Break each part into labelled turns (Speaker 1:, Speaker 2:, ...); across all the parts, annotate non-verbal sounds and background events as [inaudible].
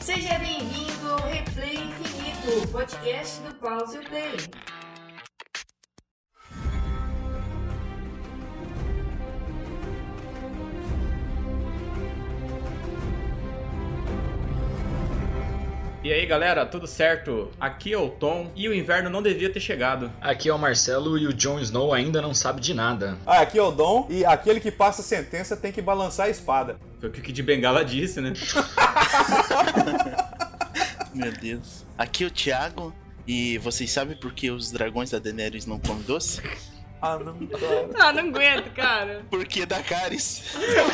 Speaker 1: Seja bem-vindo ao Replay Infinito, podcast do Pause e Play.
Speaker 2: E aí galera, tudo certo? Aqui é o Tom e o inverno não devia ter chegado.
Speaker 3: Aqui é o Marcelo e o Jon Snow ainda não sabe de nada.
Speaker 4: Ah, aqui é o Dom e aquele que passa a sentença tem que balançar a espada.
Speaker 2: Foi o que o Kid Bengala disse, né?
Speaker 5: Meu Deus. Aqui é o Thiago. E vocês sabem por que os dragões da Daenerys não comem doce?
Speaker 4: Ah, não, cara.
Speaker 1: Ah, não aguento, cara.
Speaker 5: Porque dá cáries.
Speaker 1: Ah, eu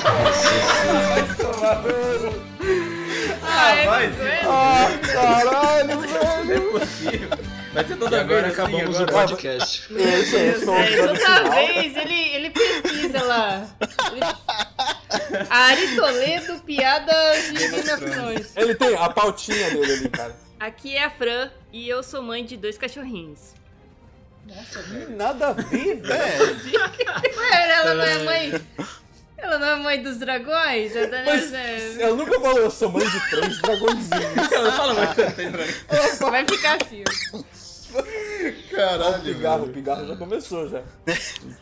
Speaker 2: vai,
Speaker 1: não aguento.
Speaker 4: [laughs] Ah, caralho, velho.
Speaker 2: Não é possível. Vai ser toda
Speaker 3: E agora
Speaker 2: vez assim
Speaker 3: acabamos
Speaker 2: agora.
Speaker 3: o podcast.
Speaker 4: É isso aí, estou
Speaker 1: É,
Speaker 4: ficando
Speaker 1: toda
Speaker 4: final.
Speaker 1: vez ele, ele pesquisa lá. Ele... Ari Toledo, piadas de Minas
Speaker 4: Ele tem a pautinha dele ali, cara.
Speaker 1: Aqui é a Fran e eu sou mãe de dois cachorrinhos.
Speaker 4: Hum, Nada a ver, velho.
Speaker 5: É,
Speaker 1: Ué, ela não é mãe. Ela não é mãe dos dragões? A Daenerys
Speaker 4: Mas
Speaker 1: é-
Speaker 4: ela nunca falou, eu sou mãe de três dragõezinhos.
Speaker 2: Ela fala mais tanto,
Speaker 1: Vai ficar assim.
Speaker 4: Ó, o pigarro, o pigarro já começou já.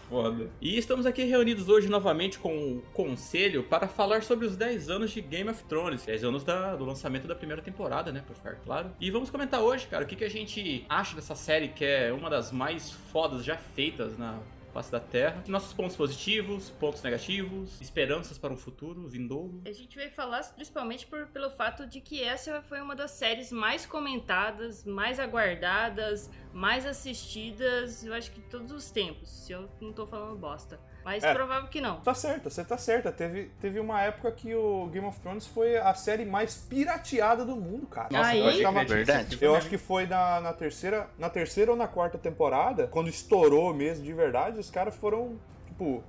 Speaker 2: Foda. E estamos aqui reunidos hoje novamente com o Conselho para falar sobre os 10 anos de Game of Thrones. 10 anos da- do lançamento da primeira temporada, né? Pra ficar claro. E vamos comentar hoje, cara, o que, que a gente acha dessa série que é uma das mais fodas já feitas na face da Terra. Nossos pontos positivos, pontos negativos, esperanças para um futuro vindouro.
Speaker 1: A gente vai falar principalmente por- pelo fato de que essa foi uma das séries mais comentadas, mais aguardadas, mais assistidas, eu acho que de todos os tempos, se eu não tô falando bosta. Mas
Speaker 4: É.
Speaker 1: provável que não.
Speaker 4: Tá certa, você tá certa. Teve, teve uma época que o Game of Thrones foi a série mais pirateada do mundo, cara.
Speaker 1: Nossa, Aí?
Speaker 4: eu acho que tava-
Speaker 2: acredito.
Speaker 5: Verdade.
Speaker 4: Eu acho que foi na, na terceira, na terceira ou na quarta temporada, quando estourou mesmo de verdade, os caras foram, tipo,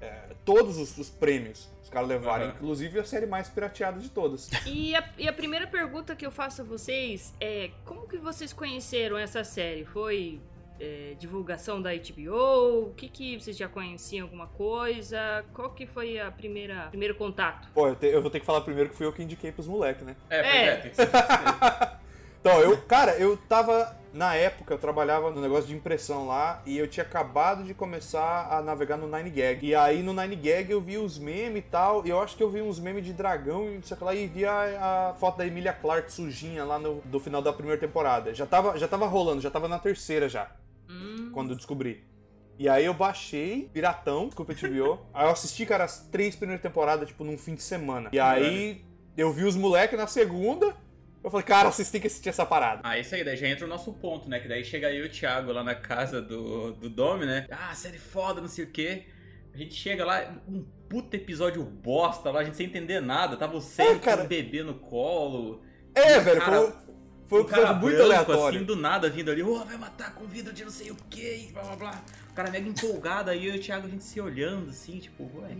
Speaker 4: é, todos os, os prêmios os caras levaram,
Speaker 2: Aham.
Speaker 4: inclusive a série mais pirateada de todas.
Speaker 1: E a, e a primeira pergunta que eu faço a vocês é como que vocês conheceram essa série? Foi é, divulgação da HBO? O que que vocês já conheciam alguma coisa? Qual que foi a primeira primeiro contato?
Speaker 4: Pô, eu, te- eu vou ter que falar primeiro que fui eu que indiquei pros moleques, né?
Speaker 2: É, pois
Speaker 1: É.
Speaker 2: é, tem que ser.
Speaker 4: Então, eu, cara, eu tava. Na época eu trabalhava no negócio de impressão lá e eu tinha acabado de começar a navegar no Nine Gag. E aí no Nine Gag eu vi os memes e tal, e eu acho que eu vi uns memes de dragão e não sei o que lá, e vi a, a foto da Emilia Clarke sujinha lá no, do final da primeira temporada. Já tava, já tava rolando, já tava na terceira já,
Speaker 1: Hum,
Speaker 4: quando eu descobri. E aí eu baixei, piratão, desculpa HBO. aí eu assisti, cara, as três primeiras temporadas, tipo, num fim de semana. E aí eu vi os moleques na segunda, eu falei, cara, vocês têm que assistir essa parada.
Speaker 2: Ah, isso aí, daí já entra o nosso ponto, né? Que daí chega eu e o Thiago lá na casa do, do Domi, né? Ah, série foda, não sei o quê. A gente chega lá, um puta episódio bosta lá, a gente sem entender nada. Tá Tava o Sam
Speaker 4: É, cara.
Speaker 2: com o um bebê no colo.
Speaker 4: É, velho,
Speaker 2: cara-
Speaker 4: foi, um- foi um
Speaker 2: o cara
Speaker 4: episódio muito
Speaker 2: branco,
Speaker 4: aleatório.
Speaker 2: assim, do nada, vindo ali. Oh, vai matar com vidro de não sei o quê, e blá blá blá. O cara mega empolgado, aí eu e o Thiago, a gente se olhando, assim, tipo, ué,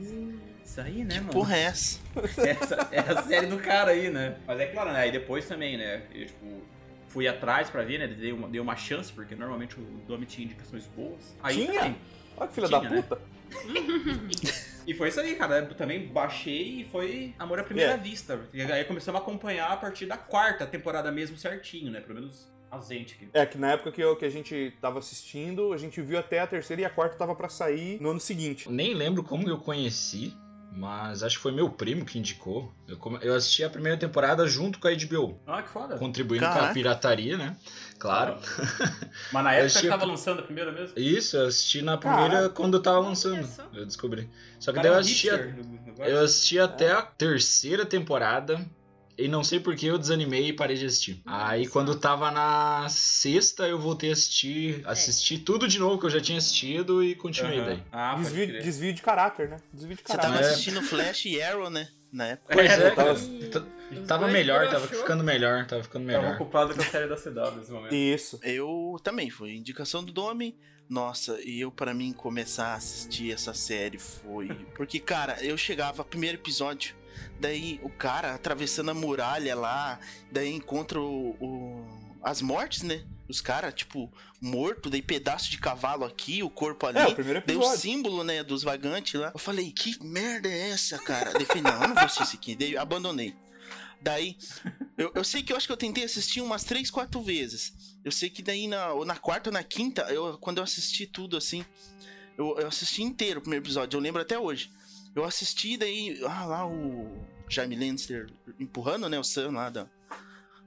Speaker 2: isso aí, né, mano?
Speaker 5: Porra, é essa?
Speaker 2: Essa é a série do cara aí, né? Mas é claro, né? Aí depois também, né? Eu, tipo, fui atrás pra ver, né? Dei uma, dei uma chance, porque normalmente o Domi tinha indicações boas. Aí
Speaker 4: Tinha?
Speaker 2: também.
Speaker 4: Olha que filha da
Speaker 2: Tinha, né?
Speaker 4: puta.
Speaker 2: E foi isso aí, cara. Eu também baixei e foi amor à primeira
Speaker 4: É.
Speaker 2: vista. E aí começamos a acompanhar a partir da quarta temporada mesmo certinho, né? Pelo menos a gente aqui.
Speaker 4: É, que na época que, eu- que a gente tava assistindo, a gente viu até a terceira e a quarta tava pra sair no ano seguinte.
Speaker 3: Nem lembro como eu conheci, mas acho que foi meu primo que indicou. Eu, come- eu assisti a primeira temporada junto com a HBO,
Speaker 2: Ah, que foda.
Speaker 3: contribuindo com
Speaker 5: Caraca.
Speaker 3: a pirataria, né? Claro.
Speaker 2: Ah. Mas na época que
Speaker 3: achei-
Speaker 2: tava lançando a primeira mesmo.
Speaker 3: Isso, eu assisti na primeira
Speaker 4: Caraca.
Speaker 3: quando eu tava
Speaker 1: Olha
Speaker 3: lançando.
Speaker 1: só.
Speaker 3: Eu descobri. Só que
Speaker 2: Cara,
Speaker 3: daí eu
Speaker 2: um
Speaker 3: assisti, a-
Speaker 2: hipster do negócio.
Speaker 3: eu assisti até
Speaker 1: Ah.
Speaker 3: a terceira temporada. E não sei por que eu desanimei e parei de assistir. Aí
Speaker 1: Nossa.
Speaker 3: quando tava na sexta, eu voltei a assistir.
Speaker 1: É.
Speaker 3: Assisti tudo de novo que eu já tinha assistido e continuei
Speaker 2: Aham.
Speaker 3: daí.
Speaker 2: Ah, pode
Speaker 4: Desvio,
Speaker 2: crer.
Speaker 4: desvio de caráter, né? Desvio de
Speaker 5: Você
Speaker 4: caráter.
Speaker 5: tava
Speaker 3: É.
Speaker 5: assistindo Flash e Arrow, né? Na época.
Speaker 3: Pois é, cara.
Speaker 4: Eu tava-
Speaker 1: Os
Speaker 3: Tava
Speaker 1: dois
Speaker 3: melhor, tava
Speaker 1: broxou.
Speaker 3: ficando melhor, tava ficando
Speaker 2: Tava
Speaker 4: um
Speaker 3: melhor.
Speaker 2: ocupado com a série da CW nesse
Speaker 5: né?
Speaker 2: momento.
Speaker 4: Isso.
Speaker 5: Eu também, foi indicação do Domi. Nossa, e eu pra mim começar a assistir essa série foi. Porque, cara, eu chegava, primeiro episódio, daí o cara atravessando a muralha lá, daí encontra o, o- as mortes, né? Os caras, tipo, morto, daí pedaço de cavalo aqui, o corpo ali.
Speaker 4: É, o primeiro
Speaker 5: Deu o
Speaker 4: episódio.
Speaker 5: símbolo, né, dos vagantes lá. Eu falei, que merda é essa, cara? Daí falei, não, eu não vou assistir isso aqui. Daí abandonei. Daí, Eu, eu sei que eu acho que eu tentei assistir umas três, quatro vezes. Eu sei que daí na, ou na quarta ou na quinta, eu, quando eu assisti tudo assim, eu, eu assisti inteiro o primeiro episódio, eu lembro até hoje. Eu assisti daí, ah lá o Jaime Lannister empurrando, né, o Sam lá da...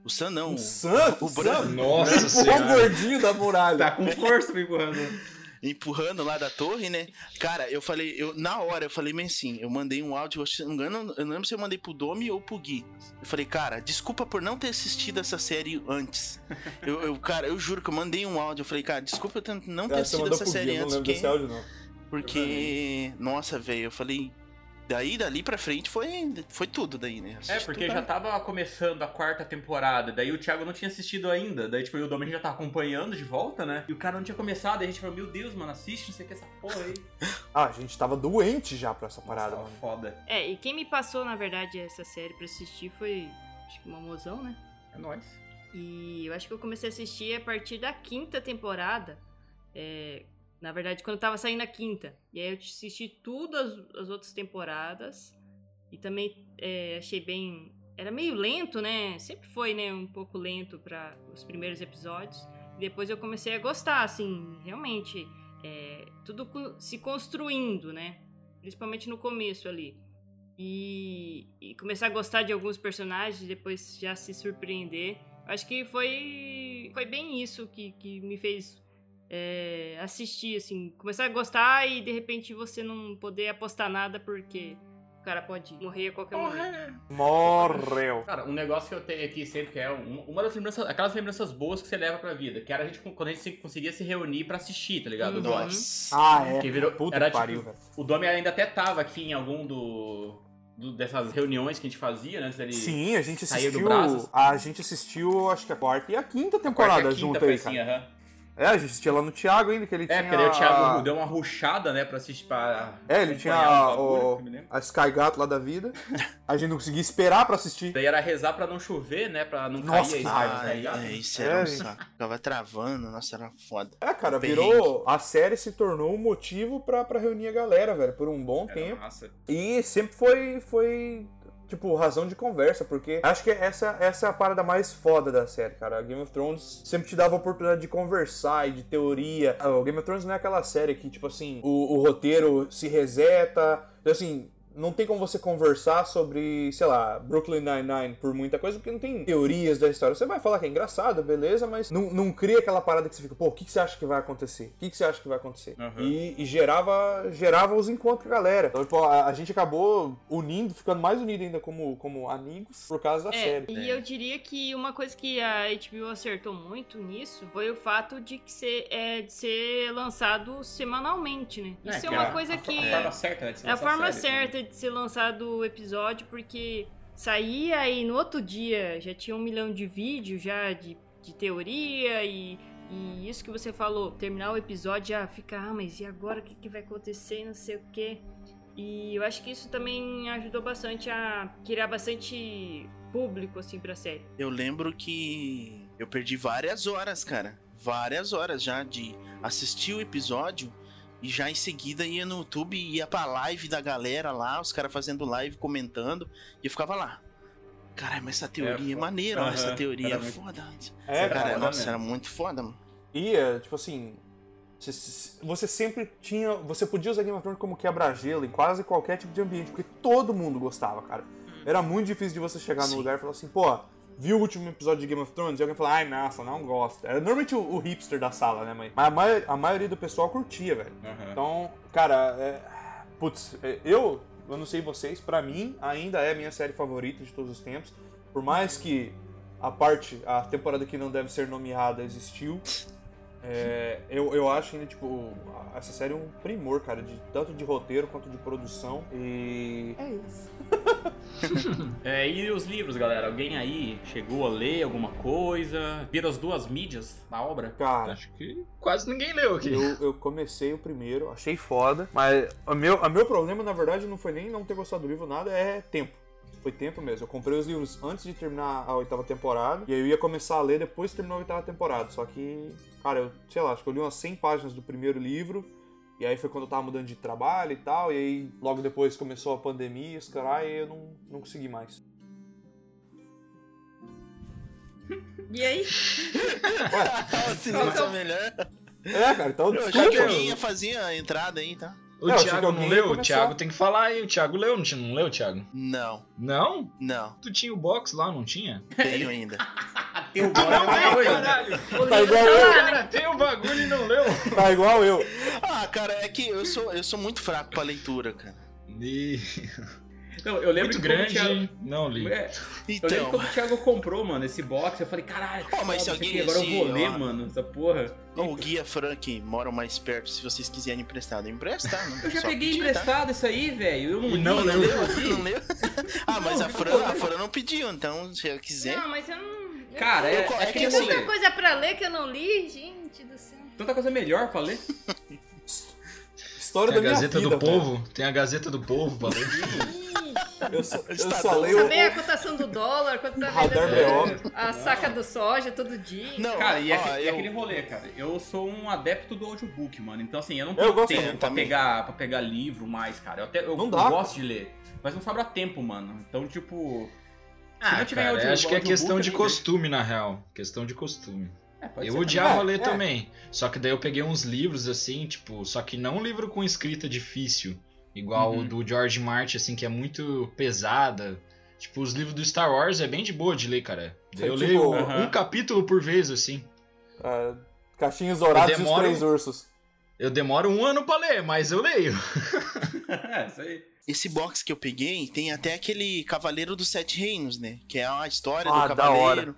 Speaker 5: O Sam não,
Speaker 4: Um
Speaker 5: o-
Speaker 4: santo,
Speaker 5: o Bran-
Speaker 4: um
Speaker 3: Nossa
Speaker 4: Igual o
Speaker 3: senhora.
Speaker 4: gordinho da muralha.
Speaker 2: né? Tá com força me empurrando.
Speaker 5: empurrando lá da torre, né? Cara, eu falei, eu na hora eu falei bem assim, eu mandei um áudio, eu acho- eu não, engano, eu não lembro se eu mandei pro Domi ou pro Gui. Eu falei, cara, desculpa por não ter assistido essa série antes. Eu, eu, cara, eu juro que eu mandei um áudio, eu falei, cara, desculpa eu ter- não ter
Speaker 4: Ah, você
Speaker 5: assistido
Speaker 4: mandou
Speaker 5: essa
Speaker 4: pro Gui,
Speaker 5: série
Speaker 4: eu não
Speaker 5: antes,
Speaker 4: lembro
Speaker 5: porque,
Speaker 4: desse áudio, não.
Speaker 5: porque nossa, velho, eu falei, daí dali pra frente foi foi tudo daí, né?
Speaker 2: É,
Speaker 5: Assisti
Speaker 2: porque
Speaker 5: tudo,
Speaker 2: já
Speaker 5: né?
Speaker 2: tava começando a quarta temporada, daí o Thiago não tinha assistido ainda, daí tipo, eu e o Dom a gente já tava acompanhando de volta, né? E o cara não tinha começado, aí a gente falou, meu Deus, mano, assiste, não sei o que, essa porra aí.
Speaker 4: Ah, a gente tava doente já pra essa parada,
Speaker 2: Tava
Speaker 4: mano.
Speaker 2: foda.
Speaker 1: É, e quem me passou, na verdade, essa série pra assistir foi tipo, uma mozão, né?
Speaker 2: É nóis.
Speaker 1: E eu acho que eu comecei a assistir a partir da quinta temporada. É, na verdade, quando tava saindo a quinta. E aí eu assisti tudo as, as outras temporadas. E também é, achei bem. Era meio lento, né? Sempre foi, né? Um pouco lento para os primeiros episódios. E depois eu comecei a gostar, assim, realmente. é, tudo co- se construindo, né? Principalmente no começo ali. E, e começar a gostar de alguns personagens, depois já se surpreender. Acho que foi, foi bem isso que, que me fez é, assistir, assim, começar a gostar e de repente você não poder apostar nada porque o cara pode morrer a qualquer momento.
Speaker 2: né?
Speaker 4: Morreu.
Speaker 2: Cara, um negócio que eu tenho aqui sempre que é um- uma das lembranças, aquelas lembranças boas que você leva pra vida, que era a gente quando a gente se- conseguia se reunir pra assistir, tá ligado?
Speaker 1: Uhum.
Speaker 2: Dom?
Speaker 5: Nossa.
Speaker 4: Ah, é.
Speaker 2: Que virou-
Speaker 4: Puta
Speaker 2: era
Speaker 4: que pariu,
Speaker 2: tipo-
Speaker 4: velho.
Speaker 2: O Domi ainda até tava aqui em algum do, do- dessas reuniões que a gente fazia, né? Antes dele
Speaker 4: Sim, a gente
Speaker 2: Saiu do
Speaker 4: assistiu.
Speaker 2: braço.
Speaker 4: A gente assistiu, acho que a quarta e a quinta
Speaker 2: quarta e
Speaker 4: temporada
Speaker 2: quinta,
Speaker 4: junto
Speaker 2: foi
Speaker 4: aí,
Speaker 2: assim,
Speaker 4: cara.
Speaker 2: aham.
Speaker 4: É, a gente assistia lá no Thiago ainda, que ele
Speaker 2: É,
Speaker 4: tinha.
Speaker 2: porque daí o
Speaker 4: a-
Speaker 2: Thiago deu uma ruchada, né, pra assistir pra.
Speaker 4: É, ele
Speaker 2: acompanhar
Speaker 4: tinha
Speaker 2: o
Speaker 4: o-
Speaker 2: bagulho, que eu me lembro.
Speaker 4: A Sky Gato lá da vida. A gente não conseguia esperar pra assistir.
Speaker 2: Daí era rezar pra não chover, né? Pra não
Speaker 4: Nossa,
Speaker 2: cair a
Speaker 4: cara,
Speaker 2: Skype, tá ligado?
Speaker 5: Ah, é, isso era
Speaker 4: É,
Speaker 5: um
Speaker 4: gente.
Speaker 5: saco. Ficava travando, nossa, era foda.
Speaker 4: É, cara,
Speaker 5: Perrengue.
Speaker 4: virou. A série se tornou um motivo pra, pra reunir a galera, velho, por um bom
Speaker 2: Era
Speaker 4: tempo.
Speaker 2: massa.
Speaker 4: E sempre foi, foi tipo, razão de conversa, porque acho que essa, essa é a parada mais foda da série, cara. A Game of Thrones sempre te dava a oportunidade de conversar e de teoria. Ah, O Game of Thrones não é aquela série que, tipo assim, o, o roteiro se reseta, Então, assim... Não tem como você conversar sobre, sei lá, Brooklyn Nine-Nine por muita coisa, porque não tem teorias da história. Você vai falar que é engraçado, beleza, mas não, não cria aquela parada que você fica, pô, o que, que você acha que vai acontecer? O que, que você acha que vai acontecer?
Speaker 2: Aham.
Speaker 4: E e, e gerava, gerava os encontros com a galera. Então, tipo, a, a gente acabou unindo, ficando mais unido ainda como, como amigos por causa da
Speaker 1: É,
Speaker 4: série.
Speaker 1: e eu diria que uma coisa que a HBO acertou muito nisso foi o fato de que ser, é, de ser lançado semanalmente, né? Isso é,
Speaker 2: que
Speaker 1: uma
Speaker 2: a-
Speaker 1: coisa
Speaker 2: a,
Speaker 1: que.
Speaker 2: A forma certa, né? de se
Speaker 4: Então
Speaker 1: É a
Speaker 4: tá
Speaker 2: lançar
Speaker 1: forma
Speaker 2: série,
Speaker 1: certa de ser lançado o episódio, porque saía e no outro dia já tinha um milhão de vídeos já de, de teoria e, e isso que você falou, terminar o episódio já fica, ah, mas e agora o que, que vai acontecer e não sei o quê. E eu acho que isso também ajudou bastante a criar bastante público, assim, pra série.
Speaker 5: Eu lembro que eu perdi várias horas, cara. Várias horas já de assistir o episódio e já em seguida ia no YouTube e ia pra live da galera lá, os caras fazendo live, comentando, e eu ficava lá. Caralho, mas essa teoria é,
Speaker 2: foda.
Speaker 5: maneira, ó, essa
Speaker 2: Aham,
Speaker 5: teoria é
Speaker 2: era muito-
Speaker 5: foda.
Speaker 4: É,
Speaker 5: Cara,
Speaker 4: cara.
Speaker 2: foda
Speaker 5: nossa,
Speaker 2: mesmo.
Speaker 5: era muito foda, mano.
Speaker 4: E, é, tipo assim, se- se- você sempre tinha. Você podia usar Game of Thrones como quebra-gelo em quase qualquer tipo de ambiente, porque todo mundo gostava, cara. Era muito difícil de você chegar
Speaker 5: Sim.
Speaker 4: no lugar e falar assim, pô. Viu o último episódio de Game of Thrones e alguém fala, ai, nossa, não gosto. Era normalmente o, o hipster da sala, né, mãe? Mas a, mai- a maioria do pessoal curtia, velho.
Speaker 2: Aham.
Speaker 4: Então, cara, é... putz, é, eu, eu não sei vocês, pra mim ainda é a minha série favorita de todos os tempos. Por mais que a parte, a temporada que não deve ser nomeada existiu, é, eu, eu acho ainda, tipo, a- essa série é um primor, cara, de, tanto de roteiro quanto de produção. E. É isso.
Speaker 2: É, e os livros, galera? Alguém aí chegou a ler alguma coisa? Viram as duas mídias da
Speaker 4: [laughs]
Speaker 2: obra?
Speaker 4: Cara.
Speaker 3: Acho que quase ninguém leu aqui.
Speaker 4: Eu, eu comecei o primeiro, achei foda, mas o meu, o meu problema, na verdade, não foi nem não ter gostado do livro, nada, é tempo. Foi tempo mesmo. Eu comprei os livros antes de terminar a oitava temporada, e aí eu ia começar a ler depois de terminar a oitava temporada. Só que, cara, eu, sei lá, acho que eu li umas 100 páginas do primeiro livro, e aí foi quando eu tava mudando de trabalho e tal, e aí logo depois começou a pandemia, e os caras, e eu não, não consegui mais.
Speaker 1: E aí?
Speaker 4: Ué,
Speaker 5: Ah, se não
Speaker 1: Então-
Speaker 5: é melhor.
Speaker 4: é, cara, então
Speaker 5: Eu achei que
Speaker 4: desculpa.
Speaker 5: alguém ia fazer a entrada aí, tá?
Speaker 3: O
Speaker 4: Não, achei que
Speaker 3: Thiago
Speaker 4: alguém
Speaker 3: não
Speaker 4: ia
Speaker 3: leu? O
Speaker 4: começar.
Speaker 3: Thiago tem que falar aí. O Thiago leu, não, tinha- não leu, Thiago?
Speaker 5: Não,
Speaker 3: Não?
Speaker 5: não.
Speaker 3: Tu tinha o box lá, não tinha?
Speaker 5: Tenho ainda.
Speaker 2: Eu não,
Speaker 1: Ah,
Speaker 3: Ai, caralho!
Speaker 1: O
Speaker 4: Tá
Speaker 1: Leandro
Speaker 4: igual
Speaker 1: tá
Speaker 4: eu.
Speaker 1: lá, né?
Speaker 3: Cara, tem o bagulho e não leu!
Speaker 4: Tá igual eu.
Speaker 5: Ah, cara, é que eu sou, eu sou muito fraco pra leitura, cara.
Speaker 3: Ih,
Speaker 2: Não, eu lembro
Speaker 3: muito
Speaker 2: que quando o
Speaker 3: grande.
Speaker 2: Thiago-
Speaker 3: Não li.
Speaker 2: É, eu lembro
Speaker 5: Então,
Speaker 2: quando o Thiago comprou, mano, esse box, eu falei, caralho, que
Speaker 5: Ó,
Speaker 2: foda
Speaker 5: mas se
Speaker 2: isso aqui,
Speaker 5: alguém
Speaker 2: agora eu
Speaker 5: assim,
Speaker 2: vou ler,
Speaker 5: ó.
Speaker 2: mano, essa porra.
Speaker 5: o Guia Frank mora mais perto, se vocês quiserem emprestar, emprestar, né?
Speaker 2: Eu já
Speaker 5: Só
Speaker 2: peguei
Speaker 5: pedir, tá?
Speaker 2: emprestado isso aí, velho. Eu não,
Speaker 3: E não
Speaker 2: li,
Speaker 3: leu.
Speaker 2: leu aqui.
Speaker 5: Não leu? Ah, mas a
Speaker 2: Não,
Speaker 5: Fran, a Fran não pediu, então se ela quiser.
Speaker 1: Não, mas eu não. eu-
Speaker 2: Cara, é,
Speaker 5: Eu co- é
Speaker 2: é que
Speaker 5: que
Speaker 1: Tem
Speaker 2: assim,
Speaker 1: tanta coisa pra ler que eu não li, gente do céu.
Speaker 2: tanta coisa melhor pra ler.
Speaker 4: História
Speaker 3: Tem É a
Speaker 4: da minha
Speaker 3: Gazeta
Speaker 4: vida,
Speaker 3: do
Speaker 4: velho.
Speaker 3: Povo. Tem a Gazeta do Povo, valeu.
Speaker 4: Eu só, eu
Speaker 1: Tá
Speaker 5: Estadão.
Speaker 4: só leio...
Speaker 1: Saber a cotação do dólar, quanto
Speaker 4: [laughs]
Speaker 1: tá
Speaker 4: Radar
Speaker 1: vendendo a saca do soja todo dia.
Speaker 5: Não,
Speaker 2: Cara, e,
Speaker 5: ó,
Speaker 2: aque- e é
Speaker 5: eu-
Speaker 2: aquele rolê, cara. Eu sou um adepto do audiobook, mano. Então, assim, eu não
Speaker 4: Eu gosto
Speaker 2: tempo
Speaker 5: muito
Speaker 2: pra
Speaker 5: também.
Speaker 2: pegar, pra pegar livro mais, cara. Eu, até, eu,
Speaker 4: Não
Speaker 2: eu
Speaker 4: dá,
Speaker 2: gosto de ler, mas não sobra tempo, mano. Então, tipo. se não tiver
Speaker 3: cara,
Speaker 2: audio-
Speaker 3: acho que é
Speaker 2: audiobook,
Speaker 3: questão de
Speaker 2: eu nem vejo.
Speaker 3: costume, na real. Questão de costume.
Speaker 2: É, pode
Speaker 3: eu
Speaker 2: ser
Speaker 3: odiava
Speaker 4: também.
Speaker 3: ler
Speaker 4: É, é.
Speaker 3: também. Só que daí eu peguei uns livros, assim, tipo, só que não livro com escrita difícil. Igual
Speaker 2: Uhum.
Speaker 3: o do George Martin, assim, que é muito pesada. Tipo, os livros do Star Wars é bem de boa de ler, cara. Daí eu
Speaker 4: Tipo,
Speaker 3: leio
Speaker 2: aham.
Speaker 3: um capítulo por vez, assim.
Speaker 4: ah, caixinhos dourados e os
Speaker 3: Demora-
Speaker 4: três ursos.
Speaker 3: Eu demoro um ano pra ler, mas eu leio.
Speaker 2: também. [laughs] é, isso aí.
Speaker 5: Esse box que eu peguei tem até aquele Cavaleiro dos Sete Reinos, né? Que é a história
Speaker 4: Ah,
Speaker 5: do
Speaker 4: da hora.
Speaker 5: Cavaleiro.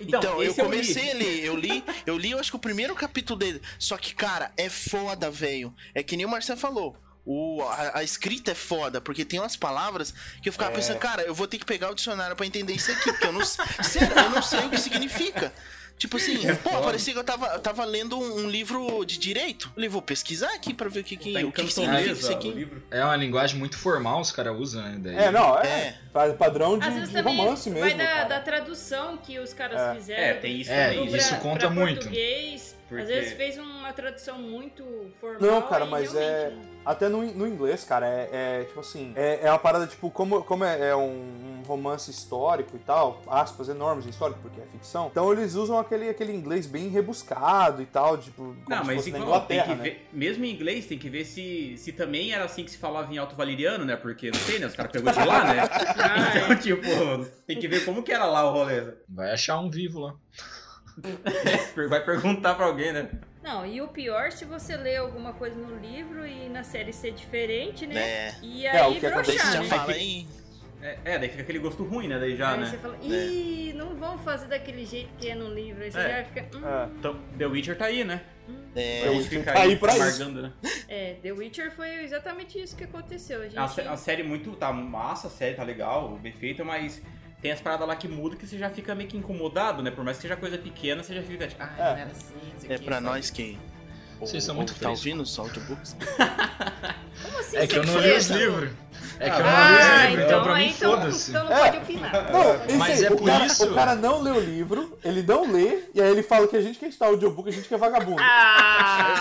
Speaker 2: Então,
Speaker 5: Então, eu
Speaker 2: esse
Speaker 3: é
Speaker 2: li.
Speaker 5: comecei a ler,
Speaker 3: [laughs]
Speaker 5: eu li, eu li, eu acho que o primeiro capítulo dele. Só que, cara, é foda, velho. É que nem o Marcelo falou. O, a, a escrita é foda, porque tem umas palavras que eu
Speaker 2: É.
Speaker 5: ficava pensando, cara, eu vou ter que pegar o dicionário pra entender isso aqui, porque eu não, sei- [laughs] sério, eu não sei o que significa. Tipo assim,
Speaker 2: É
Speaker 5: pô, parecia que eu tava, eu tava lendo um, um livro de direito. Eu falei, vou pesquisar aqui pra ver o que, que,
Speaker 2: Tá em
Speaker 5: o que, que significa isso
Speaker 2: cantonesa o
Speaker 5: aqui.
Speaker 2: livro.
Speaker 3: É uma linguagem muito formal, os caras usam, né? Daí
Speaker 4: É, não,
Speaker 5: É.
Speaker 4: é. pa- Padrão
Speaker 1: Às
Speaker 4: de,
Speaker 1: vezes
Speaker 4: de
Speaker 1: também
Speaker 4: romance mesmo.
Speaker 1: vai da,
Speaker 4: cara.
Speaker 1: da tradução que os caras
Speaker 4: É.
Speaker 1: fizeram.
Speaker 2: É, tem isso
Speaker 3: É,
Speaker 1: do
Speaker 2: também.
Speaker 1: bra-
Speaker 3: isso conta
Speaker 1: pra
Speaker 3: muito.
Speaker 1: Português,
Speaker 2: Porque-
Speaker 1: Às vezes fez uma tradução muito formal.
Speaker 4: Não, cara,
Speaker 1: e
Speaker 4: mas
Speaker 1: realmente não-
Speaker 4: Até no, in- no inglês, cara, é, é, tipo assim, é, é uma parada, tipo, como, como é, é um, um romance histórico e tal, aspas enormes de histórico, porque é ficção, então eles usam aquele, aquele inglês bem rebuscado e tal, tipo, como
Speaker 2: Não,
Speaker 4: se
Speaker 2: mas
Speaker 4: fosse na
Speaker 2: igual, tem que
Speaker 4: Inglaterra, né?
Speaker 2: ver, mesmo em inglês, tem que ver se, se também era assim que se falava em alto valeriano, né? Porque, não sei, né? Os caras pegou de lá, né?
Speaker 4: é-
Speaker 2: Então, tipo, tem que ver como que era lá o rolê.
Speaker 3: Vai achar um vivo lá.
Speaker 2: Vai perguntar pra alguém, né?
Speaker 1: Não, e o pior, se você ler alguma coisa no livro e na série ser diferente, né?
Speaker 5: É.
Speaker 1: E
Speaker 4: É,
Speaker 1: aí
Speaker 4: o que acontece
Speaker 1: broxar,
Speaker 5: Já
Speaker 1: né?
Speaker 5: fala aí.
Speaker 2: É, é, daí fica aquele gosto ruim, né? Daí já,
Speaker 1: aí você
Speaker 2: né?
Speaker 1: fala, ih, não vão fazer daquele jeito que é no livro. Aí você
Speaker 2: É.
Speaker 1: já fica, hum,
Speaker 4: É.
Speaker 2: Então, The Witcher tá aí, né?
Speaker 5: É,
Speaker 4: The
Speaker 2: A gente
Speaker 4: Witcher
Speaker 2: fica
Speaker 4: tá aí pra isso.
Speaker 2: amargando, né?
Speaker 1: É, The Witcher foi exatamente isso que aconteceu. A gente...
Speaker 2: A, sé- a série muito tá massa, a série tá legal, bem feita, mas tem as paradas lá que mudam que você já fica meio que incomodado, né? Por mais que seja coisa pequena, você já fica tipo, ah, não era assim, isso
Speaker 5: é
Speaker 2: aqui,
Speaker 5: pra
Speaker 2: sabe?
Speaker 5: nós que.
Speaker 3: Vocês são
Speaker 5: ou-
Speaker 3: muito
Speaker 5: ou Tá
Speaker 3: frescos.
Speaker 5: ouvindo os audiobooks?
Speaker 1: Como assim?
Speaker 3: É que eu
Speaker 1: você
Speaker 3: não li os
Speaker 1: fez?
Speaker 3: livros. É que eu não li os
Speaker 1: Ah,
Speaker 3: livros, então
Speaker 1: então,
Speaker 3: pra
Speaker 1: aí,
Speaker 3: mim
Speaker 1: então,
Speaker 3: foda-se.
Speaker 1: então não
Speaker 4: É.
Speaker 1: pode opinar.
Speaker 4: Não, isso
Speaker 3: Mas
Speaker 4: aí,
Speaker 3: é
Speaker 4: o
Speaker 3: por
Speaker 4: cara,
Speaker 3: isso-
Speaker 4: O cara não lê o livro, ele não lê, e aí ele fala que a gente que está audiobook, a gente que é vagabundo.
Speaker 1: Ah,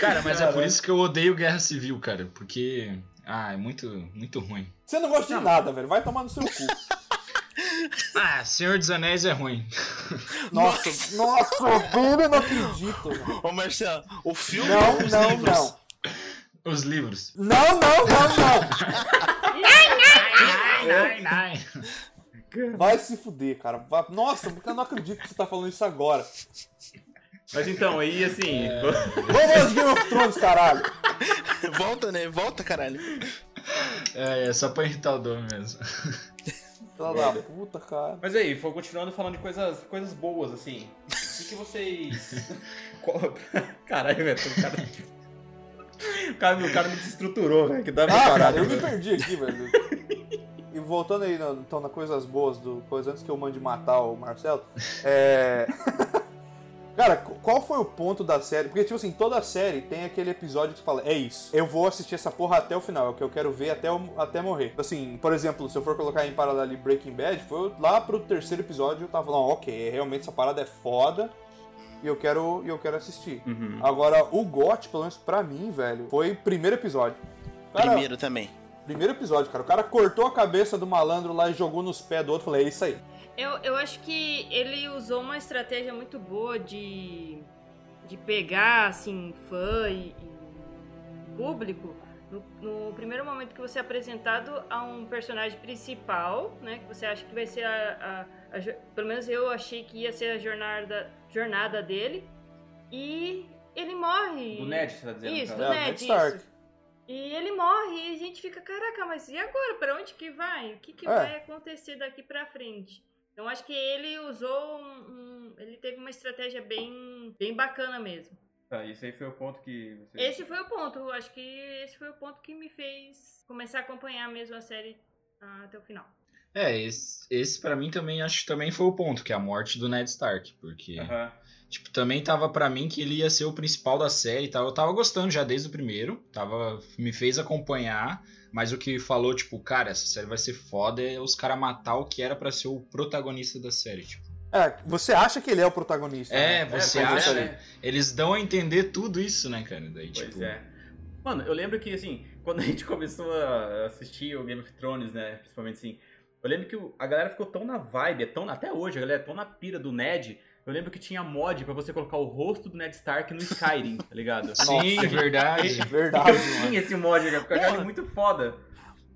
Speaker 3: Cara, mas é por isso que eu odeio guerra civil, cara. Porque. Ah, é muito, muito ruim.
Speaker 4: Você não gosta de nada, velho, vai tomar no seu cu.
Speaker 3: [laughs] Ah, Senhor dos Anéis é ruim. [laughs]
Speaker 4: Nossa, nossa, velho, eu não acredito. velho.
Speaker 5: Ô, Marcelo, o filme
Speaker 4: Não,
Speaker 5: ou os
Speaker 4: não,
Speaker 5: livros?
Speaker 4: não.
Speaker 3: Os livros.
Speaker 4: Não, não, não,
Speaker 3: Ai, ai, ai.
Speaker 4: não. Vai se fuder, cara. Vai- Nossa, eu não acredito que você tá falando isso agora.
Speaker 2: Mas então, aí assim,
Speaker 1: É.
Speaker 4: Vamos aos Game of Thrones, caralho.
Speaker 5: [laughs] Volta, né? Volta, caralho.
Speaker 3: É, é só pra irritar o Dom mesmo.
Speaker 4: Filha da puta, cara.
Speaker 2: Mas aí, foi continuando falando de coisas, coisas boas, assim. O que, que vocês. [laughs] Qual- Caralho, velho, o cara. [laughs] O cara, o cara me desestruturou, velho, que dá pra
Speaker 4: Ah,
Speaker 2: parar.
Speaker 4: cara, eu
Speaker 3: né?
Speaker 4: me perdi aqui, velho. E voltando aí, na- então, na coisas boas do coisa, antes que eu mande matar o Marcelo, é... Cara, qu- qual foi o ponto da série? Porque, tipo assim, toda série tem aquele episódio que tu fala, é isso, eu vou assistir essa porra até o final, é o que eu quero ver até, eu- até morrer. Assim, por exemplo, se eu for colocar em paralelo ali Breaking Bad, foi lá pro terceiro episódio, eu tava falando, ok, realmente essa parada é foda e eu quero, e eu quero assistir.
Speaker 2: Uhum.
Speaker 4: Agora, o GOT, pelo menos pra mim, velho, foi o primeiro episódio. Cara,
Speaker 5: Primeiro também.
Speaker 4: Primeiro episódio, cara. O cara cortou a cabeça do malandro lá e jogou nos pés do outro. Falei, é isso aí.
Speaker 1: Eu, eu acho que ele usou uma estratégia muito boa de, de pegar, assim, fã e, e público no, no primeiro momento que você é apresentado a um personagem principal, né? Que você acha que vai ser a... a- a jo- pelo menos eu achei que ia ser a jornada, jornada dele. E ele morre.
Speaker 2: O Ned, você tá dizendo?
Speaker 1: Isso, né? do
Speaker 2: cara?
Speaker 4: É, o Ned
Speaker 1: Ned,
Speaker 4: Stark.
Speaker 1: isso. E ele morre e a gente fica, caraca, mas e agora? Pra onde que vai? O que, que
Speaker 4: É.
Speaker 1: vai acontecer daqui pra frente? Então acho que ele usou um, um- ele teve uma estratégia bem, bem bacana mesmo.
Speaker 2: Tá, isso aí foi o ponto que você...
Speaker 1: Esse foi o ponto, eu acho que esse foi o ponto que me fez começar a acompanhar mesmo a série ah, até o final.
Speaker 3: É, esse, esse para mim também acho que também foi o ponto, que é a morte do Ned Stark, porque
Speaker 2: Aham.
Speaker 3: tipo, também tava pra mim que ele ia ser o principal da série e tal. Eu tava gostando já desde o primeiro, tava me fez acompanhar, mas o que falou tipo, cara, essa série vai ser foda, é os caras matar o que era pra ser o protagonista da série, tipo.
Speaker 4: É, você acha que ele é o protagonista.
Speaker 3: É,
Speaker 4: né?
Speaker 3: você
Speaker 2: pois
Speaker 3: acha,
Speaker 2: né?
Speaker 3: Eles dão a entender tudo isso, né, cara? Daí
Speaker 2: Pois
Speaker 3: tipo,
Speaker 2: é. Mano, eu lembro que, assim, [laughs] quando a gente começou a assistir o Game of Thrones, né, principalmente assim, eu lembro que o- a galera ficou tão na vibe, é tão, na- até hoje a galera é tão na pira do Ned, eu lembro que tinha mod pra você colocar o rosto do Ned Stark no Skyrim, tá
Speaker 3: [laughs]
Speaker 2: ligado?
Speaker 3: Sim, é verdade.
Speaker 2: [laughs]
Speaker 4: Verdade,
Speaker 2: Eu
Speaker 4: mano.
Speaker 2: tinha esse mod, cara, porque eu achava
Speaker 5: Porra.
Speaker 2: muito foda.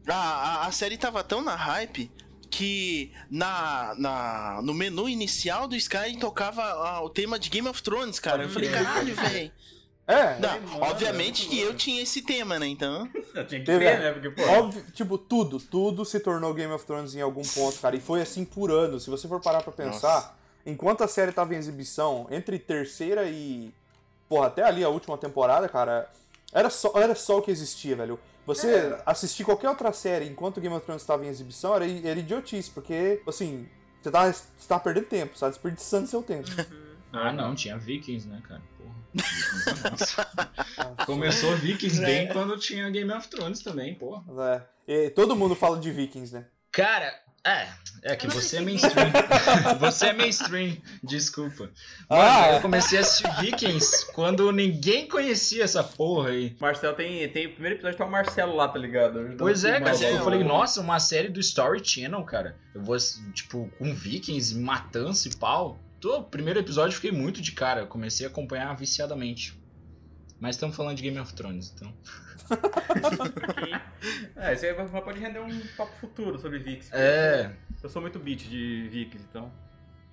Speaker 5: A, a, a série tava tão na hype que na, na, no menu inicial do Skyrim tocava ah, o tema de Game of Thrones, cara. Eu falei, caralho, velho.
Speaker 4: É,
Speaker 5: Não, obviamente que eu tinha esse tema, né? Então.
Speaker 2: Tinha que
Speaker 4: Teve-
Speaker 2: ter, né, porque, pô...
Speaker 4: Óbvio, tipo, tudo, tudo se tornou Game of Thrones em algum ponto, cara. E foi assim por anos. Se você for parar pra pensar,
Speaker 5: Nossa.
Speaker 4: enquanto a série tava em exibição, entre terceira e. Porra, até ali a última temporada, cara, era só, era só o que existia, velho. Você assistir qualquer outra série enquanto Game of Thrones estava em exibição era, era idiotice, porque, assim, você tá, você tá perdendo tempo, você tá desperdiçando seu tempo.
Speaker 3: Ah, não, tinha Vikings, né, cara?
Speaker 2: [laughs]
Speaker 3: Porra. Vikings é massa. Começou Vikings bem quando tinha Game of Thrones também, porra.
Speaker 4: É. E todo mundo fala de Vikings, né?
Speaker 3: Cara, é, é que
Speaker 1: Eu não
Speaker 3: você é
Speaker 1: sei [laughs]
Speaker 3: mainstream. você é mainstream, desculpa.
Speaker 4: Ah,
Speaker 3: ah,
Speaker 4: é.
Speaker 3: eu comecei a assistir Vikings quando ninguém conhecia essa porra aí.
Speaker 2: O Marcelo tem, tem. O primeiro episódio tá o Marcelo lá, tá ligado? Ajudando
Speaker 3: Pois
Speaker 2: o
Speaker 3: é, cara,
Speaker 5: mas é
Speaker 3: eu
Speaker 5: um-
Speaker 3: falei, nossa, uma série do Story Channel, cara. Eu vou, ass- tipo, com Vikings, matança e pau. Tô, primeiro episódio eu fiquei muito de cara, eu comecei a acompanhar viciadamente. Mas estamos falando de Game of Thrones, então.
Speaker 2: É, isso aí vai- pode render um papo futuro sobre Vix.
Speaker 3: É,
Speaker 2: Eu sou muito beat de Vix, então.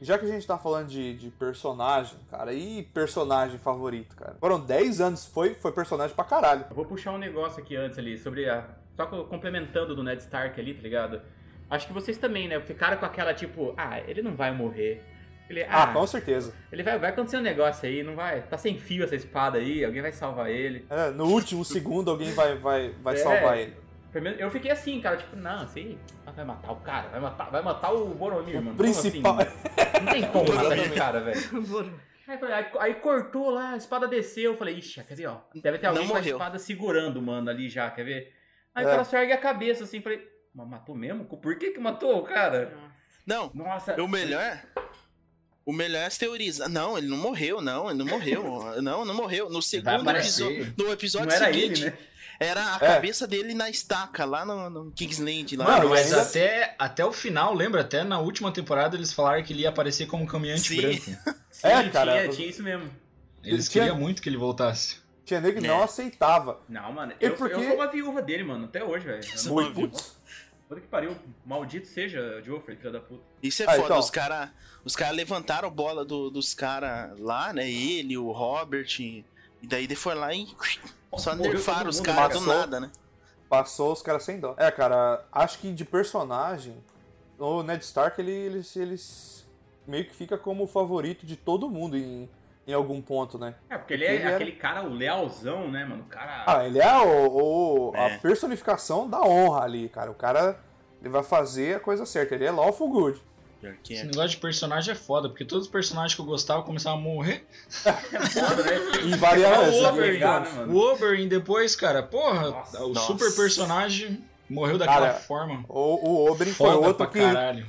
Speaker 4: Já que a gente tá falando de, de personagem, cara, e personagem favorito, cara? Foram 10 anos, foi, foi personagem pra caralho.
Speaker 2: Eu vou puxar um negócio aqui antes ali, sobre a. Só co- complementando do Ned Stark ali, tá ligado? Acho que vocês também, né? Ficaram com aquela tipo, ah, ele não vai morrer. Ele,
Speaker 4: Ah,
Speaker 2: ah,
Speaker 4: com certeza.
Speaker 2: ele vai, vai acontecer um negócio aí, não vai. Tá sem fio essa espada aí, alguém vai salvar ele.
Speaker 4: É, no último [laughs] segundo alguém vai, vai, vai
Speaker 2: É.
Speaker 4: salvar ele.
Speaker 2: Pelo menos Eu fiquei assim, cara, tipo, não, assim, vai matar o cara, vai matar, vai matar o Boromir, mano. Como assim?
Speaker 4: Principal.
Speaker 2: Não tem como matar esse
Speaker 4: Exatamente.
Speaker 2: cara, velho. Aí, eu falei, aí- aí cortou lá, a espada desceu. Eu falei, ixi, quer ver, ó. Deve ter
Speaker 5: Não
Speaker 2: alguém com a
Speaker 5: morreu.
Speaker 2: espada segurando, mano, ali já, quer ver? Aí
Speaker 4: É.
Speaker 2: o cara só ergue a cabeça assim, falei, mas matou mesmo? Por que que matou o cara?
Speaker 5: Não,
Speaker 2: Nossa.
Speaker 5: o melhor. O melhor é as teorias. Ah, Não, ele não morreu, não, ele não morreu. Não, não morreu. No
Speaker 3: vai
Speaker 5: segundo
Speaker 3: aparecer.
Speaker 5: episódio. No
Speaker 2: Não
Speaker 5: episódio
Speaker 2: era
Speaker 5: seguinte,
Speaker 2: ele, né?
Speaker 5: era a
Speaker 4: É.
Speaker 5: cabeça dele na estaca, lá no, no Kingsland. Lá
Speaker 4: Mano,
Speaker 5: no...
Speaker 3: Mas
Speaker 4: ainda-
Speaker 3: até, até o final, lembra? Até na última temporada eles falaram que ele ia aparecer como caminhante
Speaker 5: Sim.
Speaker 3: branco.
Speaker 2: Sim,
Speaker 4: É, cara.
Speaker 2: Tinha, tinha isso mesmo.
Speaker 3: Eles
Speaker 4: Tinha-
Speaker 3: queriam muito que ele voltasse.
Speaker 4: Tinha nego que não
Speaker 5: É.
Speaker 4: aceitava.
Speaker 2: Não, mano,
Speaker 4: E
Speaker 2: eu,
Speaker 4: por
Speaker 2: eu
Speaker 4: quê? é
Speaker 2: sou uma viúva dele, mano, até hoje, velho. Puta
Speaker 5: Você não
Speaker 4: Muito.
Speaker 5: viu?
Speaker 4: Putz.
Speaker 2: que pariu, maldito seja, Joffrey, filha da puta.
Speaker 5: Isso é
Speaker 4: Ah,
Speaker 5: foda,
Speaker 4: então.
Speaker 5: os caras os cara levantaram a bola do- dos caras lá, né? Ele, o Robert. E daí ele foi lá e só
Speaker 2: Morreu todo
Speaker 5: nerfaram os
Speaker 2: mundo,
Speaker 5: caras do
Speaker 4: matou.
Speaker 5: nada, né?
Speaker 4: Passou os caras sem dó. É, cara, acho que de personagem, o Ned Stark, ele, ele, ele meio que fica como o favorito de todo mundo em, em algum ponto, né?
Speaker 2: É, porque ele é
Speaker 4: Ele era-
Speaker 2: aquele cara, o lealzão, né, mano? O cara.
Speaker 4: Ah, ele é o, o-
Speaker 5: É.
Speaker 4: a personificação da honra ali, cara. O cara ele vai fazer a coisa certa. Ele é lawful good.
Speaker 5: Pior que
Speaker 3: Esse
Speaker 5: é.
Speaker 3: negócio de personagem é foda, porque todos os personagens que eu gostava começavam a morrer.
Speaker 2: é foda, né?
Speaker 4: E varia
Speaker 2: É
Speaker 4: essa,
Speaker 2: foda,
Speaker 4: né?
Speaker 2: ligado, né, mano?
Speaker 3: O Oberyn depois, cara, porra,
Speaker 2: Nossa.
Speaker 3: o
Speaker 5: Nossa.
Speaker 3: super personagem morreu daquela
Speaker 4: Cara,
Speaker 3: forma.
Speaker 4: O, o Oberyn foi
Speaker 3: Foda pra
Speaker 4: outro que,
Speaker 3: caralho.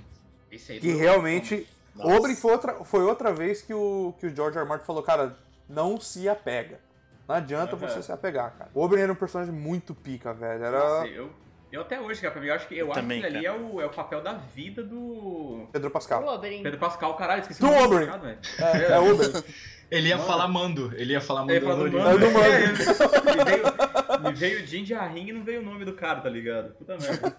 Speaker 2: Isso aí
Speaker 4: que
Speaker 2: tá-
Speaker 4: realmente.
Speaker 5: Nossa.
Speaker 4: Oberyn foi outra, foi outra vez que o, que o George R. R. Martin falou, cara, não se apega. Não adianta
Speaker 2: Aham.
Speaker 4: você se apegar, cara. O Oberyn era um personagem muito pica, velho. Era.
Speaker 2: Nossa, eu, Eu até hoje, cara, pra mim, eu acho que, eu acho
Speaker 5: também,
Speaker 2: que ali é
Speaker 5: cara.
Speaker 2: o, é o papel da vida do
Speaker 4: Pedro Pascal.
Speaker 1: Oberyn.
Speaker 2: Pedro Pascal, caralho, esqueci
Speaker 4: Do
Speaker 2: o nome
Speaker 4: Oberyn.
Speaker 2: cara, velho.
Speaker 4: É, é Uber.
Speaker 3: Ele ia
Speaker 2: Mano.
Speaker 3: falar mando. Ele ia falar mando.
Speaker 2: Ele falou do
Speaker 3: Dorian.
Speaker 2: mano.
Speaker 4: É do mano.
Speaker 2: É, me veio- me veio Jinja Ring e não veio o nome do cara, tá ligado? Puta merda.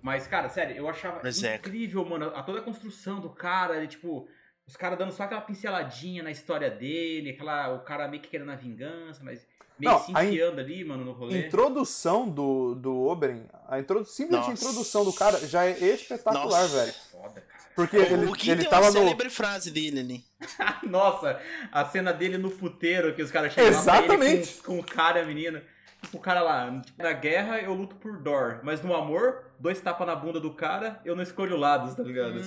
Speaker 2: Mas, cara, sério, eu achava
Speaker 5: Mas é.
Speaker 2: incrível, mano, a toda a construção do cara, ele, tipo, os caras dando só aquela pinceladinha na história dele, aquela, o cara meio que querendo a vingança, mas meio
Speaker 4: Não,
Speaker 2: que se
Speaker 4: a in-
Speaker 2: enfiando ali, mano, no rolê.
Speaker 4: Introdução do, do Oberyn, a introdu simplesmente a
Speaker 5: Nossa.
Speaker 4: introdução do cara já é espetacular,
Speaker 5: Nossa.
Speaker 4: velho.
Speaker 2: Foda, cara.
Speaker 4: Porque
Speaker 5: o
Speaker 4: ele,
Speaker 5: Luke
Speaker 4: ele
Speaker 5: tem
Speaker 4: tava
Speaker 5: uma
Speaker 4: no.
Speaker 5: célebre frase dele ali.
Speaker 2: [laughs] Nossa, a cena dele no puteiro, que os caras chegam lá pra ele
Speaker 4: Exatamente.
Speaker 2: com, com o cara, menino. Tipo, o cara lá, tipo, na guerra eu luto por dor, mas no amor, dois tapas na bunda do cara, eu não escolho lados, tá ligado?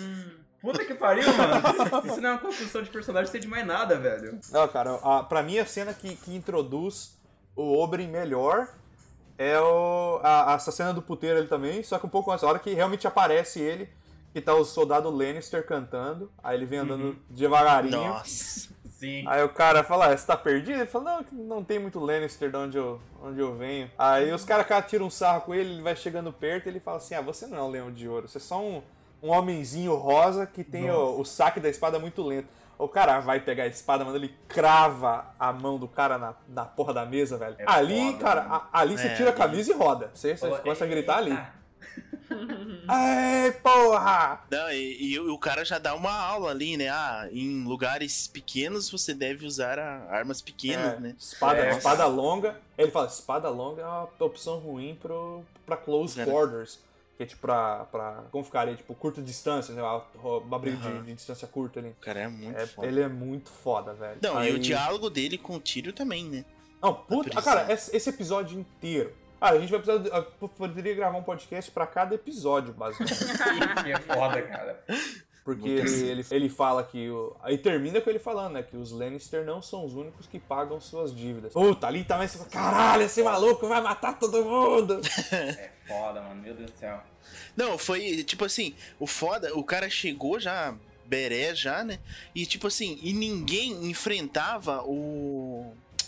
Speaker 2: Puta que pariu, mano. [laughs] Isso não é uma construção de personagem, isso é de mais nada, velho.
Speaker 4: Não, cara, a, pra mim a cena que, que introduz o Oberyn melhor é o, a, essa cena do puteiro ele também, só que um pouco antes, a hora que realmente aparece ele, que tá o soldado Lannister cantando, aí ele vem andando
Speaker 2: Uhum.
Speaker 4: devagarinho.
Speaker 5: Nossa.
Speaker 2: Sim.
Speaker 4: Aí o cara fala, ah, você tá perdido? Ele fala, não, que não tem muito Lannister de onde eu, onde eu venho. Aí os caras cara, tiram um sarro com ele, ele vai chegando perto e ele fala assim, ah, você não é um leão de ouro, você é só um, um homenzinho rosa que tem o,
Speaker 2: Nossa.
Speaker 4: o saque da espada muito lento. O cara vai pegar a espada, mano, ele crava a mão do cara na, na porra da mesa, velho.
Speaker 2: É
Speaker 4: ali,
Speaker 2: foda,
Speaker 4: cara,
Speaker 2: mano.
Speaker 4: a- ali você
Speaker 5: É,
Speaker 4: tira a
Speaker 5: ali.
Speaker 4: camisa e roda. Você, você
Speaker 2: Falou,
Speaker 4: começa a gritar ali.
Speaker 2: é, "Eita".
Speaker 4: Ai, porra!
Speaker 5: Não, e, e o cara já dá uma aula ali, né? Ah, em lugares pequenos você deve usar a- armas pequenas,
Speaker 4: É,
Speaker 5: né?
Speaker 4: Espada,
Speaker 2: É.
Speaker 4: espada longa. Ele fala, espada longa é uma opção ruim pro, pra close
Speaker 5: É.
Speaker 4: quarters. Que é tipo pra, pra. Como ficaria? Tipo, curta distância, né? Uma, uma briga de-
Speaker 5: Aham.
Speaker 4: de, distância curta ali.
Speaker 5: O cara é muito
Speaker 4: É,
Speaker 5: foda.
Speaker 4: ele é muito foda, velho.
Speaker 5: Não, e
Speaker 4: Aí-
Speaker 5: o diálogo dele com o Tírio também, né?
Speaker 4: Não, puta.
Speaker 5: prisão.
Speaker 4: Ah, cara, esse esse episódio inteiro. Cara, a gente vai precisar. eu Poderia gravar um podcast pra cada episódio, basicamente.
Speaker 2: Sim, é foda, cara.
Speaker 4: Porque
Speaker 5: Muito
Speaker 4: ele, ele, ele fala que. o- Aí termina com ele falando, né? Que os Lannister não são os únicos que pagam suas dívidas. Puta, ali também você fala, caralho, esse maluco vai matar todo mundo!
Speaker 2: É foda, mano. Meu Deus do céu.
Speaker 5: Não, foi tipo assim, o foda, o cara chegou já, beré já, né? E tipo assim, e ninguém enfrentava o.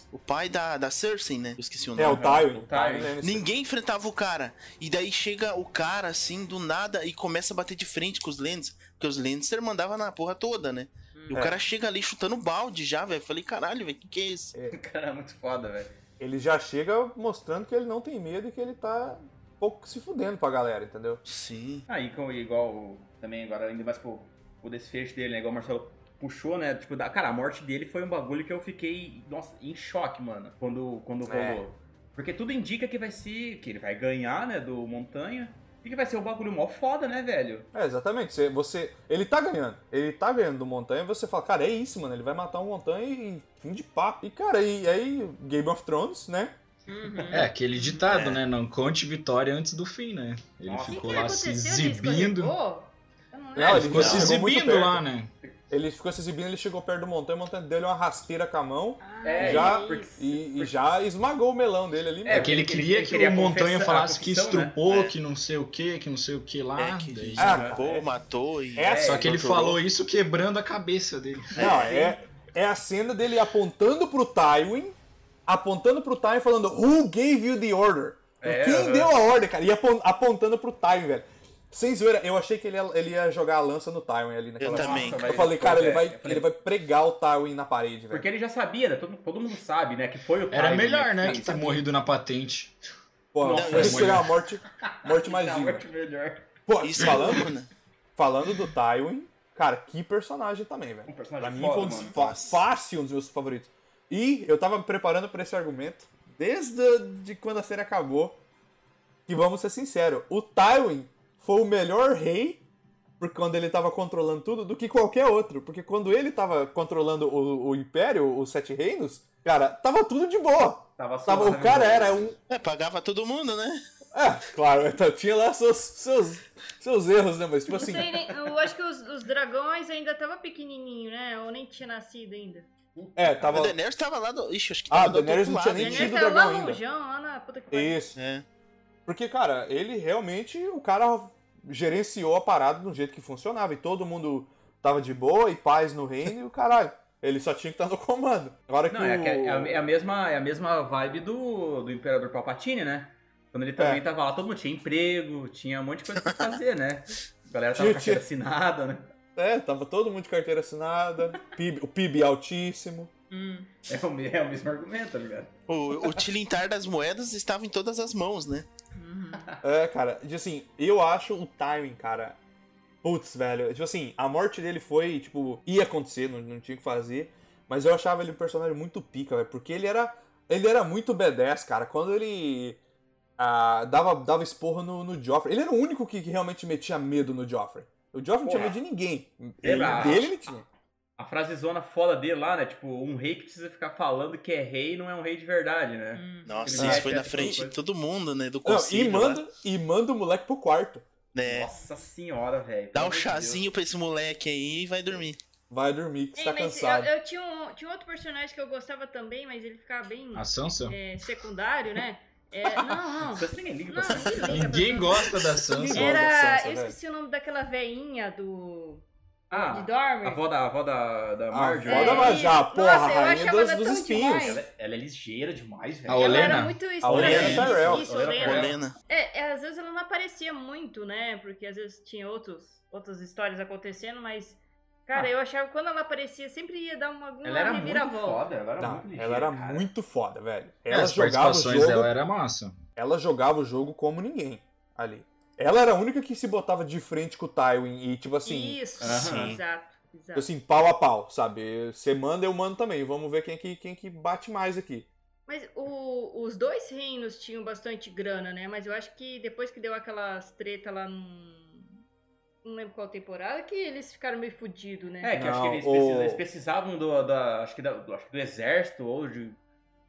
Speaker 5: O pai da, da Cersei, né? Eu esqueci o
Speaker 4: [laughs]
Speaker 5: nome.
Speaker 4: É, o Tywin.
Speaker 2: O Tywin.
Speaker 4: Lannister.
Speaker 5: Ninguém enfrentava o cara. E daí chega o cara, assim, do nada, e começa a bater de frente com os Lannister. Porque os Lannister mandava na porra toda, né? E o
Speaker 4: É.
Speaker 5: cara chega ali chutando balde já, velho. Falei, caralho, velho, que que é isso?
Speaker 2: Cara, é muito foda, velho.
Speaker 4: Ele já chega mostrando que ele não tem medo e que ele tá pouco se fudendo pra galera, entendeu?
Speaker 5: Sim.
Speaker 2: Aí, como Ah, igual o- também agora, ainda mais pro, pro desfecho dele, né? Igual o Marcelo puxou, né? Tipo, da, cara, a morte dele foi um bagulho que eu fiquei, nossa, em choque, mano, quando, quando
Speaker 4: É.
Speaker 2: rolou. Porque tudo indica que vai ser, que ele vai ganhar, né, do Montanha, e que vai ser um bagulho mó foda, né, velho?
Speaker 4: É, exatamente. Você, você- ele tá ganhando. Ele tá ganhando do Montanha e você fala, cara, é isso, mano. Ele vai matar um Montanha e fim de papo. E, cara, e aí Game of Thrones, né?
Speaker 1: Uhum.
Speaker 3: É aquele ditado,
Speaker 5: É.
Speaker 3: né? Não conte vitória antes do fim, né? Ele
Speaker 2: Nossa.
Speaker 1: O que,
Speaker 3: ficou
Speaker 1: que
Speaker 3: lá se
Speaker 1: aconteceu? Ele
Speaker 3: exibindo.
Speaker 1: escorregou? Eu não lembro.
Speaker 3: É,
Speaker 4: Não,
Speaker 3: ele
Speaker 4: ele
Speaker 3: ficou se
Speaker 4: chegou muito
Speaker 3: exibindo
Speaker 4: perto.
Speaker 3: lá, né?
Speaker 4: Ele ficou se exibindo, ele chegou perto do Montanha, o Montanha deu-lhe uma rasteira com a mão
Speaker 1: Ah,
Speaker 2: É,
Speaker 4: já-
Speaker 1: é isso.
Speaker 4: e, e já esmagou o melão dele ali
Speaker 2: É,
Speaker 4: mesmo.
Speaker 3: Porque ele
Speaker 2: porque ele-
Speaker 3: queria
Speaker 2: ele
Speaker 3: que
Speaker 2: queria
Speaker 3: o Montanha
Speaker 2: confessar-
Speaker 3: falasse que
Speaker 2: confissão,
Speaker 3: estuprou,
Speaker 5: né? É.
Speaker 3: que não sei o que, que não sei o que lá.
Speaker 5: é, que
Speaker 3: daí-
Speaker 5: ele
Speaker 4: Ah,
Speaker 5: jogou,
Speaker 2: cara, é.
Speaker 5: matou e.
Speaker 4: É,
Speaker 3: Só que ele
Speaker 5: torturou.
Speaker 3: falou isso quebrando a cabeça dele.
Speaker 4: Não, é, é a cena dele apontando pro Tywin, apontando pro Tywin falando Who gave you the order?
Speaker 2: É,
Speaker 4: Quem
Speaker 2: aham.
Speaker 4: deu a ordem, cara? E apon- apontando pro Tywin, velho. Sem zoeira, eu achei que ele ia, ele ia jogar a lança no Tywin ali naquela
Speaker 5: Eu
Speaker 4: cena.
Speaker 5: também.
Speaker 4: Eu falei, cara, ele vai,
Speaker 2: É, Eu falei,
Speaker 4: ele vai pregar o Tywin na parede, velho.
Speaker 2: Porque ele já sabia, né? Todo, todo mundo sabe, né? Que foi o
Speaker 3: Era
Speaker 2: Tywin,
Speaker 3: melhor, né?
Speaker 2: fez
Speaker 3: Que ter
Speaker 2: isso.
Speaker 3: morrido na patente.
Speaker 4: Pô,
Speaker 5: Não,
Speaker 4: foi-
Speaker 5: é
Speaker 4: isso
Speaker 3: muito-
Speaker 4: seria uma morte, morte
Speaker 2: [laughs]
Speaker 4: mais
Speaker 2: Não, é tipo
Speaker 4: digna.
Speaker 2: muito melhor.
Speaker 4: Pô,
Speaker 5: Isso
Speaker 4: falando,
Speaker 5: falando, né?
Speaker 4: falando do Tywin, cara, que personagem também, velho.
Speaker 2: Um
Speaker 4: Pra
Speaker 2: personagem
Speaker 4: mim
Speaker 2: foda,
Speaker 4: foi um dos,
Speaker 2: mano.
Speaker 4: fa- fácil um dos meus favoritos. E eu tava me preparando pra esse argumento desde a- de quando a série acabou. Que vamos ser sinceros, o Tywin foi o melhor rei por quando ele tava controlando tudo do que qualquer outro. Porque quando ele tava controlando o, o Império, os Sete Reinos, cara, tava tudo de boa.
Speaker 2: Tava,
Speaker 4: Tava, o
Speaker 2: suave,
Speaker 4: cara
Speaker 2: né?
Speaker 4: era um.
Speaker 5: É, pagava todo mundo, né?
Speaker 4: É, claro, [laughs] então tinha lá seus, seus, seus erros, né? Mas tipo
Speaker 1: Não
Speaker 4: assim.
Speaker 1: sei nem- eu acho que os, os dragões ainda estavam pequenininho, né? Ou nem tinha nascido ainda.
Speaker 4: É,
Speaker 5: O
Speaker 4: tava.
Speaker 5: Daenerys tava lá do. Ixi, acho que
Speaker 4: Ah,
Speaker 5: tava do outro
Speaker 4: Daenerys não tinha
Speaker 5: lado,
Speaker 4: nem
Speaker 5: né?
Speaker 4: tido
Speaker 1: Ele tava lá
Speaker 4: dragão ainda.
Speaker 1: longeão, lá na puta que pariu.
Speaker 4: Isso.
Speaker 5: É.
Speaker 4: Porque, cara, ele realmente, o cara gerenciou a parada de um jeito que funcionava e todo mundo tava de boa e paz no reino e o caralho. Ele só tinha que estar no [laughs] comando. Agora que
Speaker 2: Não, é,
Speaker 4: o...
Speaker 2: que- é a- é a mesma, é a mesma vibe do, do Imperador Palpatine, né? Quando ele também tava lá, todo mundo tinha emprego, tinha um monte de coisa pra fazer, né? A galera tava com
Speaker 4: Tinha-
Speaker 2: carteira assinada, né?
Speaker 4: É, tava todo mundo de carteira assinada, PIB- o PIB altíssimo.
Speaker 1: Hum.
Speaker 2: É o, me- é o mesmo argumento, tá ligado?
Speaker 5: O, o tilintar das moedas estava em todas as mãos, né?
Speaker 1: Uhum.
Speaker 4: É, cara, de assim, eu acho o timing, cara. Putz, velho. Tipo assim, a morte dele foi, tipo, ia acontecer, não, não tinha o que fazer. Mas eu achava ele um personagem muito pica, velho. Porque ele era. Ele era muito B10, cara. Quando ele. ah, dava, dava esporro no, no Joffrey. Ele era o único que, que realmente metia medo no Joffrey. O Joffrey não tinha
Speaker 2: Porra.
Speaker 4: medo de ninguém. Ele,
Speaker 2: Era-
Speaker 4: dele ele tinha.
Speaker 2: A frasezona foda dele lá, né? Tipo, um rei que precisa ficar falando que é rei e não é um rei de verdade, né?
Speaker 1: Hum.
Speaker 5: Nossa,
Speaker 2: Ele
Speaker 4: é,
Speaker 5: isso foi
Speaker 2: mete
Speaker 5: na
Speaker 2: essa
Speaker 5: frente de
Speaker 2: coisa.
Speaker 5: todo mundo, né? Do
Speaker 4: Não,
Speaker 5: conselho.
Speaker 4: e,
Speaker 5: lá,
Speaker 4: manda, e manda o moleque pro quarto.
Speaker 5: né?
Speaker 2: Nossa senhora, velho.
Speaker 5: Dá
Speaker 2: Pelo
Speaker 5: um
Speaker 2: amor de
Speaker 5: chazinho pra esse moleque aí e vai dormir.
Speaker 4: Vai dormir, que você
Speaker 1: Ei,
Speaker 4: tá
Speaker 1: mas
Speaker 4: cansado.
Speaker 1: eu, eu tinha, um, tinha um outro personagem que eu gostava também, mas ele ficava bem
Speaker 3: A Sansa?
Speaker 1: é, secundário, né?
Speaker 4: [laughs]
Speaker 1: É, não, não.
Speaker 2: Deus. Vocês ninguém liga pra né?
Speaker 1: Não,
Speaker 2: essa
Speaker 1: ninguém liga pra
Speaker 3: Ninguém
Speaker 1: Sansa.
Speaker 3: gosta da Sansa.
Speaker 4: gosta né? da
Speaker 1: Era.
Speaker 4: Sansa,
Speaker 1: eu
Speaker 4: velho.
Speaker 1: esqueci o nome daquela veinha do. de
Speaker 2: Ah,
Speaker 1: Dormer.
Speaker 2: a avó da, a avó da, da
Speaker 4: Ah,
Speaker 2: Marjorie.
Speaker 4: avó da
Speaker 1: É,
Speaker 4: Marjorie, ah,
Speaker 1: isso.
Speaker 4: porra,
Speaker 1: Nossa, eu
Speaker 4: rainha
Speaker 1: achava
Speaker 4: dos-
Speaker 1: ela
Speaker 4: dos
Speaker 1: tão
Speaker 4: espinhos.
Speaker 1: demais.
Speaker 2: Ela, ela é ligeira demais, velho.
Speaker 3: A
Speaker 1: Ela
Speaker 3: Olena?
Speaker 1: era muito
Speaker 4: Olena é
Speaker 1: estranha.
Speaker 4: Tyrell.
Speaker 1: Isso,
Speaker 2: Olena
Speaker 1: Olena.
Speaker 2: Tyrell.
Speaker 5: Olena.
Speaker 1: É, é, às vezes ela não aparecia muito, né? Porque às vezes tinha outros, outras histórias acontecendo, mas. Cara,
Speaker 2: Ah.
Speaker 1: eu achava que quando ela aparecia, sempre ia dar uma, alguma
Speaker 2: Ela era muito
Speaker 1: reviravolta.
Speaker 2: foda, ela era
Speaker 4: Não,
Speaker 2: Tá muito ligeira.
Speaker 4: ela era
Speaker 2: cara.
Speaker 4: muito foda, velho. Ela
Speaker 3: É, As
Speaker 4: jogava o
Speaker 3: participações
Speaker 4: jogo,
Speaker 3: dela é- era massa.
Speaker 4: ela jogava o jogo como ninguém ali. Ela era a única que se botava de frente com o Tywin e tipo assim,
Speaker 1: Isso,
Speaker 2: Aham.
Speaker 1: exato, exato.
Speaker 4: assim, pau a pau, sabe? Você manda, eu mando também. Vamos ver quem é que quem que bate mais aqui.
Speaker 1: Mas o- os dois reinos tinham bastante grana, né? Mas eu acho que depois que deu aquelas treta lá num. Não lembro qual temporada, que eles ficaram meio fudidos, né?
Speaker 2: É, que eu acho que
Speaker 4: Não,
Speaker 2: eles, precis-
Speaker 4: o-
Speaker 2: eles precisavam do, da, acho que da- do, acho que do exército ou de,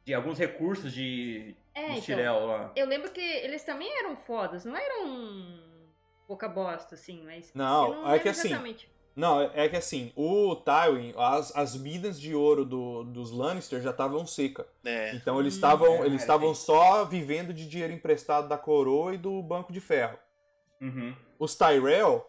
Speaker 2: de alguns recursos de,
Speaker 1: É,
Speaker 2: dos
Speaker 1: então,
Speaker 2: Tirel lá.
Speaker 1: Eu lembro que eles também eram fodas, não eram boca bosta, assim, mas. eu
Speaker 4: Não,
Speaker 1: não
Speaker 4: é
Speaker 1: lembro
Speaker 4: que assim,
Speaker 1: Exatamente.
Speaker 4: não, é que assim, o Tywin, as, as minas de ouro do- dos Lannister já estavam seca.
Speaker 5: É.
Speaker 4: Então eles
Speaker 1: Hum,
Speaker 4: estavam,
Speaker 2: é,
Speaker 4: eles
Speaker 2: cara,
Speaker 4: estavam
Speaker 2: tem-
Speaker 4: só vivendo de dinheiro emprestado da coroa e do banco de ferro.
Speaker 2: Uhum.
Speaker 4: os Tyrell,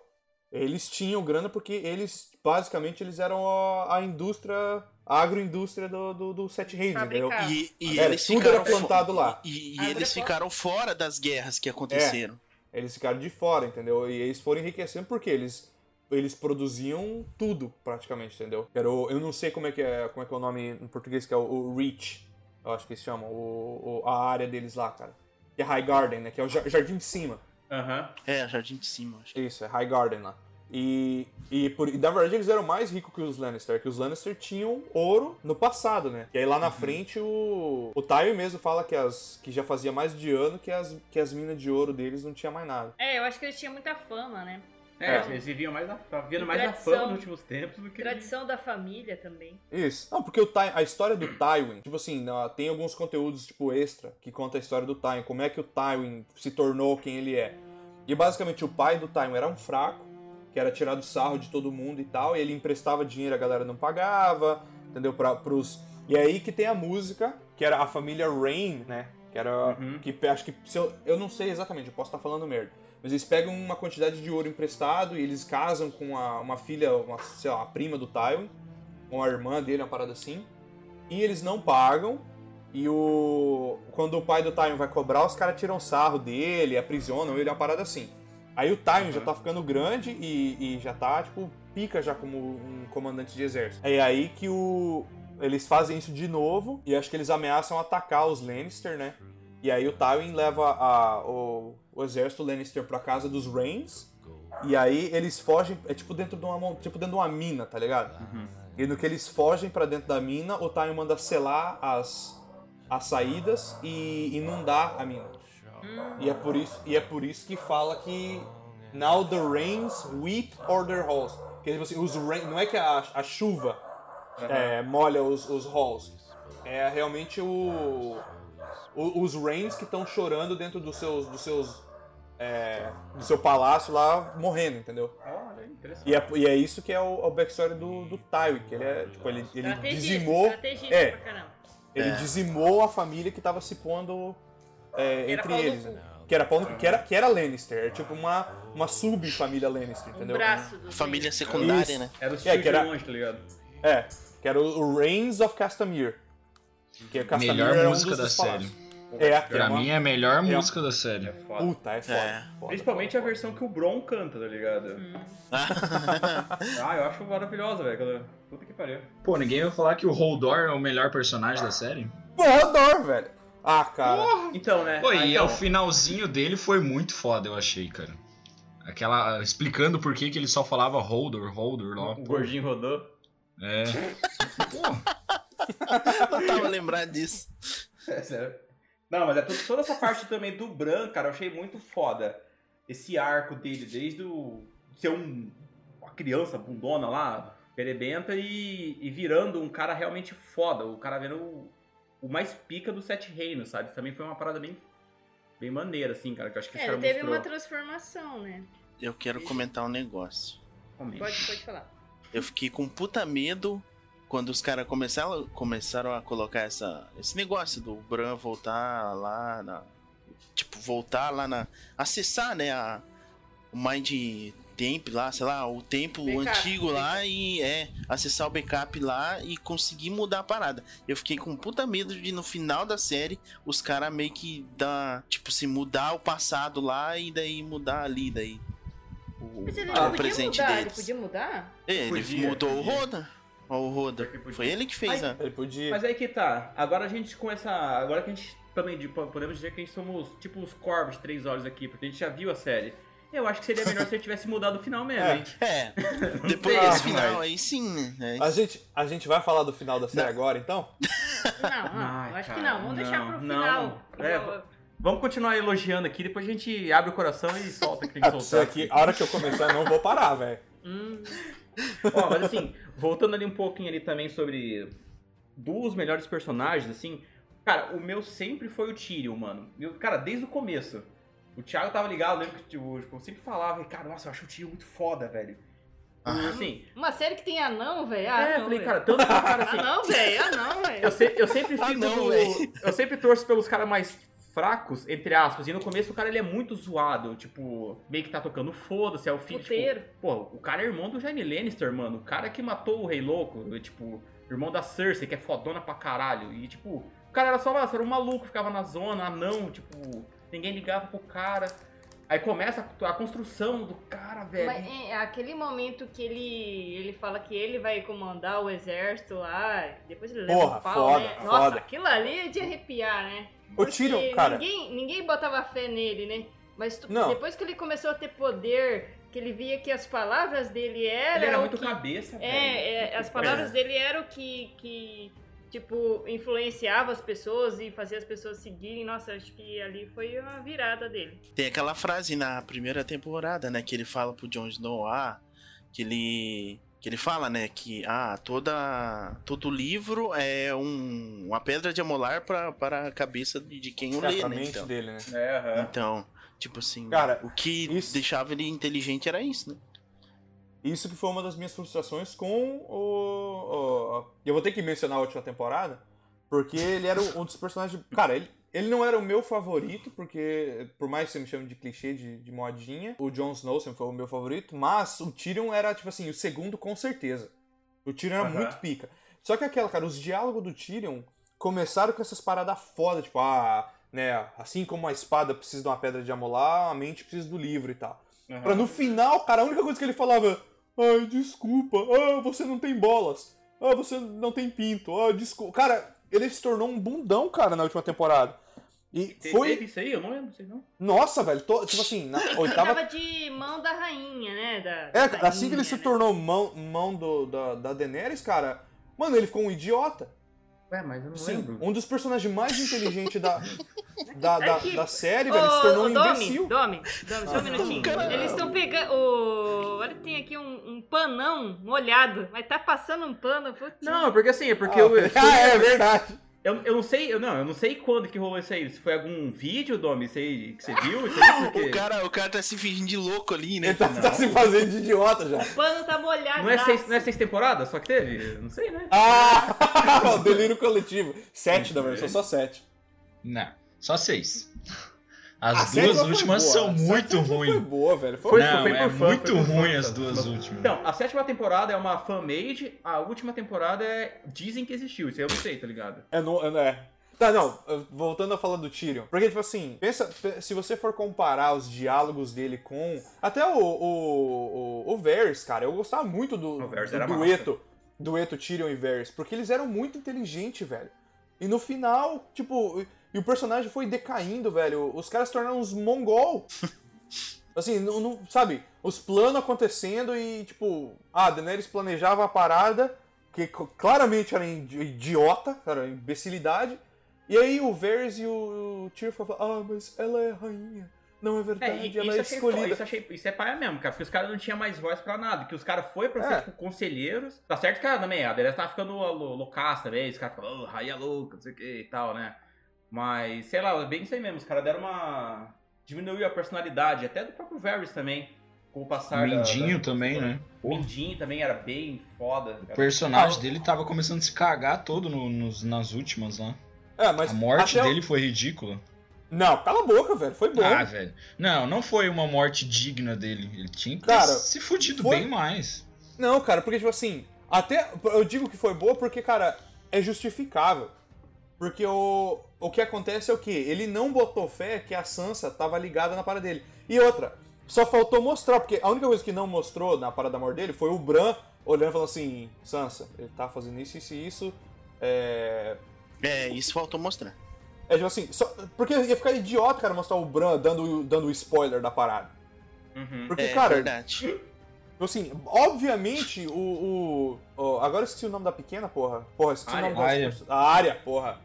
Speaker 4: eles tinham grana porque eles, basicamente, eles eram a, a indústria, a agroindústria do, do, do Sete Reinos,
Speaker 1: Fabricar.
Speaker 4: entendeu?
Speaker 1: Ah.
Speaker 5: E, e
Speaker 4: Era,
Speaker 5: eles
Speaker 4: tudo
Speaker 5: ficaram
Speaker 4: era plantado
Speaker 5: fo-
Speaker 4: lá.
Speaker 5: E, e
Speaker 1: Agora
Speaker 5: eles
Speaker 1: é fo-
Speaker 5: ficaram fora das guerras que aconteceram.
Speaker 4: Eles ficaram de fora, entendeu? E eles foram enriquecendo porque eles, eles produziam tudo, praticamente, entendeu? Era o- eu não sei como é, que é, como é que é o nome em português, que é o, o Reach, eu acho que eles chamam, o, o- a área deles lá, cara. Que é High Garden, né? Que é o jar- jardim de cima.
Speaker 2: Aham.
Speaker 5: É, Jardim de Cima, acho.
Speaker 4: Isso, é High Garden lá. E, e, por, e na verdade eles eram mais ricos que os Lannister, que os Lannister tinham ouro no passado, né? E aí lá na frente o, o Tywin mesmo fala que, as, que já fazia mais de ano que as, que as minas de ouro deles não tinha mais nada.
Speaker 1: É, eu acho que eles tinham muita fama, né?
Speaker 2: É,
Speaker 4: É.
Speaker 2: eles viviam mais na, tava vivendo mais
Speaker 1: Tradição.
Speaker 2: na fama nos últimos tempos do que.
Speaker 1: Tradição da família também.
Speaker 4: Isso. Não, porque o Ty, a história do Tywin, tipo assim, na- tem alguns conteúdos tipo extra que conta a história do Tywin, como é que o Tywin se tornou quem ele é. E basicamente o pai do Tywin era um fraco, que era tirado sarro de todo mundo e tal, e ele emprestava dinheiro, a galera não pagava, entendeu? Pra, pros... E é aí que tem a música, que era a família Rain, né? Que era.
Speaker 2: Uhum.
Speaker 4: Que pe- acho que. se eu, eu não sei exatamente, eu posso estar falando merda. Mas eles pegam uma quantidade de ouro emprestado e eles casam com a- uma filha, uma, sei lá, a prima do Tywin, com a irmã dele, uma parada assim. E eles não pagam, e o. Quando o pai do Tywin vai cobrar, os caras tiram sarro dele, aprisionam ele, é uma parada assim. Aí o Tywin já
Speaker 2: Uhum.
Speaker 4: tá ficando grande e, e já tá, tipo, pica já como um comandante de exército. É aí que o. Eles fazem isso de novo e acho que eles ameaçam atacar os Lannister, né? E aí o Tywin leva a- o, o exército Lannister pra casa dos Rains. E aí eles fogem, é tipo dentro de uma, mon- tipo dentro de uma mina, tá ligado?
Speaker 2: Uhum.
Speaker 4: E no que eles fogem pra dentro da mina, o Tywin manda selar as, as saídas e inundar a mina. E é por isso, e é por isso que fala que now the rains weep o'er their halls. Que tipo assim, os rain, não é que a, a chuva é, molha os, os halls. É realmente o, o- os rains que estão chorando dentro dos seus dos seus é, do seu palácio lá morrendo, entendeu?
Speaker 2: Olha, interessante.
Speaker 4: E é, e é isso que é o, o backstory do, do Tywin, que ele é, tipo, ele, ele
Speaker 1: Estrategista,
Speaker 4: dizimou,
Speaker 1: estrategista
Speaker 4: é.
Speaker 1: pra caramba.
Speaker 4: ele
Speaker 5: É.
Speaker 4: dizimou a família que tava se pondo é,
Speaker 1: Era
Speaker 4: entre
Speaker 1: pau no
Speaker 4: eles,
Speaker 1: cu.
Speaker 4: né? Que era, pau no cu, que era, que era Lannister, era tipo uma, uma sub-família Lannister,
Speaker 1: Um
Speaker 4: entendeu?
Speaker 1: braço do
Speaker 5: Família secundária,
Speaker 4: Isso.
Speaker 5: né? [laughs]
Speaker 2: Era os
Speaker 4: É,
Speaker 2: tios
Speaker 4: que era-
Speaker 2: de longe, tá ligado?
Speaker 4: É, que era o Reigns of Castamere. Que é Castamere
Speaker 3: Melhor
Speaker 4: era um
Speaker 3: música
Speaker 4: dos
Speaker 3: da
Speaker 4: seus palácios.
Speaker 3: série.
Speaker 4: É, a
Speaker 3: Pra
Speaker 4: é uma-
Speaker 3: mim é a melhor
Speaker 4: é-
Speaker 3: música da série.
Speaker 2: É foda.
Speaker 4: Puta, é foda.
Speaker 5: É.
Speaker 4: foda,
Speaker 2: Principalmente a
Speaker 4: foda,
Speaker 2: versão que o Bron canta, tá ligado?
Speaker 1: Uhum.
Speaker 2: Ah, eu acho maravilhosa, velho. aquela- Puta que pariu.
Speaker 3: Pô, ninguém vai falar que o Holdor é o melhor personagem da série?
Speaker 4: foda. Porra, Dor, velho. Ah, cara.
Speaker 2: Então, né?
Speaker 3: Pô,
Speaker 2: ah,
Speaker 3: e
Speaker 2: então,
Speaker 3: é o finalzinho dele foi muito foda, eu achei, cara. Aquela. explicando por que, que ele só falava Holdor, Holdor lá.
Speaker 2: O gordinho rodou.
Speaker 3: É. Pô,
Speaker 5: Não tava lembrado disso.
Speaker 2: [laughs] É sério. Não, mas é tudo- toda essa parte também do Bran, cara, eu achei muito foda. Esse arco dele, desde o ser um, uma criança bundona lá, perebenta, e, e virando um cara realmente foda. O cara vendo o, o mais pica dos Sete Reinos, sabe? Também foi uma parada bem, bem maneira, assim, cara, que eu acho que esse
Speaker 1: É,
Speaker 2: cara
Speaker 1: ele teve
Speaker 2: mostrou.
Speaker 1: uma transformação, né?
Speaker 5: Eu quero comentar um negócio.
Speaker 2: Realmente.
Speaker 1: Pode, pode falar.
Speaker 5: Eu fiquei com puta medo quando os caras começaram, começaram a colocar essa, esse negócio do Bran voltar lá na. Tipo, voltar lá na. acessar, né? A, o Mind Temp lá, sei lá, o tempo
Speaker 1: Backup,
Speaker 5: antigo lá e é, acessar o backup lá e conseguir mudar a parada. Eu fiquei com puta medo de no final da série os caras meio que dá, tipo, se mudar o passado lá e daí mudar ali, daí. O,
Speaker 1: Mas
Speaker 2: Ah,
Speaker 1: ele
Speaker 5: o
Speaker 1: não podia
Speaker 5: presente
Speaker 1: mudar, ele
Speaker 5: deles.
Speaker 1: podia mudar?
Speaker 5: É, Ele
Speaker 2: Podia,
Speaker 5: mudou
Speaker 2: podia.
Speaker 5: o Roda. Ó, o Roda.
Speaker 2: Pior que podia.
Speaker 5: Foi ele que fez,
Speaker 2: Ai.
Speaker 5: né?
Speaker 4: Ele podia.
Speaker 2: Mas aí que tá. Agora a gente com essa. Agora que a gente também de- podemos dizer que a gente somos tipo os corvos de três olhos aqui, porque a gente já viu a série. Eu acho que seria melhor se ele tivesse mudado o final mesmo,
Speaker 4: É.
Speaker 2: hein?
Speaker 5: É. Depois
Speaker 2: sei,
Speaker 5: desse final
Speaker 2: mas-
Speaker 5: aí sim, né?
Speaker 4: A gente, a gente vai falar do final da série agora, então?
Speaker 1: Não, não,
Speaker 2: Ai,
Speaker 1: eu acho que
Speaker 2: cara,
Speaker 1: não. Vamos deixar
Speaker 2: não,
Speaker 1: pro
Speaker 2: não.
Speaker 1: final.
Speaker 2: É,
Speaker 1: Igual-
Speaker 2: Vamos continuar elogiando aqui, depois a gente abre o coração e solta o que tem que
Speaker 4: Ah, [laughs] Isso
Speaker 2: soltar.
Speaker 4: aqui, a hora que eu começar, eu não vou parar, velho.
Speaker 1: Hum,
Speaker 2: Ó, mas assim, voltando ali um pouquinho ali também sobre dos melhores personagens, assim, cara, o meu sempre foi o Tyrion, mano. Eu, cara, desde o começo. O Thiago tava ligado, eu lembro que tipo, eu sempre falava, cara, nossa, eu acho o Tyrion muito foda, velho. E,
Speaker 4: Ah.
Speaker 2: assim,
Speaker 1: uma série que tem anão, velho. Ah,
Speaker 2: é, eu
Speaker 1: não, Ah,
Speaker 2: falei,
Speaker 1: velho.
Speaker 2: cara, É, tanto que, cara, assim,
Speaker 1: Anão, velho. Anão,
Speaker 2: eu,
Speaker 1: velho.
Speaker 2: se- eu sempre fico
Speaker 5: Ah, não,
Speaker 2: do-
Speaker 5: véi.
Speaker 1: é.
Speaker 2: eu sempre torço pelos caras mais fracos, entre aspas, e no começo o cara ele é muito zoado, tipo, meio que tá tocando foda-se, é o filho, tipo,
Speaker 1: Puteiro.
Speaker 2: Pô, o cara é irmão do Jaime Lannister, mano. O cara que matou o Rei Louco, é, tipo, irmão da Cersei, que é fodona pra caralho. E, tipo, o cara era só lá, só era um maluco, ficava na zona, anão, tipo, ninguém ligava pro cara. Aí começa a, a construção do cara, velho.
Speaker 1: Mas, é, aquele momento que ele, ele fala que ele vai comandar o exército lá, depois ele leva
Speaker 4: Porra,
Speaker 1: o pau,
Speaker 4: foda,
Speaker 1: né? Nossa,
Speaker 4: foda.
Speaker 1: aquilo ali é de arrepiar, né?
Speaker 4: O
Speaker 1: Porque
Speaker 4: Tyrion, cara.
Speaker 1: Ninguém, ninguém botava fé nele, né? Mas tu-
Speaker 4: Não.
Speaker 1: depois que ele começou a ter poder, que ele via que as palavras dele eram.
Speaker 2: Ele era
Speaker 1: é, o
Speaker 2: muito
Speaker 1: que-
Speaker 2: cabeça, velho.
Speaker 1: É, é, as palavras dele eram o que, que, tipo, influenciava as pessoas e fazia as pessoas seguirem. Nossa, acho que ali foi uma virada dele.
Speaker 5: Tem aquela frase na primeira temporada, né? Que ele fala pro Jon Snow, ah, que ele. Que ele fala, né? Que ah, toda, todo livro é um, uma pedra de amolar pra, para a cabeça de, de quem o
Speaker 4: É,
Speaker 5: lê,
Speaker 4: pra
Speaker 5: né?
Speaker 4: mente
Speaker 5: Então.
Speaker 4: dele, né?
Speaker 2: É, aham.
Speaker 5: Então, tipo assim,
Speaker 4: Cara,
Speaker 5: o que
Speaker 4: isso-
Speaker 5: deixava ele inteligente era isso, né?
Speaker 4: Isso que foi uma das minhas frustrações com o. o- o- eu vou ter que mencionar a última temporada, porque ele era um dos personagens. Cara, ele, ele não era o meu favorito, porque, por mais que você me chame de clichê, de, de modinha, o Jon Snow sempre foi o meu favorito, mas o Tyrion era, tipo assim, o segundo com certeza. O Tyrion era
Speaker 2: Aham.
Speaker 4: muito pica. Só que é aquela, cara, os diálogos do Tyrion começaram com essas paradas foda, tipo, ah, né, assim como a espada precisa de uma pedra de amolar, a mente precisa do livro e tal.
Speaker 2: aham.
Speaker 4: Pra no final, cara, a única coisa que ele falava Ai, desculpa, ah, você não tem bolas, ah, você não tem pinto, ah, desculpa. Cara, ele se tornou um bundão, cara, na última temporada. E
Speaker 2: Te- Teve
Speaker 4: foi.
Speaker 2: isso aí? Eu não lembro, sei não.
Speaker 4: Nossa, velho, to- tipo assim, na
Speaker 1: Ele
Speaker 4: oitava.
Speaker 1: tava de mão da rainha, né? Da,
Speaker 4: É,
Speaker 1: da
Speaker 4: cara, assim que ele
Speaker 1: rainha,
Speaker 4: se
Speaker 1: né?
Speaker 4: tornou mão, mão do, da, da Daenerys, cara, mano, ele ficou um idiota.
Speaker 2: Ué, mas eu não
Speaker 4: Sim,
Speaker 2: lembro.
Speaker 4: um dos personagens mais inteligentes da, da, da,
Speaker 1: Aqui.
Speaker 4: da série,
Speaker 1: Ô,
Speaker 4: velho, ele se tornou
Speaker 1: ô,
Speaker 4: um
Speaker 1: Domi,
Speaker 4: imbecil.
Speaker 1: Domi,
Speaker 2: Ah,
Speaker 1: Domi, só um minutinho.
Speaker 5: Caramba.
Speaker 1: Eles estão pegando. ô, olha, tem aqui um, um panão molhado, mas tá passando um pano. Putz,
Speaker 2: Não, porque assim, é porque
Speaker 4: ah,
Speaker 2: eu,
Speaker 4: [laughs] ah, é verdade.
Speaker 2: eu, eu não sei, eu não, eu não sei quando que rolou isso aí. Se foi algum vídeo, Domi, sei, que você viu? Isso aí, porque...
Speaker 5: O cara, o cara tá se fingindo de louco ali, né?
Speaker 4: Ele tá, tá se fazendo de idiota já.
Speaker 1: O pano tá molhado.
Speaker 2: Não é, seis, não é seis temporadas só que teve? Não sei, né?
Speaker 4: Ah! o delírio coletivo. Sete da versão, só sete.
Speaker 3: não, né. só seis.
Speaker 4: A
Speaker 3: As
Speaker 4: sétima
Speaker 3: duas
Speaker 4: Ah, foi
Speaker 3: últimas
Speaker 4: boa.
Speaker 3: são
Speaker 4: A sétima
Speaker 3: muito
Speaker 4: foi- Foi
Speaker 3: ruins.
Speaker 4: boa, velho. Foi,
Speaker 2: Foi-
Speaker 3: Não,
Speaker 2: foi
Speaker 3: é
Speaker 2: por fã,
Speaker 3: muito
Speaker 2: foi por
Speaker 3: ruim
Speaker 2: fã,
Speaker 3: as
Speaker 2: foi
Speaker 3: duas
Speaker 2: por fã.
Speaker 3: últimas.
Speaker 2: Então, a sétima temporada é uma fan-made, a última temporada é. Dizem que existiu, isso aí eu não sei, tá ligado?
Speaker 4: É, não, é, não é. Tá, não, eh, voltando a falar do Tyrion. Porque, tipo assim, pensa, pe- se você for comparar os diálogos dele com. Até o. O, o, o Varys, cara, eu gostava muito do,
Speaker 2: O Varys
Speaker 4: do
Speaker 2: era
Speaker 4: dueto. Dueto Tyrion e Varys. Porque eles eram muito inteligentes, velho. E no final, tipo. E o personagem foi decaindo, velho. Os caras se tornaram uns mongol. Assim, não, não- sabe? Os planos acontecendo e, tipo, ah, a Daenerys planejava a parada, que co- claramente era idi- idiota, era imbecilidade. E aí o Varys e o Tyrion falavam, ah, mas ela é a rainha. Não é
Speaker 2: É,
Speaker 4: verdade,
Speaker 2: e-
Speaker 4: ela
Speaker 2: isso,
Speaker 4: é
Speaker 2: achei fo-
Speaker 4: escolhida.
Speaker 2: isso, achei- isso é paia mesmo, cara, porque os caras não tinham mais voz pra nada, que os caras foi pra ser,
Speaker 4: É.
Speaker 2: tipo, conselheiros. Tá certo que a também, a Daenerys tava ficando lou- loucaça também, os caras ficavam, oh, raia louca, não sei o que e tal, né? Mas, sei lá, é bem isso aí mesmo, os caras deram uma... Diminuiu a personalidade, até do próprio Varys também, com o passar da-
Speaker 3: Mindinho
Speaker 2: da-
Speaker 3: também, né? Porra.
Speaker 2: Mindinho também era bem foda.
Speaker 3: O
Speaker 2: cara.
Speaker 3: personagem
Speaker 4: Ah,
Speaker 3: dele tava começando a se cagar todo no- nos- nas últimas lá.
Speaker 4: É, mas
Speaker 3: A morte
Speaker 4: até o-
Speaker 3: dele foi ridícula.
Speaker 4: Não, cala a boca, velho. Foi bom.
Speaker 3: Ah, velho. Não, não foi uma morte digna dele. Ele tinha que
Speaker 4: Cara,
Speaker 3: ter se fudido
Speaker 4: foi-
Speaker 3: bem mais.
Speaker 4: Não, cara, porque, tipo assim, até. Eu digo que foi boa porque, cara, é justificável. Porque o, o que acontece é o quê? Ele não botou fé que a Sansa tava ligada na parada dele. E outra, só faltou mostrar, porque a única coisa que não mostrou na parada da morte dele foi o Bran olhando e falando assim: Sansa, ele tá fazendo isso, isso e isso. É.
Speaker 5: É, isso faltou mostrar.
Speaker 4: É tipo assim, só, porque ia ficar idiota, cara, mostrar o Bran dando, dando o spoiler da parada.
Speaker 2: Uhum.
Speaker 4: Porque,
Speaker 5: É
Speaker 4: cara,
Speaker 5: verdade.
Speaker 4: Tipo assim, obviamente o. o- o- agora eu esqueci o nome da pequena, porra. Porra, esqueci
Speaker 2: Arya.
Speaker 4: o nome
Speaker 3: Arya.
Speaker 4: da perso- A área, porra.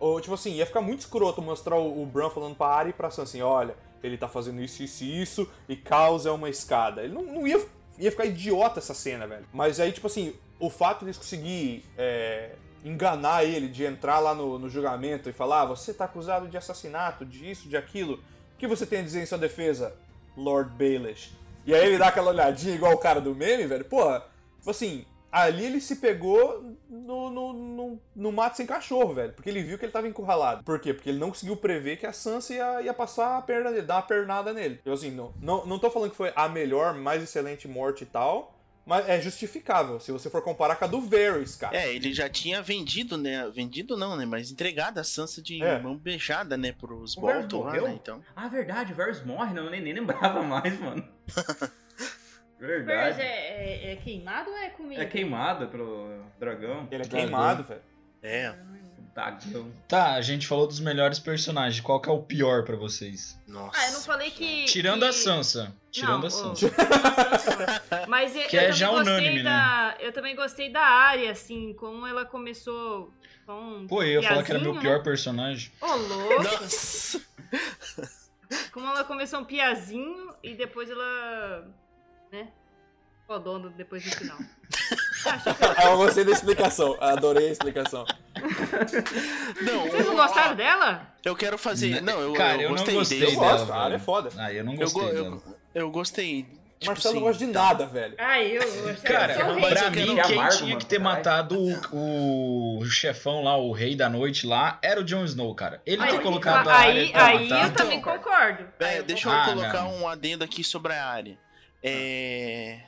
Speaker 4: Ou, tipo assim, ia ficar muito escroto mostrar o, o Bran falando pra área e pra Sansa assim: olha, ele tá fazendo isso, isso e isso, e causa é uma escada. Ele não, não ia, ia ficar idiota essa cena, velho. Mas aí, tipo assim, o fato deles conseguir é, enganar ele de entrar lá no, no julgamento e falar: ah, você tá acusado de assassinato, de isso, de aquilo. O que você tem a dizer em sua defesa, Lord Baelish? E aí ele dá aquela olhadinha igual o cara do meme, velho. Porra, tipo assim, ali ele se pegou no, no, no, no mato sem cachorro, velho. Porque ele viu que ele tava encurralado. Por quê? Porque ele não conseguiu prever que a Sansa ia, ia passar a perna nele, dar uma pernada nele. Eu assim, não, não, não tô falando que foi a melhor, mais excelente morte e tal. Mas é justificável, se você for comparar com a do Varys, cara.
Speaker 5: É, ele já tinha vendido, né? Vendido não, né? Mas entregado a Sansa de
Speaker 4: É.
Speaker 5: mão beijada, né? Pros
Speaker 2: O Varys
Speaker 5: Bolton lá,
Speaker 2: morreu?
Speaker 5: né? Então.
Speaker 2: Ah, verdade, o Varys morre, não, eu nem, nem lembrava [laughs] mais,
Speaker 3: [laughs]
Speaker 2: mano.
Speaker 1: Mas
Speaker 2: verdade.
Speaker 1: é, é- é queimado ou é comido?
Speaker 2: É queimada pelo dragão.
Speaker 4: Ele é
Speaker 3: Dragão.
Speaker 4: queimado, velho.
Speaker 5: É,
Speaker 2: Dragão.
Speaker 3: Tá, a gente falou dos melhores personagens. Qual que é o pior pra vocês?
Speaker 5: nossa.
Speaker 1: Ah, eu não falei que.
Speaker 3: Tirando
Speaker 1: que...
Speaker 3: a Sansa. Tirando
Speaker 1: Não,
Speaker 3: a
Speaker 1: o-
Speaker 3: Sansa. [laughs]
Speaker 1: Mas eu,
Speaker 3: Que
Speaker 1: eu
Speaker 3: é
Speaker 1: também
Speaker 3: já
Speaker 1: gostei
Speaker 3: unânime, né?
Speaker 1: da, Eu também gostei da área, assim, como ela começou com.
Speaker 3: Pô, eu ia falar que era meu
Speaker 1: piazinho,
Speaker 3: pior
Speaker 1: né?
Speaker 3: personagem.
Speaker 1: Ô, louco!
Speaker 5: Nossa.
Speaker 1: Como ela começou um piazinho e depois ela. né? Rodando depois do final. Acho que-
Speaker 4: Ah, eu gostei da explicação. Adorei a explicação.
Speaker 5: [laughs] Não,
Speaker 1: Vocês não gostaram dela?
Speaker 5: Eu quero fazer. Não, eu,
Speaker 3: Né, Cara, eu não
Speaker 5: gostei
Speaker 3: gostei
Speaker 5: dele.
Speaker 4: Eu
Speaker 3: dela,
Speaker 4: gosto, a área é
Speaker 3: velho.
Speaker 4: foda.
Speaker 3: Ah, eu não
Speaker 5: Eu,
Speaker 3: gostei
Speaker 5: go-
Speaker 3: dela.
Speaker 5: eu, eu gostei. Tipo
Speaker 4: Marcelo
Speaker 5: assim,
Speaker 4: não gosta de nada, velho.
Speaker 1: Ah, eu gostei.
Speaker 3: Cara,
Speaker 1: eu sou
Speaker 5: não,
Speaker 1: rei.
Speaker 5: mas
Speaker 3: pra
Speaker 5: eu quero-
Speaker 3: mim,
Speaker 2: é
Speaker 3: quem
Speaker 2: amargo,
Speaker 3: tinha
Speaker 2: mano,
Speaker 3: que ter
Speaker 2: caralho.
Speaker 3: matado o, o chefão lá, o rei da noite lá, era o Jon Snow, cara. Ele
Speaker 1: Aí- tá,
Speaker 3: ter colocado a
Speaker 1: aí,
Speaker 3: área pra
Speaker 1: aí
Speaker 3: matar.
Speaker 1: eu também
Speaker 2: Então,
Speaker 1: concordo.
Speaker 5: É,
Speaker 1: Aí eu
Speaker 5: deixa
Speaker 3: Ah,
Speaker 5: eu colocar
Speaker 3: não.
Speaker 5: um adendo aqui sobre a área. É.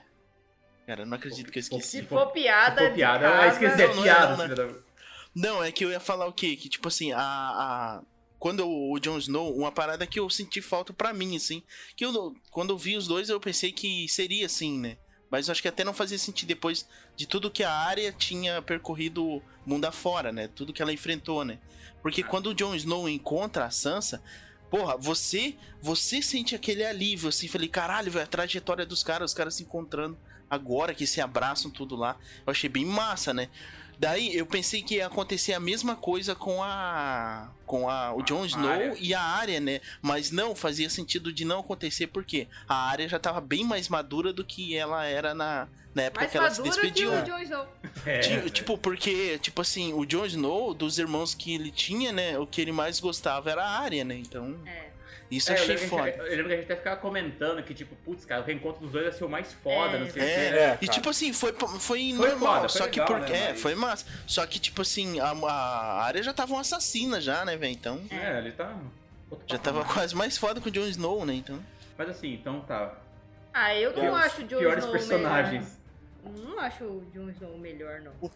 Speaker 5: Cara, eu não acredito que eu
Speaker 1: Se
Speaker 5: esqueci.
Speaker 1: for piada.
Speaker 2: Pô,
Speaker 1: de
Speaker 2: piada,
Speaker 1: casa-
Speaker 2: ah, esqueci,
Speaker 5: Não,
Speaker 2: é
Speaker 5: não é
Speaker 2: piada.
Speaker 5: não, né?
Speaker 2: filho da-
Speaker 5: Não, é que eu ia falar o quê? Que tipo assim, a. a- Quando o Jon Snow, uma parada que eu senti falta pra mim, assim. Que eu, não- quando eu vi os dois, eu pensei que seria assim, né? Mas eu acho que até não fazia sentido depois de tudo que a área tinha percorrido mundo afora, né? Tudo que ela enfrentou, né? Porque quando o Jon Snow encontra a Sansa, porra, você você sente aquele alívio, assim, falei, caralho, velho, a trajetória dos caras, os caras se encontrando agora, que se abraçam tudo lá. Eu achei bem massa, né? Daí eu pensei que ia acontecer a mesma coisa com a. com a, o
Speaker 2: Com a
Speaker 5: Jon Snow
Speaker 2: Arya.
Speaker 5: e a área, né? Mas não, fazia sentido de não acontecer, porque a área já tava bem mais madura do que ela era na, na época
Speaker 1: Mais
Speaker 5: que ela se
Speaker 1: madura que
Speaker 5: despediu.
Speaker 1: o Jon Snow.
Speaker 2: É,
Speaker 5: Ti-
Speaker 2: velho.
Speaker 5: tipo, porque, tipo assim, o Jon Snow, dos irmãos que ele tinha, né? O que ele mais gostava era a área, né? Então,
Speaker 1: É.
Speaker 5: isso
Speaker 2: É, eu,
Speaker 5: achei
Speaker 2: lembro que a gente,
Speaker 5: foda.
Speaker 2: eu lembro que a gente até ficava comentando que, tipo, putz, cara, o reencontro dos dois vai ser o mais foda,
Speaker 1: É.
Speaker 2: não sei o né?
Speaker 5: É,
Speaker 2: que.
Speaker 4: É,
Speaker 5: e
Speaker 4: cara.
Speaker 5: tipo assim, foi, foi
Speaker 2: Foi
Speaker 5: normal,
Speaker 2: foda, foi
Speaker 5: só que
Speaker 2: legal,
Speaker 5: porque.
Speaker 2: né,
Speaker 5: é,
Speaker 2: mas-
Speaker 5: foi massa. Só que, tipo assim, a, a área já tava uma assassina já, né, velho? Então.
Speaker 2: É, ele tá. outro
Speaker 5: Já tava
Speaker 2: patamar.
Speaker 5: quase mais foda que o Jon Snow, né? Então.
Speaker 2: Mas assim, então tá.
Speaker 1: Ah, eu não
Speaker 4: Piores-
Speaker 1: acho o Jon
Speaker 2: Piores
Speaker 1: Snow o melhor.
Speaker 2: personagens.
Speaker 1: Não acho o Jon Snow o melhor, não.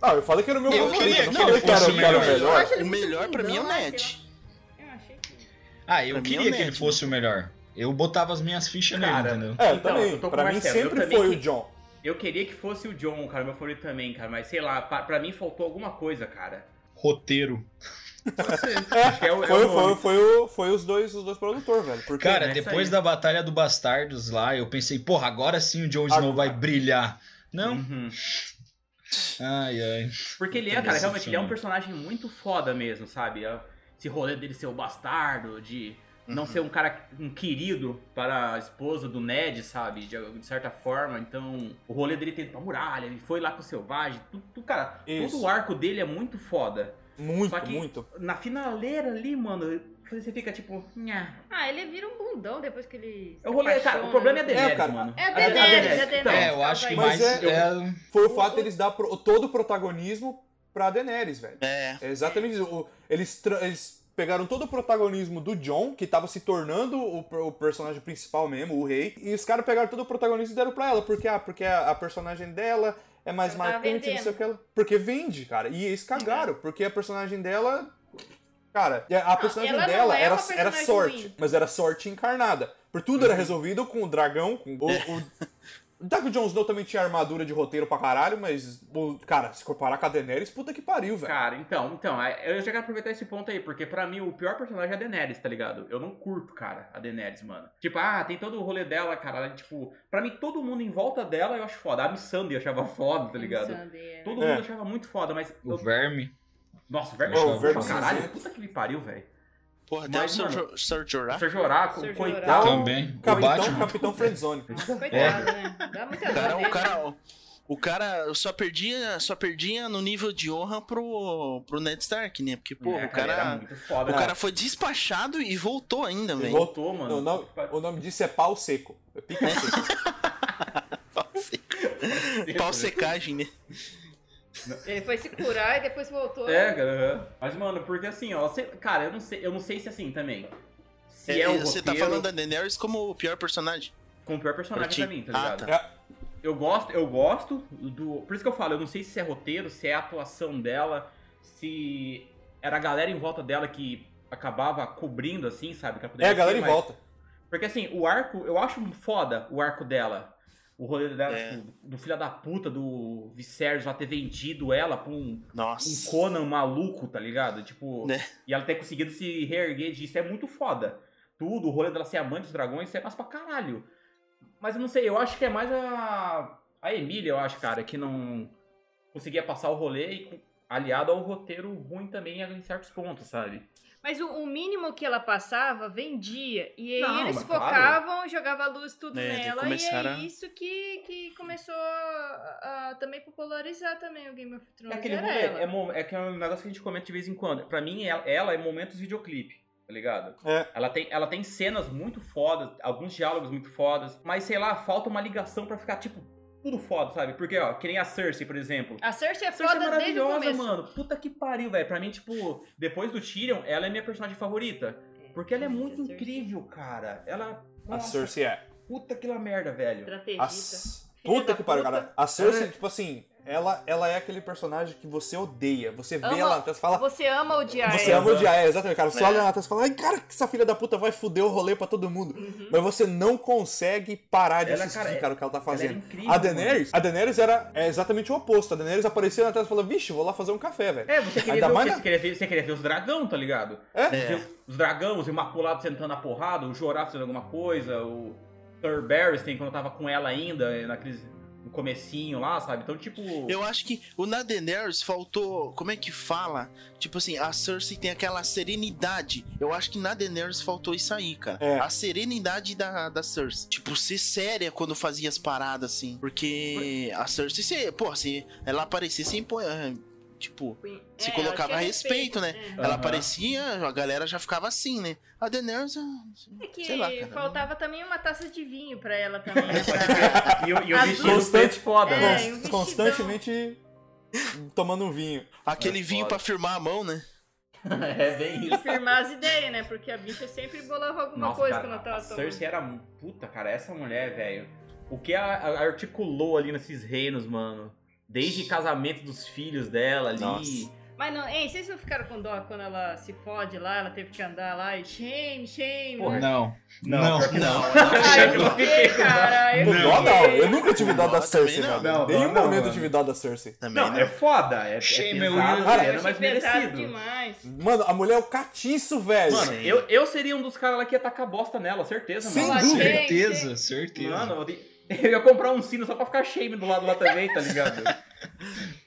Speaker 4: Ah, eu falei que era o meu
Speaker 3: Eu
Speaker 4: favorito.
Speaker 3: queria
Speaker 4: não
Speaker 3: que
Speaker 4: falei
Speaker 3: ele
Speaker 4: que era-
Speaker 3: fosse o
Speaker 4: que era o
Speaker 3: melhor.
Speaker 4: melhor.
Speaker 1: acho ele
Speaker 5: O
Speaker 1: muito
Speaker 5: melhor pra mim é o
Speaker 1: bundão lá, sei
Speaker 5: Ned.
Speaker 1: lá. Eu achei que.
Speaker 3: Ah, eu
Speaker 5: Pra mim é o
Speaker 3: queria que ele
Speaker 5: Ned,
Speaker 3: fosse o melhor. Eu botava as minhas fichas nele,
Speaker 2: Cara,
Speaker 3: entendeu?
Speaker 4: É, eu
Speaker 2: Então,
Speaker 4: também.
Speaker 2: eu tô com o
Speaker 4: pra mim
Speaker 2: Marcelo, eu
Speaker 4: sempre
Speaker 2: também
Speaker 4: foi o
Speaker 2: que- [laughs]
Speaker 4: John.
Speaker 2: Eu queria que fosse o John, cara, meu favorito também, cara, mas sei lá, pra, pra mim faltou alguma coisa, cara.
Speaker 3: Roteiro.
Speaker 2: Acho que é o, é
Speaker 4: Foi,
Speaker 2: o
Speaker 4: foi,
Speaker 2: nome.
Speaker 4: foi, o, foi os dois, os dois produtores, velho. Porque
Speaker 3: Cara,
Speaker 2: né,
Speaker 3: depois
Speaker 2: isso
Speaker 3: da Batalha do Bastardos lá, eu pensei, porra, agora sim o Jon Snow vai brilhar. Não?
Speaker 2: Uhum.
Speaker 3: Ai, ai.
Speaker 2: Porque ele é,
Speaker 3: Puta,
Speaker 2: cara,
Speaker 3: mas
Speaker 2: realmente,
Speaker 3: isso
Speaker 2: ele é um
Speaker 3: não.
Speaker 2: personagem muito foda mesmo, sabe? É Esse rolê dele ser o bastardo, de não
Speaker 4: Uhum.
Speaker 2: ser um cara, um querido para a esposa do Ned, sabe? De, de certa forma, então, o rolê dele tem pra muralha, ele foi lá com o selvagem, tudo, tudo, cara,
Speaker 4: Isso.
Speaker 2: todo o arco dele é muito foda.
Speaker 4: muito,
Speaker 2: Só que-
Speaker 4: muito.
Speaker 2: Na finaleira ali, mano, você fica tipo, nha.
Speaker 1: Ah, ele vira um bundão depois que ele. se
Speaker 2: É o rolê, cara,
Speaker 1: apaixona,
Speaker 2: o problema é a
Speaker 1: né?
Speaker 2: Daenerys,
Speaker 4: É, cara.
Speaker 2: mano.
Speaker 1: É a
Speaker 2: A Daenerys,
Speaker 1: Daenerys, a
Speaker 2: então.
Speaker 1: Daenerys.
Speaker 3: é, eu acho que
Speaker 4: Mas
Speaker 3: mais.
Speaker 4: é-
Speaker 3: é-
Speaker 4: Foi o fato deles dar pro- todo o protagonismo pra Daenerys, velho.
Speaker 5: É.
Speaker 4: É exatamente isso. O- Eles, tra- eles pegaram todo o protagonismo do John, que tava se tornando o, per- o personagem principal mesmo, o rei, e os caras pegaram todo o protagonismo e deram pra ela, porque, ah, porque a, a personagem dela é mais
Speaker 1: Ela tava
Speaker 4: marcante, não sei
Speaker 1: vendendo.
Speaker 4: o
Speaker 1: É.
Speaker 4: que ela. Porque vende, cara. E eles cagaram, porque a personagem dela. Cara, e a- a personagem
Speaker 1: ela não
Speaker 4: dela
Speaker 1: é
Speaker 4: era,
Speaker 1: uma personagem
Speaker 4: era sorte,
Speaker 1: ruim. Uhum.
Speaker 4: mas era sorte encarnada. Por tudo era resolvido com o dragão, com
Speaker 1: É.
Speaker 4: o. o... Tá que o Jon Snow também tinha armadura de roteiro pra caralho, mas, o- cara, se comparar com a Daenerys, puta que pariu, velho.
Speaker 2: Cara, então, então, aí eu já quero aproveitar esse ponto aí, porque pra mim o pior personagem é a Daenerys, tá ligado? Eu não curto, cara, a Daenerys, mano. Tipo, ah, tem todo o rolê dela, cara, ela, tipo, pra mim todo mundo em volta dela eu acho foda. A Missandei eu achava foda, tá ligado?
Speaker 1: Alexander.
Speaker 2: Todo
Speaker 4: É.
Speaker 2: mundo achava muito foda, mas...
Speaker 3: O
Speaker 2: eu-
Speaker 3: verme.
Speaker 2: Nossa, o Verme
Speaker 4: Oh,
Speaker 2: é
Speaker 4: o
Speaker 2: foda
Speaker 4: Verme
Speaker 2: pra caralho,
Speaker 4: cinzento.
Speaker 2: puta que me pariu, velho.
Speaker 5: Porra, até
Speaker 2: Mas,
Speaker 5: o Sir
Speaker 2: mano,
Speaker 5: Jo- Sir Jorah.
Speaker 2: Sir Jorah, co-
Speaker 1: Sir Jorah.
Speaker 2: coitado.
Speaker 3: Também. O
Speaker 4: um Capitão,
Speaker 3: Batman.
Speaker 4: Capitão Friendzone.
Speaker 1: Nossa, coitado, né? Dá muita
Speaker 5: O cara, é um
Speaker 1: dor
Speaker 5: o
Speaker 1: dele.
Speaker 5: cara, o cara eu só perdia, só perdia no nível de honra pro, pro Ned Stark, né? Porque, pô,
Speaker 2: É,
Speaker 5: o
Speaker 2: ele era
Speaker 5: cara,
Speaker 2: muito foda,
Speaker 5: o cara foi despachado e voltou ainda,
Speaker 4: E
Speaker 5: velho.
Speaker 4: voltou,
Speaker 2: voltou, mano.
Speaker 4: O nome, o nome disso é pau seco. É pica seco.
Speaker 5: Pau secagem, né?
Speaker 1: Ele foi se curar e depois voltou.
Speaker 2: É, cara. Mas, mano, porque assim, ó, você- cara, eu não sei, eu não sei se assim também. Se é, o
Speaker 5: você
Speaker 2: roteiro,
Speaker 5: tá falando da Daenerys como o pior personagem.
Speaker 2: com o pior
Speaker 5: Pra
Speaker 2: personagem
Speaker 5: ti.
Speaker 2: pra mim, tá ligado?
Speaker 5: Ah, tá.
Speaker 4: É,
Speaker 2: Eu gosto, eu gosto do. Por isso que eu falo, eu não sei se é roteiro, se é a atuação dela, se era a galera em volta dela que acabava cobrindo, assim, sabe? Que ela
Speaker 4: é
Speaker 2: poderia
Speaker 4: a galera
Speaker 2: ser,
Speaker 4: em
Speaker 2: mas-
Speaker 4: volta.
Speaker 2: Porque assim, o arco, eu acho foda o arco dela. O rolê dela,
Speaker 5: É.
Speaker 2: tipo, do filho da puta, do Viserys lá ter vendido ela pra um um
Speaker 5: Nossa.
Speaker 2: Conan maluco, tá ligado? Tipo,
Speaker 5: Né?
Speaker 2: e ela ter conseguido se reerguer disso é muito foda. Tudo, o rolê dela ser amante dos dragões, isso é mais pra caralho. Mas eu não sei, eu acho que é mais a. A Emília, eu acho, cara, que não conseguia passar o rolê e com- aliado ao roteiro ruim também em certos pontos, sabe?
Speaker 1: Mas o, o mínimo que ela passava, vendia. E aí
Speaker 2: Não,
Speaker 1: eles
Speaker 2: mas
Speaker 1: focavam, jogava jogavam a luz tudo
Speaker 5: É, daí
Speaker 1: nela.
Speaker 5: começaram
Speaker 1: E
Speaker 5: a-
Speaker 1: é isso que, que começou a, a também popularizar também o Game of
Speaker 2: É
Speaker 1: Thrones.
Speaker 2: aquele
Speaker 1: Era
Speaker 2: rolê,
Speaker 1: ela.
Speaker 2: é, mo- é que é um negócio que a gente comenta de vez em quando. Pra mim, ela, ela é momentos videoclipe, tá ligado?
Speaker 4: É.
Speaker 2: Ela tem, ela tem cenas muito fodas, alguns diálogos muito fodas, mas sei lá, falta uma ligação pra ficar, tipo, tudo foda, sabe? Porque, ó, que nem a Cersei, por exemplo.
Speaker 1: A Cersei é
Speaker 2: A Cersei é
Speaker 1: foda desde o
Speaker 2: maravilhosa,
Speaker 1: começo.
Speaker 2: mano. Puta que pariu, velho. Pra mim, tipo, depois do Tyrion, ela é minha personagem favorita. Porque ela é muito
Speaker 1: Cersei.
Speaker 2: incrível, cara. Ela.
Speaker 4: A
Speaker 2: Nossa,
Speaker 4: Cersei é.
Speaker 2: Puta que lá merda,
Speaker 1: é
Speaker 2: velho.
Speaker 4: A...
Speaker 1: Estrategista.
Speaker 4: C-
Speaker 1: Filha
Speaker 4: Puta
Speaker 1: da
Speaker 4: que pariu,
Speaker 1: puta.
Speaker 4: cara. A Cersei,
Speaker 2: É.
Speaker 4: tipo assim, ela, ela é aquele personagem que você odeia. Você vê
Speaker 1: Ama-
Speaker 4: ela na tela e fala.
Speaker 1: Você ama odiar
Speaker 4: Você
Speaker 1: ela.
Speaker 4: ama odiar, é, exatamente, cara. Você
Speaker 5: É.
Speaker 4: olha na tela e fala, ai, cara, que essa filha da puta vai foder o rolê pra todo mundo.
Speaker 1: Uhum.
Speaker 4: Mas você não consegue parar de
Speaker 2: Ela,
Speaker 4: assistir,
Speaker 2: cara,
Speaker 4: cara,
Speaker 2: é-
Speaker 4: o que ela tá
Speaker 2: Ela era
Speaker 4: fazendo.
Speaker 2: incrível.
Speaker 4: A
Speaker 2: mano.
Speaker 4: Daenerys, a Daenerys era é exatamente o oposto. A Daenerys aparecia na tela e falava, vixe, vou lá fazer um café, velho.
Speaker 2: É, você queria,
Speaker 4: Ainda
Speaker 2: ver, o
Speaker 4: mais
Speaker 2: quê?
Speaker 4: na-
Speaker 2: você, queria ver, você queria ver os dragão, tá ligado?
Speaker 5: É.
Speaker 2: Ver Os dragão, os Imaculados sentando a porrada, o Jorah fazendo alguma coisa, o Sir Barristan, quando eu tava com ela ainda, naqueles, no comecinho lá, sabe? Então, tipo...
Speaker 5: Eu acho que o na Daenerys faltou. Como é que fala? Tipo assim, a Cersei tem aquela serenidade. Eu acho que na Daenerys faltou isso aí, cara.
Speaker 4: É.
Speaker 5: A serenidade da, da Cersei. Tipo, ser séria quando fazia as paradas, assim. Porque a Cersei, se, pô, se ela aparecesse se impo- eh, Tipo, se
Speaker 1: É,
Speaker 5: colocava
Speaker 1: ela tinha
Speaker 5: respeito, né?
Speaker 1: é.
Speaker 5: Ela
Speaker 2: Aham.
Speaker 5: aparecia, a galera já ficava assim, né? A Daenerys. ah,
Speaker 1: É que
Speaker 5: Sei lá, cara.
Speaker 1: faltava também uma taça de vinho pra ela também.
Speaker 5: [laughs]
Speaker 1: né?
Speaker 2: E, o- e o
Speaker 1: As
Speaker 2: vestido
Speaker 4: duas-
Speaker 2: preto foda,
Speaker 1: É,
Speaker 2: né?
Speaker 1: e um vestidão.
Speaker 4: constantemente tomando um vinho.
Speaker 5: Aquele
Speaker 2: É,
Speaker 5: vinho
Speaker 2: foda.
Speaker 5: pra firmar a mão, né?
Speaker 2: É [laughs] bem isso.
Speaker 1: Firmar as ideias, né? Porque a bicha sempre bolava alguma
Speaker 2: Nossa,
Speaker 1: coisa
Speaker 2: cara,
Speaker 1: quando ela
Speaker 2: a
Speaker 1: tava tomando.
Speaker 2: Cersei era... Puta, cara, essa mulher, velho. O que ela articulou ali nesses reinos, mano. Desde casamento dos filhos dela ali.
Speaker 5: Nossa.
Speaker 1: Mas não, ei, vocês não ficaram com dó quando ela se fode lá, ela teve que andar lá e shame, shame.
Speaker 2: Porra,
Speaker 3: Não.
Speaker 6: Não,
Speaker 3: Não.
Speaker 6: pior que não.
Speaker 1: Ah,
Speaker 2: né? [laughs] eu
Speaker 1: eu
Speaker 2: não
Speaker 1: fiquei,
Speaker 2: fiquei,
Speaker 1: cara. Eu
Speaker 4: Não,
Speaker 1: fiquei.
Speaker 4: dó não. Eu nunca tive dó da
Speaker 5: Não,
Speaker 4: Cersei,
Speaker 5: também não.
Speaker 4: velho.
Speaker 6: Não,
Speaker 4: Nenhum
Speaker 6: dó não,
Speaker 4: momento eu
Speaker 6: mano.
Speaker 4: tive dó da Cersei.
Speaker 5: Também né?
Speaker 6: Não, é foda. É, é
Speaker 3: Shame,
Speaker 6: pesado,
Speaker 3: Will.
Speaker 1: Eu
Speaker 2: é,
Speaker 6: cara,
Speaker 1: achei
Speaker 6: mas
Speaker 1: pesado
Speaker 6: merecido.
Speaker 1: demais.
Speaker 4: Mano, a mulher é o catiço, velho.
Speaker 2: Mano,
Speaker 5: Sim.
Speaker 2: eu, eu seria um dos caras lá que ia tacar bosta nela, certeza,
Speaker 4: Sem
Speaker 2: mano.
Speaker 4: dúvida.
Speaker 3: Certeza, certeza.
Speaker 2: Mano, eu [laughs] eu ia comprar um sino só pra ficar shame do lado lá também, tá ligado?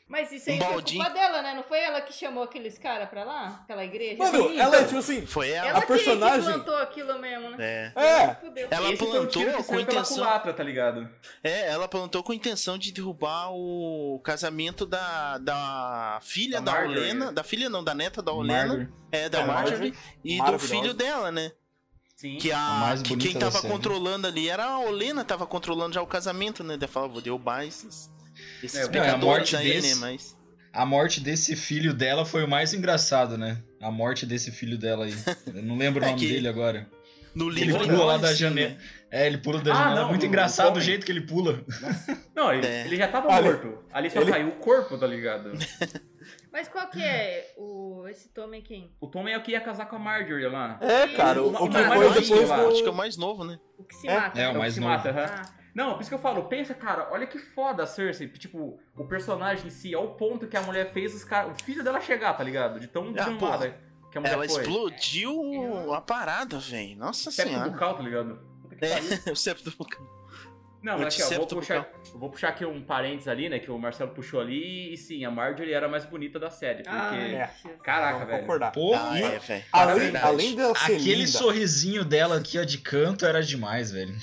Speaker 1: Mas isso aí
Speaker 5: Um
Speaker 1: foi
Speaker 5: baldinho.
Speaker 1: culpa dela, né? Não foi ela que chamou aqueles caras pra lá? Aquela igreja?
Speaker 4: Mano,
Speaker 1: Sim. então.
Speaker 4: ela é tipo assim.
Speaker 5: Foi ela.
Speaker 1: Ela
Speaker 4: a
Speaker 1: que-
Speaker 4: personagem-
Speaker 1: que plantou aquilo mesmo, né?
Speaker 5: É.
Speaker 4: É.
Speaker 1: Fudeu.
Speaker 5: [laughs] Ela
Speaker 2: Esse foi o
Speaker 5: plantou
Speaker 2: tiro que
Speaker 5: com
Speaker 2: saiu pela
Speaker 5: intenção.
Speaker 2: culatra, tá ligado?
Speaker 5: É, ela plantou com intenção de derrubar o casamento da, da filha
Speaker 2: Da
Speaker 5: da,
Speaker 2: Marjorie.
Speaker 5: Olena. Da filha não, da neta da Olena.
Speaker 3: Margaret.
Speaker 5: É, da
Speaker 4: É,
Speaker 5: Marjorie. E do
Speaker 4: Maravilhosa.
Speaker 5: filho dela, né?
Speaker 2: Sim.
Speaker 5: Que,
Speaker 3: A
Speaker 5: a,
Speaker 3: mais
Speaker 5: que
Speaker 3: bonita
Speaker 5: quem
Speaker 3: da
Speaker 5: tava
Speaker 3: série.
Speaker 5: controlando ali era a Olena, tava controlando já o casamento, né? Daí falava, vou derrubar esses, esses
Speaker 2: É, não, é a
Speaker 5: pecadores
Speaker 3: morte
Speaker 5: aí,
Speaker 3: desse-
Speaker 5: né? Mas.
Speaker 3: A morte desse filho dela foi o mais engraçado, né? A morte desse filho dela aí. Eu não lembro o
Speaker 5: [laughs] É
Speaker 3: nome
Speaker 5: que-
Speaker 3: dele agora.
Speaker 5: No
Speaker 3: Ele
Speaker 5: livro.
Speaker 3: pulou
Speaker 5: não
Speaker 3: lá
Speaker 5: é
Speaker 3: da
Speaker 5: assim,
Speaker 3: janela.
Speaker 5: né?
Speaker 3: É, ele pulou da
Speaker 2: Ah,
Speaker 3: janela.
Speaker 2: não,
Speaker 3: Muito
Speaker 2: o-
Speaker 3: engraçado o
Speaker 2: o-
Speaker 3: jeito que ele pula.
Speaker 2: Não, ele,
Speaker 5: É.
Speaker 2: ele já tava
Speaker 4: Ali-
Speaker 2: morto. Ali só
Speaker 4: ele-
Speaker 2: caiu o corpo, tá ligado?
Speaker 1: Mas qual que é o, esse Tom é quem?
Speaker 2: O Tom é o que ia casar com a Marjorie lá.
Speaker 4: É, cara. O,
Speaker 1: Sim,
Speaker 4: o que
Speaker 5: Mas
Speaker 1: mano,
Speaker 4: foi
Speaker 5: acho que-
Speaker 4: depois
Speaker 2: eu
Speaker 5: Acho que é o
Speaker 4: do.
Speaker 5: mais novo, né?
Speaker 1: O que se
Speaker 4: É,
Speaker 1: mata?
Speaker 3: É, o
Speaker 2: o
Speaker 3: mais
Speaker 2: que
Speaker 3: novo.
Speaker 2: mata, aham.
Speaker 1: Ah,
Speaker 2: Não, por isso que eu falo, pensa, cara, olha que foda a Cersei. Tipo, o personagem em si, ao ponto que a mulher fez os caras. O filho dela chegar, tá ligado? De tão desarmada que a mulher
Speaker 5: Ah, Ela
Speaker 2: foi.
Speaker 5: explodiu a parada, velho. Nossa
Speaker 2: Septo
Speaker 5: senhora.
Speaker 2: bucal, tá ligado? Puta que pariu.
Speaker 5: É, [laughs] o septo bucal.
Speaker 2: Não, mas aqui, ó, vou
Speaker 5: Antisepto
Speaker 2: puxar, eu vou puxar aqui um parênteses ali, né? Que o Marcelo puxou ali. E sim, a Marjorie era a mais bonita da série. Porque.
Speaker 1: Ah, ai,
Speaker 4: É.
Speaker 1: Jesus.
Speaker 2: Caraca,
Speaker 4: Vamos
Speaker 2: velho.
Speaker 4: concordar.
Speaker 3: Pô,
Speaker 5: Ah, é, velho.
Speaker 4: Além,
Speaker 5: verdade.
Speaker 4: além dela ser
Speaker 5: é
Speaker 3: aquele
Speaker 4: linda,
Speaker 3: sorrisinho dela aqui, ó, de canto era demais, velho.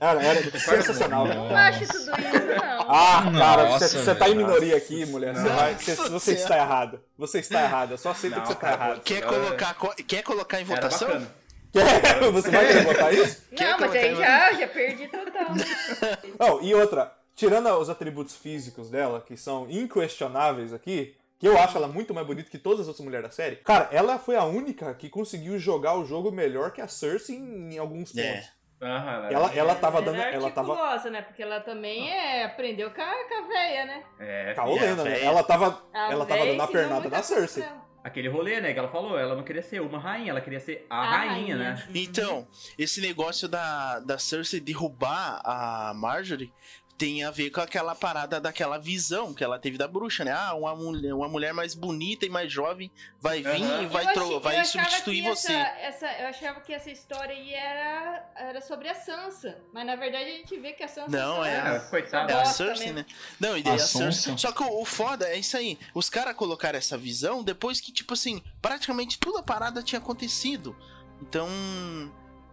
Speaker 4: era, era sensacional.
Speaker 3: Não.
Speaker 4: velho.
Speaker 1: Não acho tudo isso, não.
Speaker 4: Ah, cara,
Speaker 3: Nossa,
Speaker 4: você tá em
Speaker 3: velho.
Speaker 4: minoria aqui, mulher. Você,
Speaker 2: Nossa
Speaker 4: vai, você, você está errado. Você está errado. Eu só aceito
Speaker 2: Não,
Speaker 4: que você tá
Speaker 2: cara,
Speaker 4: errado. [laughs]
Speaker 5: Quer
Speaker 2: Agora-
Speaker 5: colocar, co- quer colocar em
Speaker 2: Era
Speaker 5: votação?
Speaker 2: bacana.
Speaker 4: Quer? Você vai querer botar isso?
Speaker 5: quer
Speaker 1: não, mas
Speaker 5: colocar
Speaker 1: aí
Speaker 5: ela-
Speaker 1: já, já perdi total.
Speaker 4: Não, Oh, e outra. Tirando os atributos físicos dela, que são inquestionáveis aqui, que eu acho ela muito mais bonita que todas as outras mulheres da série. Cara, ela foi a única que conseguiu jogar o jogo melhor que a Cersei em, em alguns pontos.
Speaker 5: É.
Speaker 2: Aham, ela-
Speaker 4: Ela, [laughs] ela tava dando.
Speaker 1: Era
Speaker 4: Ela tava. Ah.
Speaker 1: articulosa, né? Porque ela também é, aprendeu com a, com a véia, né?
Speaker 2: É,
Speaker 4: Com a Olena, né?
Speaker 5: velha.
Speaker 4: Ela tava.
Speaker 1: A
Speaker 4: Ela tava
Speaker 1: véia
Speaker 4: dando a
Speaker 1: ensinou
Speaker 4: pernada
Speaker 1: muita
Speaker 4: na
Speaker 1: coisa
Speaker 4: Cersei.
Speaker 1: pra ela.
Speaker 2: aquele rolê, né? Que ela falou, ela não queria ser uma rainha, ela queria ser a,
Speaker 1: A
Speaker 2: rainha,
Speaker 1: rainha.
Speaker 2: né?
Speaker 5: Então, esse negócio da, da Cersei derrubar a Marjorie tem a ver com aquela parada daquela visão que ela teve da bruxa, né? Ah, uma mulher, uma mulher mais bonita e mais jovem vai vir
Speaker 2: Aham.
Speaker 5: e
Speaker 1: Eu
Speaker 5: vai,
Speaker 1: achei-
Speaker 5: tro-
Speaker 1: eu
Speaker 5: vai
Speaker 1: achava
Speaker 5: substituir
Speaker 1: que
Speaker 5: você. É
Speaker 1: Essa, essa- eu achava que essa história aí era, era sobre a Sansa. Mas na verdade a gente vê que a Sansa
Speaker 5: Não,
Speaker 1: só
Speaker 5: é a-
Speaker 2: Ah, coitada.
Speaker 5: É a
Speaker 1: Bosta
Speaker 5: Cersei,
Speaker 1: mesmo.
Speaker 5: né? Não, e daí
Speaker 3: A
Speaker 5: a, Cersei.
Speaker 3: Sansa.
Speaker 5: Só que o, o foda é isso aí. Os caras colocaram essa visão depois que, tipo assim, praticamente toda a parada tinha acontecido. Então,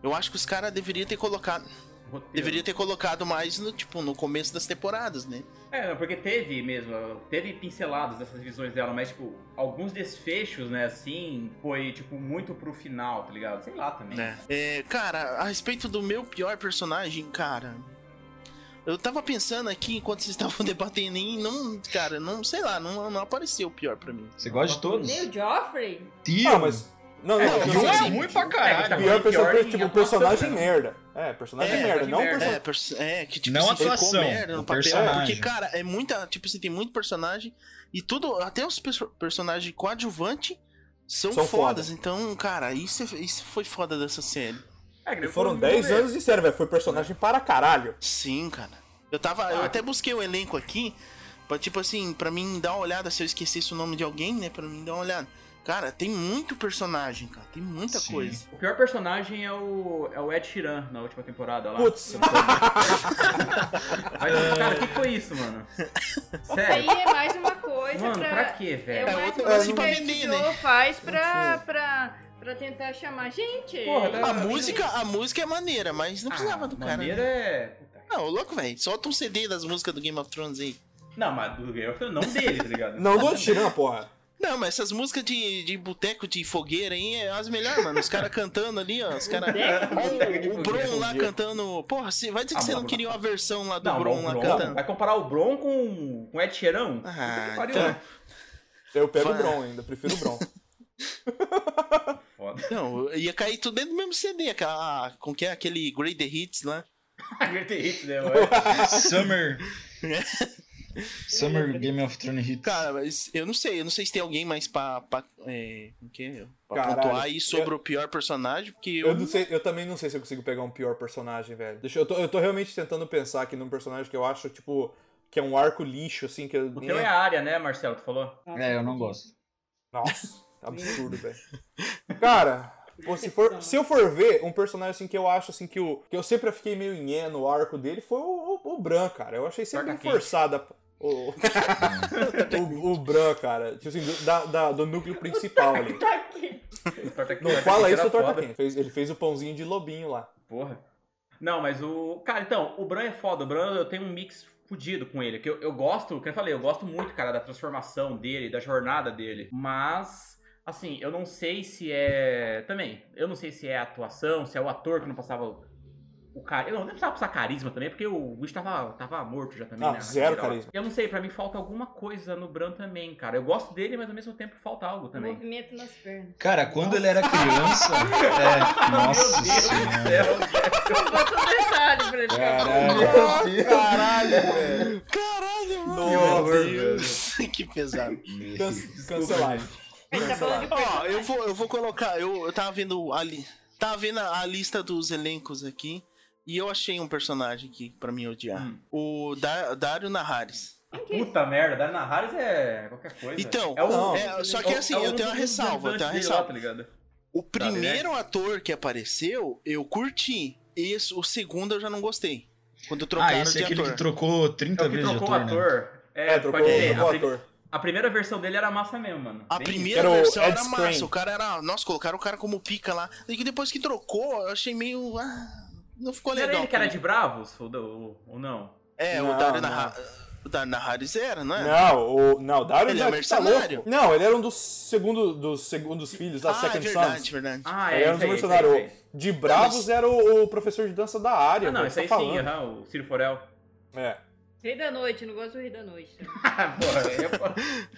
Speaker 5: eu acho que os caras deveriam ter colocado.
Speaker 2: Roteiro.
Speaker 5: Deveria ter colocado mais no, tipo, no começo das temporadas, né?
Speaker 2: É, não, porque teve mesmo, teve pinceladas dessas visões dela, mas, tipo, alguns desfechos, né, assim, foi, tipo, muito pro final, tá ligado? Sei lá também.
Speaker 5: né? É, cara, a respeito do meu pior personagem, cara. Eu tava pensando aqui enquanto vocês [laughs] estavam debatendo e não, cara, não sei lá, não, não apareceu o pior pra mim.
Speaker 3: Você gosta de todos?
Speaker 1: Nem né? o Joffrey?
Speaker 3: Tio.
Speaker 4: Ah, mas. Não, não,
Speaker 5: É,
Speaker 4: não,
Speaker 5: mas
Speaker 4: não,
Speaker 5: assim,
Speaker 3: é ruim pra caralho.
Speaker 2: É,
Speaker 4: Pior,
Speaker 2: Pior
Speaker 4: pessoa,
Speaker 2: em
Speaker 4: tipo,
Speaker 2: atuação,
Speaker 4: personagem
Speaker 2: né?
Speaker 4: merda. É, personagem
Speaker 5: É,
Speaker 4: merda,
Speaker 2: personagem
Speaker 4: não
Speaker 2: merda.
Speaker 5: É,
Speaker 4: personagem.
Speaker 5: pers- é que tipo,
Speaker 3: Não
Speaker 5: assim, ficou
Speaker 3: atuação,
Speaker 5: merda
Speaker 3: o
Speaker 5: no papel,
Speaker 3: personagem.
Speaker 5: porque cara, é muita, tipo, assim, tem muito personagem e tudo, até os perso- personagens coadjuvante são,
Speaker 4: São
Speaker 5: fodas. Então, cara, isso é- isso foi foda dessa série.
Speaker 2: É, que nem
Speaker 4: E foram
Speaker 2: foi um
Speaker 4: 10
Speaker 2: rolê.
Speaker 4: anos de série, velho. Foi personagem para caralho.
Speaker 5: Sim, cara. Eu tava. Eu
Speaker 2: Ah.
Speaker 5: até busquei o elenco aqui. Pra, tipo assim, pra mim dar uma olhada, se eu esquecesse o nome de alguém, né? Pra mim dar uma olhada. Cara, tem muito personagem, cara. Tem muita
Speaker 3: Sim.
Speaker 5: coisa.
Speaker 2: O pior personagem é o, é o Ed Sheeran na última temporada lá.
Speaker 4: Putz.
Speaker 2: [laughs] Mas, cara, o que foi isso, mano?
Speaker 1: Isso aí
Speaker 2: Sério?
Speaker 1: é mais uma coisa
Speaker 2: Mano,
Speaker 1: pra...
Speaker 2: pra quê, velho?
Speaker 1: É
Speaker 5: É
Speaker 1: mais
Speaker 5: outra
Speaker 1: uma
Speaker 5: coisa
Speaker 1: coisa que
Speaker 5: pra
Speaker 1: a HBO
Speaker 5: vender, né?
Speaker 1: faz pra, pra, pra tentar chamar gente.
Speaker 2: Porra, tá-
Speaker 5: A
Speaker 2: Ah,
Speaker 5: música, a música é maneira, mas não precisava do cara.
Speaker 2: maneira
Speaker 5: né?
Speaker 2: é... Puta.
Speaker 5: Não, ô louco, velho. Solta um CD das músicas do Game of Thrones aí.
Speaker 2: Não, mas do Game of Thrones, não dele, tá ligado?
Speaker 4: Não do Tiran, porra.
Speaker 5: Não, mas essas músicas de, de boteco, de fogueira aí, é as melhores, mano. Os caras cantando ali, ó. Os caras. O Bron lá cantando. Porra, você vai dizer que
Speaker 2: Ah,
Speaker 5: você
Speaker 2: mas
Speaker 5: não
Speaker 2: o
Speaker 5: queria uma versão lá do
Speaker 2: Não,
Speaker 5: Bron lá
Speaker 2: Bron,
Speaker 5: cantando.
Speaker 2: Vai comparar o Bron com, com o Ed Sheeran? Puta que
Speaker 5: Ah,
Speaker 2: pariu,
Speaker 5: então.
Speaker 2: né?
Speaker 4: Eu pego o
Speaker 5: Vai.
Speaker 4: Bron ainda, prefiro o Bron.
Speaker 2: Foda. [laughs]
Speaker 5: Não, ia cair tudo dentro do mesmo CD, aquela. Com que é aquele Great The Hits lá. [laughs]
Speaker 2: Great Hits, né, mano?
Speaker 3: Summer. Summer Game of Thrones Hits.
Speaker 5: Cara, mas eu não sei, eu não sei se tem alguém mais pra, pra, é, como que é? pra
Speaker 4: Caralho,
Speaker 5: pontuar aí sobre
Speaker 4: eu-
Speaker 5: o pior personagem, porque eu,
Speaker 4: Eu, não sei, eu também não sei se eu consigo pegar um pior personagem, velho. Deixa, eu, eu tô, eu tô realmente tentando pensar aqui num personagem que eu acho, tipo, que é um arco lixo, assim, que eu.
Speaker 2: O teu é a área, né, Marcelo? Tu falou?
Speaker 3: É, eu não gosto.
Speaker 4: Nossa, absurdo, velho. Cara, pô, se, for, se eu for ver um personagem assim que eu acho assim que, o, que eu sempre fiquei meio nhé no arco dele foi o, o, o Bran, cara. Eu achei sempre
Speaker 2: Torna
Speaker 4: bem
Speaker 2: quente.
Speaker 4: forçada. p- O, o, o Bran, cara. Tipo assim, do, da- da- do núcleo principal ali.
Speaker 1: Tá aqui.
Speaker 2: Torta-
Speaker 4: Não
Speaker 2: torta
Speaker 4: fala
Speaker 2: quente
Speaker 4: isso,
Speaker 2: era
Speaker 4: Torta
Speaker 2: foda.
Speaker 4: Quente. Fez- Ele fez o pãozinho de lobinho lá.
Speaker 2: Porra. Não, mas o. Cara, então, o Bran é foda. O Bran eu tenho um mix fudido com ele. Que eu, eu gosto, que eu falei, eu gosto muito, cara, da transformação dele, da jornada dele. Mas. Assim, eu não sei se é. Também, eu não sei se é a atuação, se é o ator que não passava o cara. Eu não, não precisava passar carisma também, porque o bicho tava, tava morto já também.
Speaker 4: Ah,
Speaker 2: né,
Speaker 4: zero
Speaker 2: naquela hora.
Speaker 4: carisma.
Speaker 2: Eu não sei, pra mim falta alguma coisa no Bran também, cara. Eu gosto dele, mas ao mesmo tempo falta algo também.
Speaker 1: Movimento nas pernas.
Speaker 3: Cara, quando ele era
Speaker 5: [laughs]
Speaker 3: criança. é, nossa
Speaker 2: Meu
Speaker 3: senhora.
Speaker 2: Deus do céu.
Speaker 1: Bota um detalhe pra ele.
Speaker 3: Caraca.
Speaker 4: Caralho, velho.
Speaker 5: Caralho, mano.
Speaker 4: Nossa,
Speaker 5: [laughs] que pesado.
Speaker 4: Can- Cancelar.
Speaker 1: Ele tá falando de
Speaker 5: Ó,
Speaker 1: personagem.
Speaker 5: eu vou, eu vou colocar, eu, eu tava vendo ali, tava vendo a a lista dos elencos aqui e eu achei um personagem aqui pra mim odiar.
Speaker 2: Hum.
Speaker 5: O da Dario Naharis.
Speaker 2: Puta merda, Darna Harris é qualquer coisa.
Speaker 5: Então,
Speaker 2: é um
Speaker 4: não,
Speaker 5: é, só que assim, eu tenho uma resalva, eu tenho uma
Speaker 2: tá
Speaker 5: ressalva. O primeiro ator que apareceu, eu curti. Esse, o segundo eu já não gostei. Quando
Speaker 3: Ah,
Speaker 5: trocaram
Speaker 3: esse é
Speaker 5: de
Speaker 3: aquele
Speaker 5: ator.
Speaker 3: que trocou 30
Speaker 2: É o que
Speaker 3: vezes de
Speaker 2: trocou o
Speaker 3: ator, né?
Speaker 2: ator. É,
Speaker 4: É, trocou,
Speaker 2: pode crer.
Speaker 4: trocou o
Speaker 2: a, pri-
Speaker 4: ator.
Speaker 2: a primeira versão dele era massa mesmo, mano.
Speaker 5: A
Speaker 2: Bem-
Speaker 5: primeira
Speaker 4: Era o
Speaker 5: versão
Speaker 4: Ed
Speaker 5: era
Speaker 4: Skrein.
Speaker 5: massa, o cara era. Nossa, colocaram o cara como pica lá. E que depois que trocou, eu achei meio. ah, não ficou
Speaker 2: Não era
Speaker 5: legal.
Speaker 2: ele que era de Bravos? Ou, ou- ou não?
Speaker 5: É,
Speaker 4: Não,
Speaker 5: o Dario
Speaker 4: não.
Speaker 5: Naha- o Dario Naharis era, não é?
Speaker 4: Não, o, não, o Dario
Speaker 5: Ele é
Speaker 4: já tá
Speaker 5: mercenário.
Speaker 4: louco. Não, ele era um dos, segundo, dos segundos filhos lá,
Speaker 5: Ah, é
Speaker 4: Second
Speaker 5: verdade,
Speaker 4: Sons.
Speaker 5: verdade.
Speaker 2: Ah,
Speaker 4: Ele
Speaker 2: é.
Speaker 4: era um
Speaker 2: Isso
Speaker 4: dos
Speaker 2: aí, isso
Speaker 4: mercenários.
Speaker 2: aí, isso aí.
Speaker 4: De Bravos era o, o professor de dança da área.
Speaker 2: Ah, não,
Speaker 4: velho,
Speaker 2: isso aí
Speaker 4: tá
Speaker 2: sim,
Speaker 4: falando.
Speaker 2: aham, o Ciro Forel. [laughs]
Speaker 4: É.
Speaker 1: Rei da noite, não gosto do rei da noite.
Speaker 2: Porra, é, porra.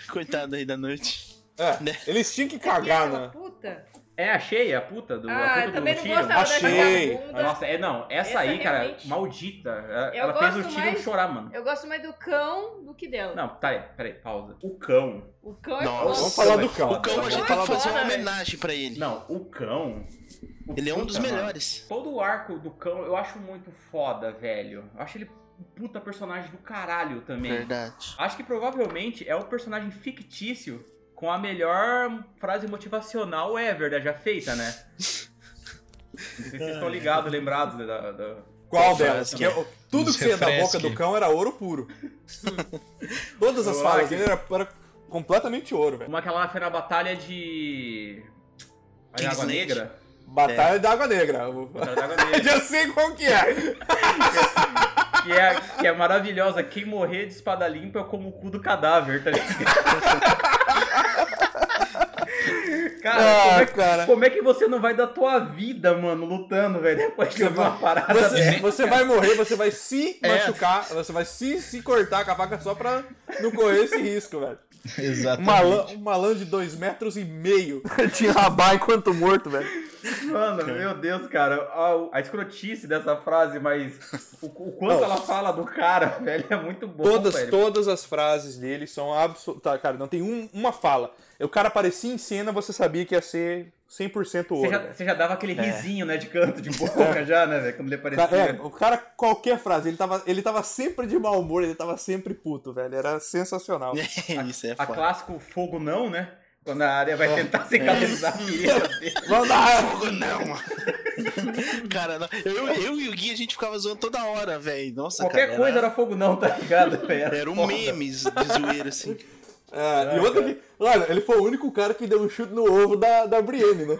Speaker 5: Coitado aí da noite.
Speaker 4: É,
Speaker 5: Né?
Speaker 4: Eles tinham que
Speaker 1: E
Speaker 4: cagar,
Speaker 1: aquela
Speaker 4: né?
Speaker 1: puta?
Speaker 2: é a cheia, a puta do.
Speaker 1: Ah,
Speaker 2: a
Speaker 1: eu
Speaker 2: puta
Speaker 1: também
Speaker 2: do
Speaker 1: não
Speaker 2: Tyrion.
Speaker 1: gostava
Speaker 4: Achei.
Speaker 1: dessa
Speaker 2: Ah,
Speaker 1: bunda.
Speaker 2: Nossa, é, não, essa,
Speaker 1: Essa
Speaker 2: aí, cara,
Speaker 1: realmente-
Speaker 2: maldita. Ela,
Speaker 1: Eu
Speaker 2: ela fez o
Speaker 1: gosto
Speaker 2: Tyrion
Speaker 1: mais-
Speaker 2: chorar, mano.
Speaker 1: Eu gosto mais do cão do que dela.
Speaker 2: Não, peraí, peraí, pausa. O cão.
Speaker 1: O cão é
Speaker 5: Nossa.
Speaker 1: foda.
Speaker 4: Vamos falar
Speaker 2: velho.
Speaker 4: do cão.
Speaker 5: O cão a
Speaker 4: Vamos
Speaker 5: gente tem
Speaker 4: falar
Speaker 5: que
Speaker 4: do
Speaker 5: fazer
Speaker 4: cão.
Speaker 5: uma
Speaker 1: velho.
Speaker 5: homenagem pra ele.
Speaker 2: Não, o cão. o
Speaker 5: Ele é um
Speaker 2: puta,
Speaker 5: dos
Speaker 2: mano.
Speaker 5: melhores.
Speaker 2: Todo o arco do cão eu acho muito foda, velho. Eu acho ele um puta personagem do caralho também.
Speaker 5: Verdade.
Speaker 2: Acho que provavelmente é o personagem fictício com a melhor frase motivacional ever da já feita, né? Não sei se vocês estão ligados, lembrados da. da-
Speaker 4: Qual
Speaker 5: Nossa,
Speaker 4: delas?
Speaker 5: que-
Speaker 4: Que eu- tudo
Speaker 3: Nos
Speaker 4: que saía da boca
Speaker 3: refresque.
Speaker 4: do cão era ouro
Speaker 2: [laughs]
Speaker 4: puro. Todas as
Speaker 2: Eu
Speaker 4: falas
Speaker 2: acho.
Speaker 4: dele eram era completamente ouro, velho.
Speaker 2: Como aquela lá foi na batalha de. A
Speaker 5: King's
Speaker 2: Água
Speaker 5: Landing.
Speaker 2: Negra?
Speaker 4: Batalha
Speaker 5: É.
Speaker 4: da
Speaker 2: [laughs]
Speaker 4: Água Negra.
Speaker 2: Batalha da Água
Speaker 5: [laughs]
Speaker 2: Negra.
Speaker 4: Já sei qual que é.
Speaker 2: Que é, que é maravilhosa. Quem morrer de espada limpa é como o cu do cadáver, tá ligado? [laughs] cara, como, é, que-
Speaker 4: cara.
Speaker 2: como é que você não vai dar tua vida, mano, lutando, velho, depois de
Speaker 4: Você
Speaker 2: uma
Speaker 4: vai-
Speaker 2: parada
Speaker 4: Você,
Speaker 2: dessa?
Speaker 4: você vai morrer, você vai se
Speaker 5: É.
Speaker 4: machucar, você vai se, se cortar com a faca só pra não correr esse risco, velho. Um
Speaker 3: Exatamente.
Speaker 4: malan, um malan de dois metros e [laughs] meio. Te rabar enquanto morto, velho.
Speaker 2: Mano, meu Deus, cara. A, a escrotice dessa frase, mas o, o quanto
Speaker 4: Não.
Speaker 2: ela fala do cara, [laughs] velho, é muito bom,
Speaker 4: Todas,
Speaker 2: velho.
Speaker 4: todas as frases dele são absolutas. cara, não tem um- uma fala. O cara aparecia em cena, você sabia que ia ser 100%
Speaker 2: Você
Speaker 4: ouro.
Speaker 2: já,
Speaker 4: velho.
Speaker 2: você já dava aquele risinho, né, de canto, de boca já, né, velho, quando ele aparecia.
Speaker 4: Ca- é, o cara, qualquer frase, ele tava, ele tava sempre de mau humor, ele tava sempre puto, velho.
Speaker 2: [laughs]
Speaker 4: Era sensacional.
Speaker 5: Isso é
Speaker 2: A
Speaker 5: foda.
Speaker 2: clássico fogo não, né? Quando a área vai tentar
Speaker 4: É.
Speaker 2: cicatrizar a ferida
Speaker 4: [laughs]
Speaker 2: dele.
Speaker 4: Vamos dar
Speaker 5: Fogo não, mano. cara, não. Eu, eu e o Gui, a gente ficava zoando toda hora, velho. Nossa,
Speaker 2: Qualquer
Speaker 5: cara,
Speaker 2: coisa
Speaker 5: era,
Speaker 2: era fogo não, tá ligado? velho? Era,
Speaker 5: era um
Speaker 2: foda.
Speaker 5: memes de zoeira, assim.
Speaker 4: É, e outro que. Olha, ele foi o único cara que deu um chute no ovo da, da Brienne, né?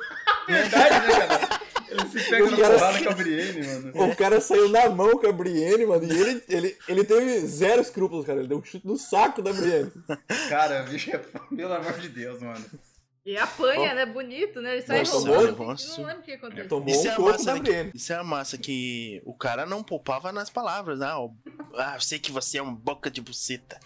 Speaker 2: Verdade, né, cara? Ele se pega na
Speaker 4: Os caras-
Speaker 2: porrada com a Brienne, mano.
Speaker 4: O cara saiu na mão com a Brienne, mano, e ele, ele, ele teve zero escrúpulos, cara. Ele deu um chute no saco da Brienne.
Speaker 2: Cara, bicho, é... pelo amor de Deus, mano.
Speaker 1: E apanha, né? Bonito, né? Ele sai
Speaker 5: Nossa,
Speaker 1: roubando.
Speaker 5: mano,
Speaker 1: Não lembro o que aconteceu.
Speaker 4: Tomou
Speaker 5: Isso
Speaker 4: um
Speaker 5: é a
Speaker 4: corpo
Speaker 5: massa,
Speaker 4: da
Speaker 5: né?
Speaker 4: Brienne.
Speaker 5: Isso é a massa que o cara não poupava nas palavras, né? O- Ah, eu sei que você é um boca de buceta.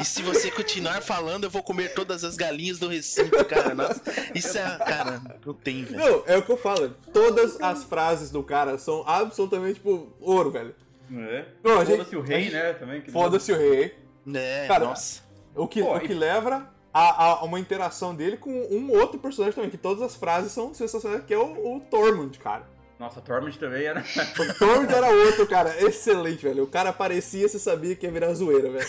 Speaker 5: e se você continuar falando, eu vou comer todas as galinhas do recinto, cara. Nossa, isso é. Cara, não tem, velho.
Speaker 4: Não, é o que eu falo. Todas as frases do cara são absolutamente, tipo, ouro, velho.
Speaker 2: É.
Speaker 4: Não, a gente-
Speaker 2: Foda-se o rei,
Speaker 4: a gente-
Speaker 2: né? Também. que-
Speaker 4: Foda-se o rei.
Speaker 5: Né,
Speaker 4: Cara,
Speaker 5: nossa.
Speaker 4: O que,
Speaker 2: Pô,
Speaker 4: o que
Speaker 2: e-
Speaker 4: leva a, a uma interação dele com um outro personagem também, que todas as frases são sensacionais, que é o, o Tormund, cara.
Speaker 2: Nossa, Tormund também era.
Speaker 4: O Tormund era outro, cara. Excelente, velho. O cara aparecia, você sabia que ia virar zoeira, velho.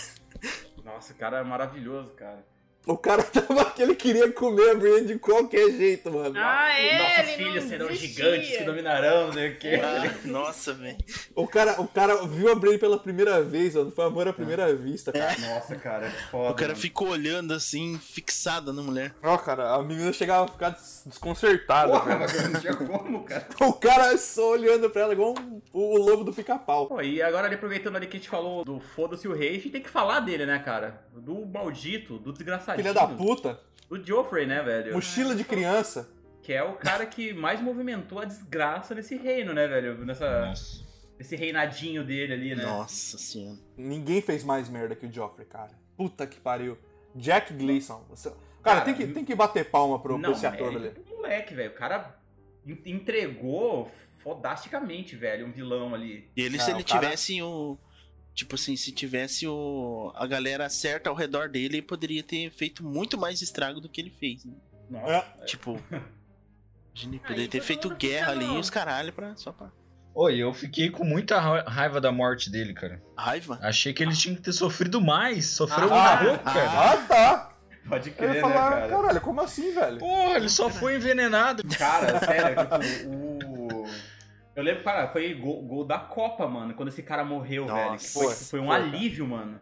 Speaker 2: Nossa, o cara é maravilhoso, cara.
Speaker 4: O cara [laughs] tava que ele queria comer a Brienne de qualquer jeito, mano.
Speaker 1: Ah, é,
Speaker 2: Nossas
Speaker 1: ele
Speaker 2: filhas
Speaker 1: não
Speaker 2: serão
Speaker 1: desistia.
Speaker 2: gigantes que dominarão, não sei o quê.
Speaker 5: Ah, nossa, velho.
Speaker 4: O cara, o cara viu a Brienne pela primeira vez, mano. Foi amor à primeira vista, cara.
Speaker 2: Nossa, cara, que foda.
Speaker 5: O cara
Speaker 2: mano.
Speaker 5: ficou olhando assim, fixado na mulher.
Speaker 4: Ó, cara, a menina chegava a ficar des- desconcertada,
Speaker 2: Porra,
Speaker 4: cara.
Speaker 2: mas não tinha como, cara.
Speaker 4: O cara só olhando pra ela igual um- o lobo do pica-pau.
Speaker 2: Pô, e agora ali, aproveitando ali que a gente falou do foda-se o rei, a gente tem que falar dele, né, cara? Do maldito, do desgraçadinho.
Speaker 4: Filha da puta,
Speaker 2: Do Joffrey, né, velho?
Speaker 4: mochila de criança.
Speaker 2: Que é o cara que mais movimentou a desgraça nesse reino, né, velho? Nessa,
Speaker 3: Nossa.
Speaker 2: nesse reinadinho dele ali, né?
Speaker 5: Nossa senhora.
Speaker 4: Ninguém fez mais merda que o Joffrey, cara. Puta que pariu. Jack Gleason. Você... Cara,
Speaker 2: Cara,
Speaker 4: tem, que, tem que bater palma pro, pra
Speaker 2: Não, é
Speaker 4: esse ator,
Speaker 2: mérito
Speaker 4: velho.
Speaker 2: pro moleque, velho. O cara en- entregou fodasticamente, velho, um vilão ali.
Speaker 5: E ele,
Speaker 4: Não,
Speaker 5: se ele
Speaker 4: Ah, o cara-
Speaker 5: tivesse o. Tipo assim, se tivesse o, a galera certa ao redor dele, ele poderia ter feito muito mais estrago do que ele fez. né?
Speaker 4: É.
Speaker 2: Nossa.
Speaker 4: [laughs]
Speaker 5: Tipo. Ele
Speaker 1: Aí
Speaker 5: poderia ter
Speaker 1: todo
Speaker 5: feito
Speaker 1: mundo
Speaker 5: guerra
Speaker 1: fica
Speaker 5: ali
Speaker 1: mal.
Speaker 5: e os caralho pra. Só pra.
Speaker 3: Oi, eu fiquei com muita ra- raiva da morte dele, cara.
Speaker 5: Raiva?
Speaker 3: Achei que ele tinha que ter sofrido mais. Sofreu um
Speaker 2: Ah,
Speaker 3: na boca.
Speaker 5: ah.
Speaker 4: Ah, tá.
Speaker 2: Pode
Speaker 4: Eu
Speaker 2: crer,
Speaker 4: ia
Speaker 2: né,
Speaker 4: falar,
Speaker 2: cara?
Speaker 4: caralho, como assim, velho?
Speaker 3: Porra, ele só foi envenenado.
Speaker 2: Cara, sério, tipo, o. Eu lembro, cara, foi gol, gol da Copa, mano, quando esse cara morreu,
Speaker 5: Nossa.
Speaker 2: velho. que Foi,
Speaker 4: Foi,
Speaker 2: foi um
Speaker 4: foi, cara.
Speaker 2: alívio, mano.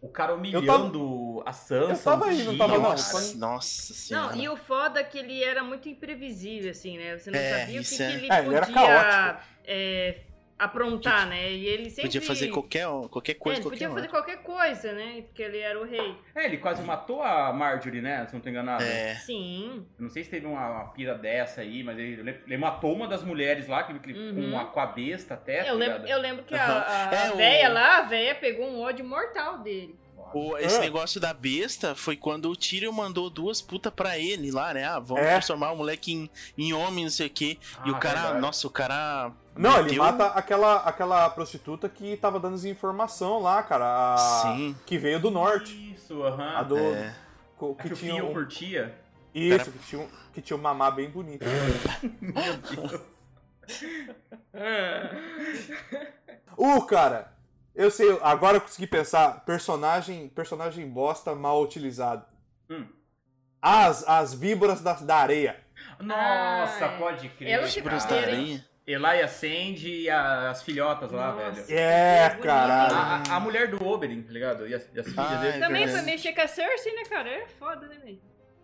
Speaker 2: O cara
Speaker 4: Eu tava-
Speaker 2: humilhando a Sansa.
Speaker 4: Eu tava
Speaker 2: o
Speaker 4: aí, não
Speaker 2: Tyrion,
Speaker 4: tava não.
Speaker 2: cara.
Speaker 5: Nossa, nossa senhora.
Speaker 1: Não,
Speaker 2: né?
Speaker 1: e o foda é que ele era muito imprevisível, assim, né? Você não
Speaker 5: É,
Speaker 1: sabia o que,
Speaker 5: isso
Speaker 1: que
Speaker 5: é.
Speaker 1: ele
Speaker 4: É, ele era
Speaker 1: podia
Speaker 4: caótico.
Speaker 1: é, aprontar, né? E ele sempre...
Speaker 5: Podia fazer qualquer, qualquer
Speaker 1: É,
Speaker 5: coisa,
Speaker 1: ele
Speaker 5: qualquer um,
Speaker 1: podia fazer
Speaker 5: hora.
Speaker 1: qualquer coisa, né? Porque ele era o rei.
Speaker 2: É, ele quase matou a Marjorie, né? Se não tô
Speaker 4: Ah,
Speaker 2: enganado.
Speaker 5: É,
Speaker 1: Sim.
Speaker 2: Eu não sei se teve uma, uma pira dessa aí, mas ele, ele matou uma das mulheres lá, que, que-
Speaker 1: Uhum. É,
Speaker 2: com, a, com a besta até.
Speaker 1: eu,
Speaker 2: tá
Speaker 1: lembro,
Speaker 2: ligado?
Speaker 1: eu lembro que a,
Speaker 5: É Aham.
Speaker 1: a,
Speaker 5: É,
Speaker 1: a
Speaker 5: o-
Speaker 1: véia lá, a véia pegou um ódio mortal dele.
Speaker 5: o, esse
Speaker 4: Ah.
Speaker 5: negócio da besta foi quando o Tyrion mandou duas putas pra ele lá, né? Ah, vamos
Speaker 4: É.
Speaker 5: transformar o moleque em, em homem, não sei o quê. E
Speaker 2: Ah,
Speaker 5: o cara,
Speaker 2: verdade.
Speaker 5: nossa, o cara.
Speaker 4: Não, ele
Speaker 5: meteu-
Speaker 4: mata aquela, aquela prostituta que tava dando desinformação lá, cara. a-
Speaker 5: Sim.
Speaker 4: Que veio do norte.
Speaker 2: Isso, aham.
Speaker 4: A do.
Speaker 5: É.
Speaker 4: co-
Speaker 2: A que
Speaker 4: Que
Speaker 2: o
Speaker 4: tinha
Speaker 2: Fio
Speaker 4: um...
Speaker 2: curtia.
Speaker 4: Isso, que tinha, um, que tinha um mamá bem bonito.
Speaker 2: Meu Deus.
Speaker 4: [laughs] Uh, cara! Eu sei, agora eu consegui pensar. Personagem, personagem bosta mal utilizado.
Speaker 2: Hum.
Speaker 4: As, as víboras da, da areia.
Speaker 2: Nossa,
Speaker 1: Ah, é.
Speaker 2: pode crer.
Speaker 1: Ela que
Speaker 2: cara.
Speaker 5: Bruce
Speaker 1: Ah,
Speaker 5: da
Speaker 1: hein?
Speaker 5: Aranha.
Speaker 2: Eli Sandy e a- as filhotas lá,
Speaker 1: Nossa.
Speaker 2: velho.
Speaker 4: É,
Speaker 1: Bonito.
Speaker 4: caralho.
Speaker 2: A, a- a mulher do Oberyn, tá ligado? E as, e as filhas
Speaker 5: Ah,
Speaker 2: dele.
Speaker 5: é
Speaker 1: Também foi
Speaker 5: verdade.
Speaker 1: mexer com a Cersei, né, cara? É foda, né, velho?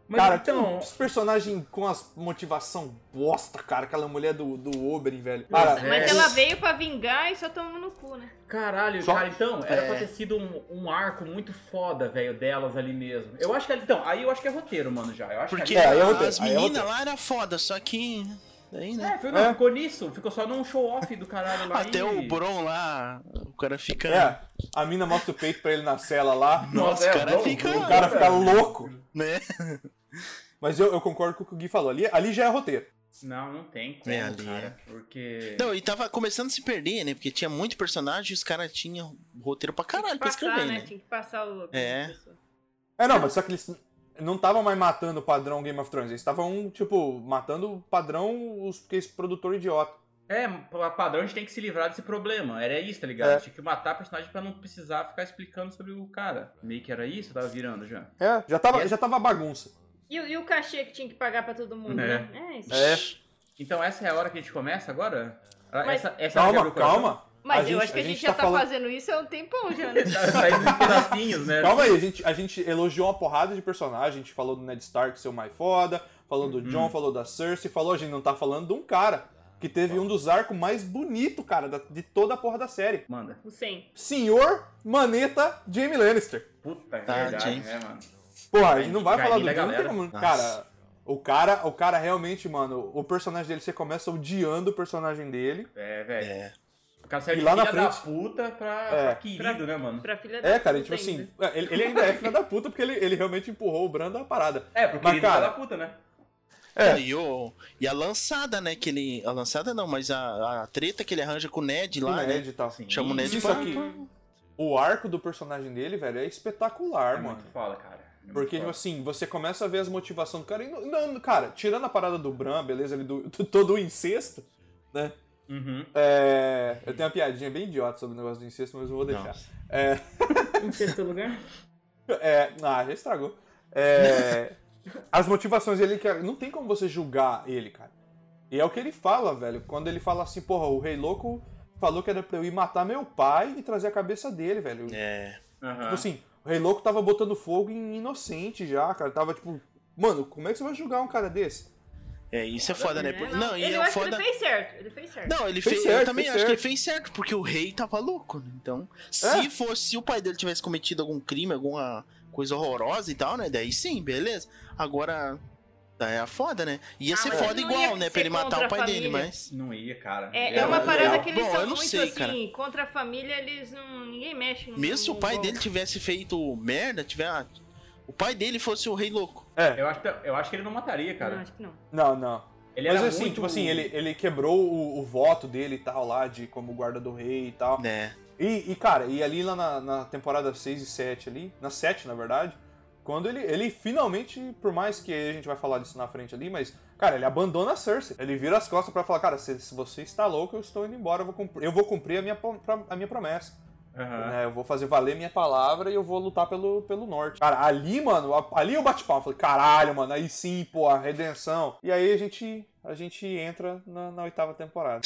Speaker 2: Mas
Speaker 4: cara,
Speaker 2: então.
Speaker 4: os personagens com as motivação bosta, cara. Aquela mulher do, do Oberyn, velho.
Speaker 2: Nossa,
Speaker 4: Cara,
Speaker 1: Mas
Speaker 2: É.
Speaker 1: ela veio pra vingar e só tomou no cu, né?
Speaker 2: Caralho,
Speaker 4: Só-
Speaker 2: cara, então, era
Speaker 5: É.
Speaker 2: pra ter sido um, um arco muito foda, velho, delas ali mesmo. Eu acho que. Então, aí eu acho que é roteiro, mano, já. Eu acho
Speaker 5: Porque
Speaker 2: que ali-
Speaker 4: É, aí eu roteiro,
Speaker 5: as
Speaker 4: aí eu
Speaker 5: meninas
Speaker 4: roteiro.
Speaker 5: lá era foda, só que. Daí, né?
Speaker 2: É, foi, não,
Speaker 4: É.
Speaker 2: ficou nisso, ficou só num show-off do
Speaker 1: É,
Speaker 2: caralho lá.
Speaker 5: Até
Speaker 2: e-
Speaker 5: o Bron lá, o cara fica.
Speaker 4: É, a mina mostra o peito pra ele na cela lá.
Speaker 5: Nossa,
Speaker 2: é,
Speaker 5: o cara
Speaker 2: Bron-
Speaker 5: fica.
Speaker 2: Bron-
Speaker 4: O cara fica louco.
Speaker 5: Né?
Speaker 4: Mas eu, eu concordo com o que o Gui falou. Ali, ali já é roteiro.
Speaker 2: Não, não tem como,
Speaker 5: É, ali,
Speaker 2: cara.
Speaker 5: é.
Speaker 2: Porque.
Speaker 5: Não, e tava começando a se perder, né? Porque tinha muito personagem e os caras tinham roteiro pra caralho pra
Speaker 1: Tinha que passar,
Speaker 5: escrever, né?
Speaker 1: Tinha que passar o... né,
Speaker 5: É.
Speaker 4: É, não, mas só que eles não estavam mais matando o padrão Game of Thrones. Eles estavam, tipo, matando o padrão os, que esse produtor idiota.
Speaker 2: É, pra padrão a gente tem que se livrar desse problema. Era isso, tá ligado?
Speaker 4: É.
Speaker 2: Tinha que matar personagem pra não precisar ficar explicando sobre o cara. Meio que era isso, tava virando já.
Speaker 4: É, já tava,
Speaker 2: É.
Speaker 4: já tava bagunça.
Speaker 1: E, o- e o cachê que tinha que pagar pra todo mundo,
Speaker 2: É.
Speaker 1: né? É isso.
Speaker 4: É.
Speaker 2: Então essa é a hora que a gente começa agora? Ah,
Speaker 1: Mas-
Speaker 2: Essa, essa é a hora
Speaker 4: Calma,
Speaker 2: que abre o coração?
Speaker 4: calma.
Speaker 1: Mas
Speaker 4: A
Speaker 1: eu
Speaker 4: gente-
Speaker 1: acho que a
Speaker 4: a
Speaker 1: gente,
Speaker 4: gente
Speaker 1: já
Speaker 4: tá
Speaker 1: tá
Speaker 4: falando-
Speaker 1: fazendo isso há um tempão já, né?
Speaker 2: [laughs]
Speaker 1: [laughs]
Speaker 2: Tá saindo em pedacinhos, né?
Speaker 4: Calma aí, a gente, a gente elogiou uma porrada de personagem. A gente falou do Ned Stark ser o mais foda, falou do John, falou da Cersei, falou, a gente não tá falando de um cara que teve um dos arcos mais bonito, cara, da- de toda a porra da série.
Speaker 2: Manda.
Speaker 1: O 100.
Speaker 4: Senhor Maneta Jamie Lannister.
Speaker 2: Puta, é
Speaker 5: Tá,
Speaker 2: verdade,
Speaker 5: gente.
Speaker 2: né, mano?
Speaker 4: Porra, a gente não vai
Speaker 2: Carinho
Speaker 4: falar do
Speaker 2: da
Speaker 4: John, não tem
Speaker 2: galera.
Speaker 4: como-
Speaker 5: Nossa.
Speaker 4: Cara, o cara, o cara realmente, mano, o personagem dele, você começa odiando o personagem dele.
Speaker 2: É, velho.
Speaker 5: É.
Speaker 2: O cara saiu
Speaker 4: E
Speaker 2: de
Speaker 4: lá na
Speaker 2: filha da
Speaker 4: frente-
Speaker 2: puta pra,
Speaker 4: É.
Speaker 2: pra querido, né, mano?
Speaker 1: Pra filha
Speaker 4: É,
Speaker 1: da
Speaker 4: cara, e
Speaker 1: puta
Speaker 4: tipo assim,
Speaker 1: ainda.
Speaker 4: é, ele, ele ainda é filho da puta porque ele, ele realmente empurrou o Bran da parada.
Speaker 2: É, pro
Speaker 4: Mas,
Speaker 2: querido filha
Speaker 4: cara-
Speaker 2: da puta, né?
Speaker 4: É.
Speaker 5: E, o, e a lançada, né? Que ele. A lançada não, mas a, a treta que ele arranja com o Ned lá,
Speaker 4: o
Speaker 5: né?
Speaker 4: Ned e é, tal.
Speaker 5: Chama o Ned
Speaker 4: Isso
Speaker 5: pra-
Speaker 4: aqui. O arco do personagem dele, velho, é espetacular,
Speaker 2: É
Speaker 4: mano.
Speaker 2: muito foda, cara. É muito
Speaker 4: Porque, tipo
Speaker 2: foda.
Speaker 4: assim, você começa a ver as motivações do cara. E não, não, cara, tirando a parada do Bran, beleza, ele do, [laughs] do- todo o incesto, né?
Speaker 2: Uhum.
Speaker 4: É, eu tenho uma piadinha bem idiota sobre o negócio do incesto, mas eu vou deixar. É,
Speaker 1: Em sexto lugar?
Speaker 4: É, ah, já estragou. É, as motivações dele, cara, não tem como você julgar ele, cara. E é o que ele fala, velho. Quando ele fala assim, porra, o Rei Louco falou que era pra eu ir matar meu pai e trazer a cabeça dele, velho.
Speaker 5: É.
Speaker 2: Aham.
Speaker 4: Tipo assim, o Rei Louco tava botando fogo em inocente já, cara. Tava tipo, mano, como é que você vai julgar um cara desse?
Speaker 5: É, isso é foda, né? Porque- Não, e
Speaker 1: ele, eu
Speaker 5: é
Speaker 1: acho que
Speaker 5: foda.
Speaker 1: ele fez certo. Ele fez certo.
Speaker 5: Não, ele
Speaker 4: Fez
Speaker 5: fez.
Speaker 4: certo,
Speaker 5: eu também
Speaker 4: fez
Speaker 5: acho que ele
Speaker 4: certo.
Speaker 5: fez certo, porque o rei tava louco, né? Então, se fosse se o pai dele tivesse cometido algum crime, alguma coisa horrorosa e tal, né? Daí sim, beleza. Agora. daí É foda, né? Ia
Speaker 1: Ah,
Speaker 5: ser
Speaker 1: mas ele
Speaker 5: foda
Speaker 1: não
Speaker 5: igual,
Speaker 1: ia
Speaker 5: né?
Speaker 1: ser
Speaker 5: Pra ele matar
Speaker 1: contra
Speaker 5: o pai
Speaker 1: a
Speaker 5: dele,
Speaker 1: família.
Speaker 5: mas.
Speaker 2: Não ia, cara.
Speaker 1: É, é
Speaker 2: Ia,
Speaker 1: uma
Speaker 2: mas-
Speaker 1: parada
Speaker 4: legal.
Speaker 1: que eles
Speaker 5: Bom, eu
Speaker 1: são
Speaker 5: não
Speaker 1: muito
Speaker 5: sei,
Speaker 1: assim,
Speaker 5: cara.
Speaker 1: contra a família eles não. ninguém mexe. Não,
Speaker 5: Mesmo se o
Speaker 1: não
Speaker 5: pai
Speaker 1: vão-
Speaker 5: dele tivesse feito merda, tiver. ah, O pai dele fosse o rei louco.
Speaker 4: É,
Speaker 2: Eu acho, que- eu acho que ele não mataria,
Speaker 1: Não,
Speaker 2: cara. é
Speaker 1: acho que não.
Speaker 4: não, não.
Speaker 2: Ele
Speaker 4: Mas
Speaker 2: era
Speaker 4: assim,
Speaker 2: muito-
Speaker 4: tipo assim, ele, ele quebrou o, o voto dele e tal lá, de como guarda do rei e tal.
Speaker 5: Né?
Speaker 4: E, e, cara, e ali lá na, na temporada 6 e 7 ali, na 7 na verdade, quando ele, ele finalmente, por mais que a gente vai falar disso na frente ali, mas, cara, ele abandona a Cersei. Ele vira as costas pra falar, cara, se, se você está louco, eu estou indo embora, eu vou cumprir, eu vou cumprir a, minha, prom- pra- a minha promessa.
Speaker 2: Aham.
Speaker 4: né? Eu vou fazer valer minha palavra e eu vou lutar pelo, pelo norte. Cara, ali, mano, a- ali eu bati palma. Falei, caralho, mano, aí sim, pô, a redenção. E aí a gente, a gente entra na, na oitava temporada.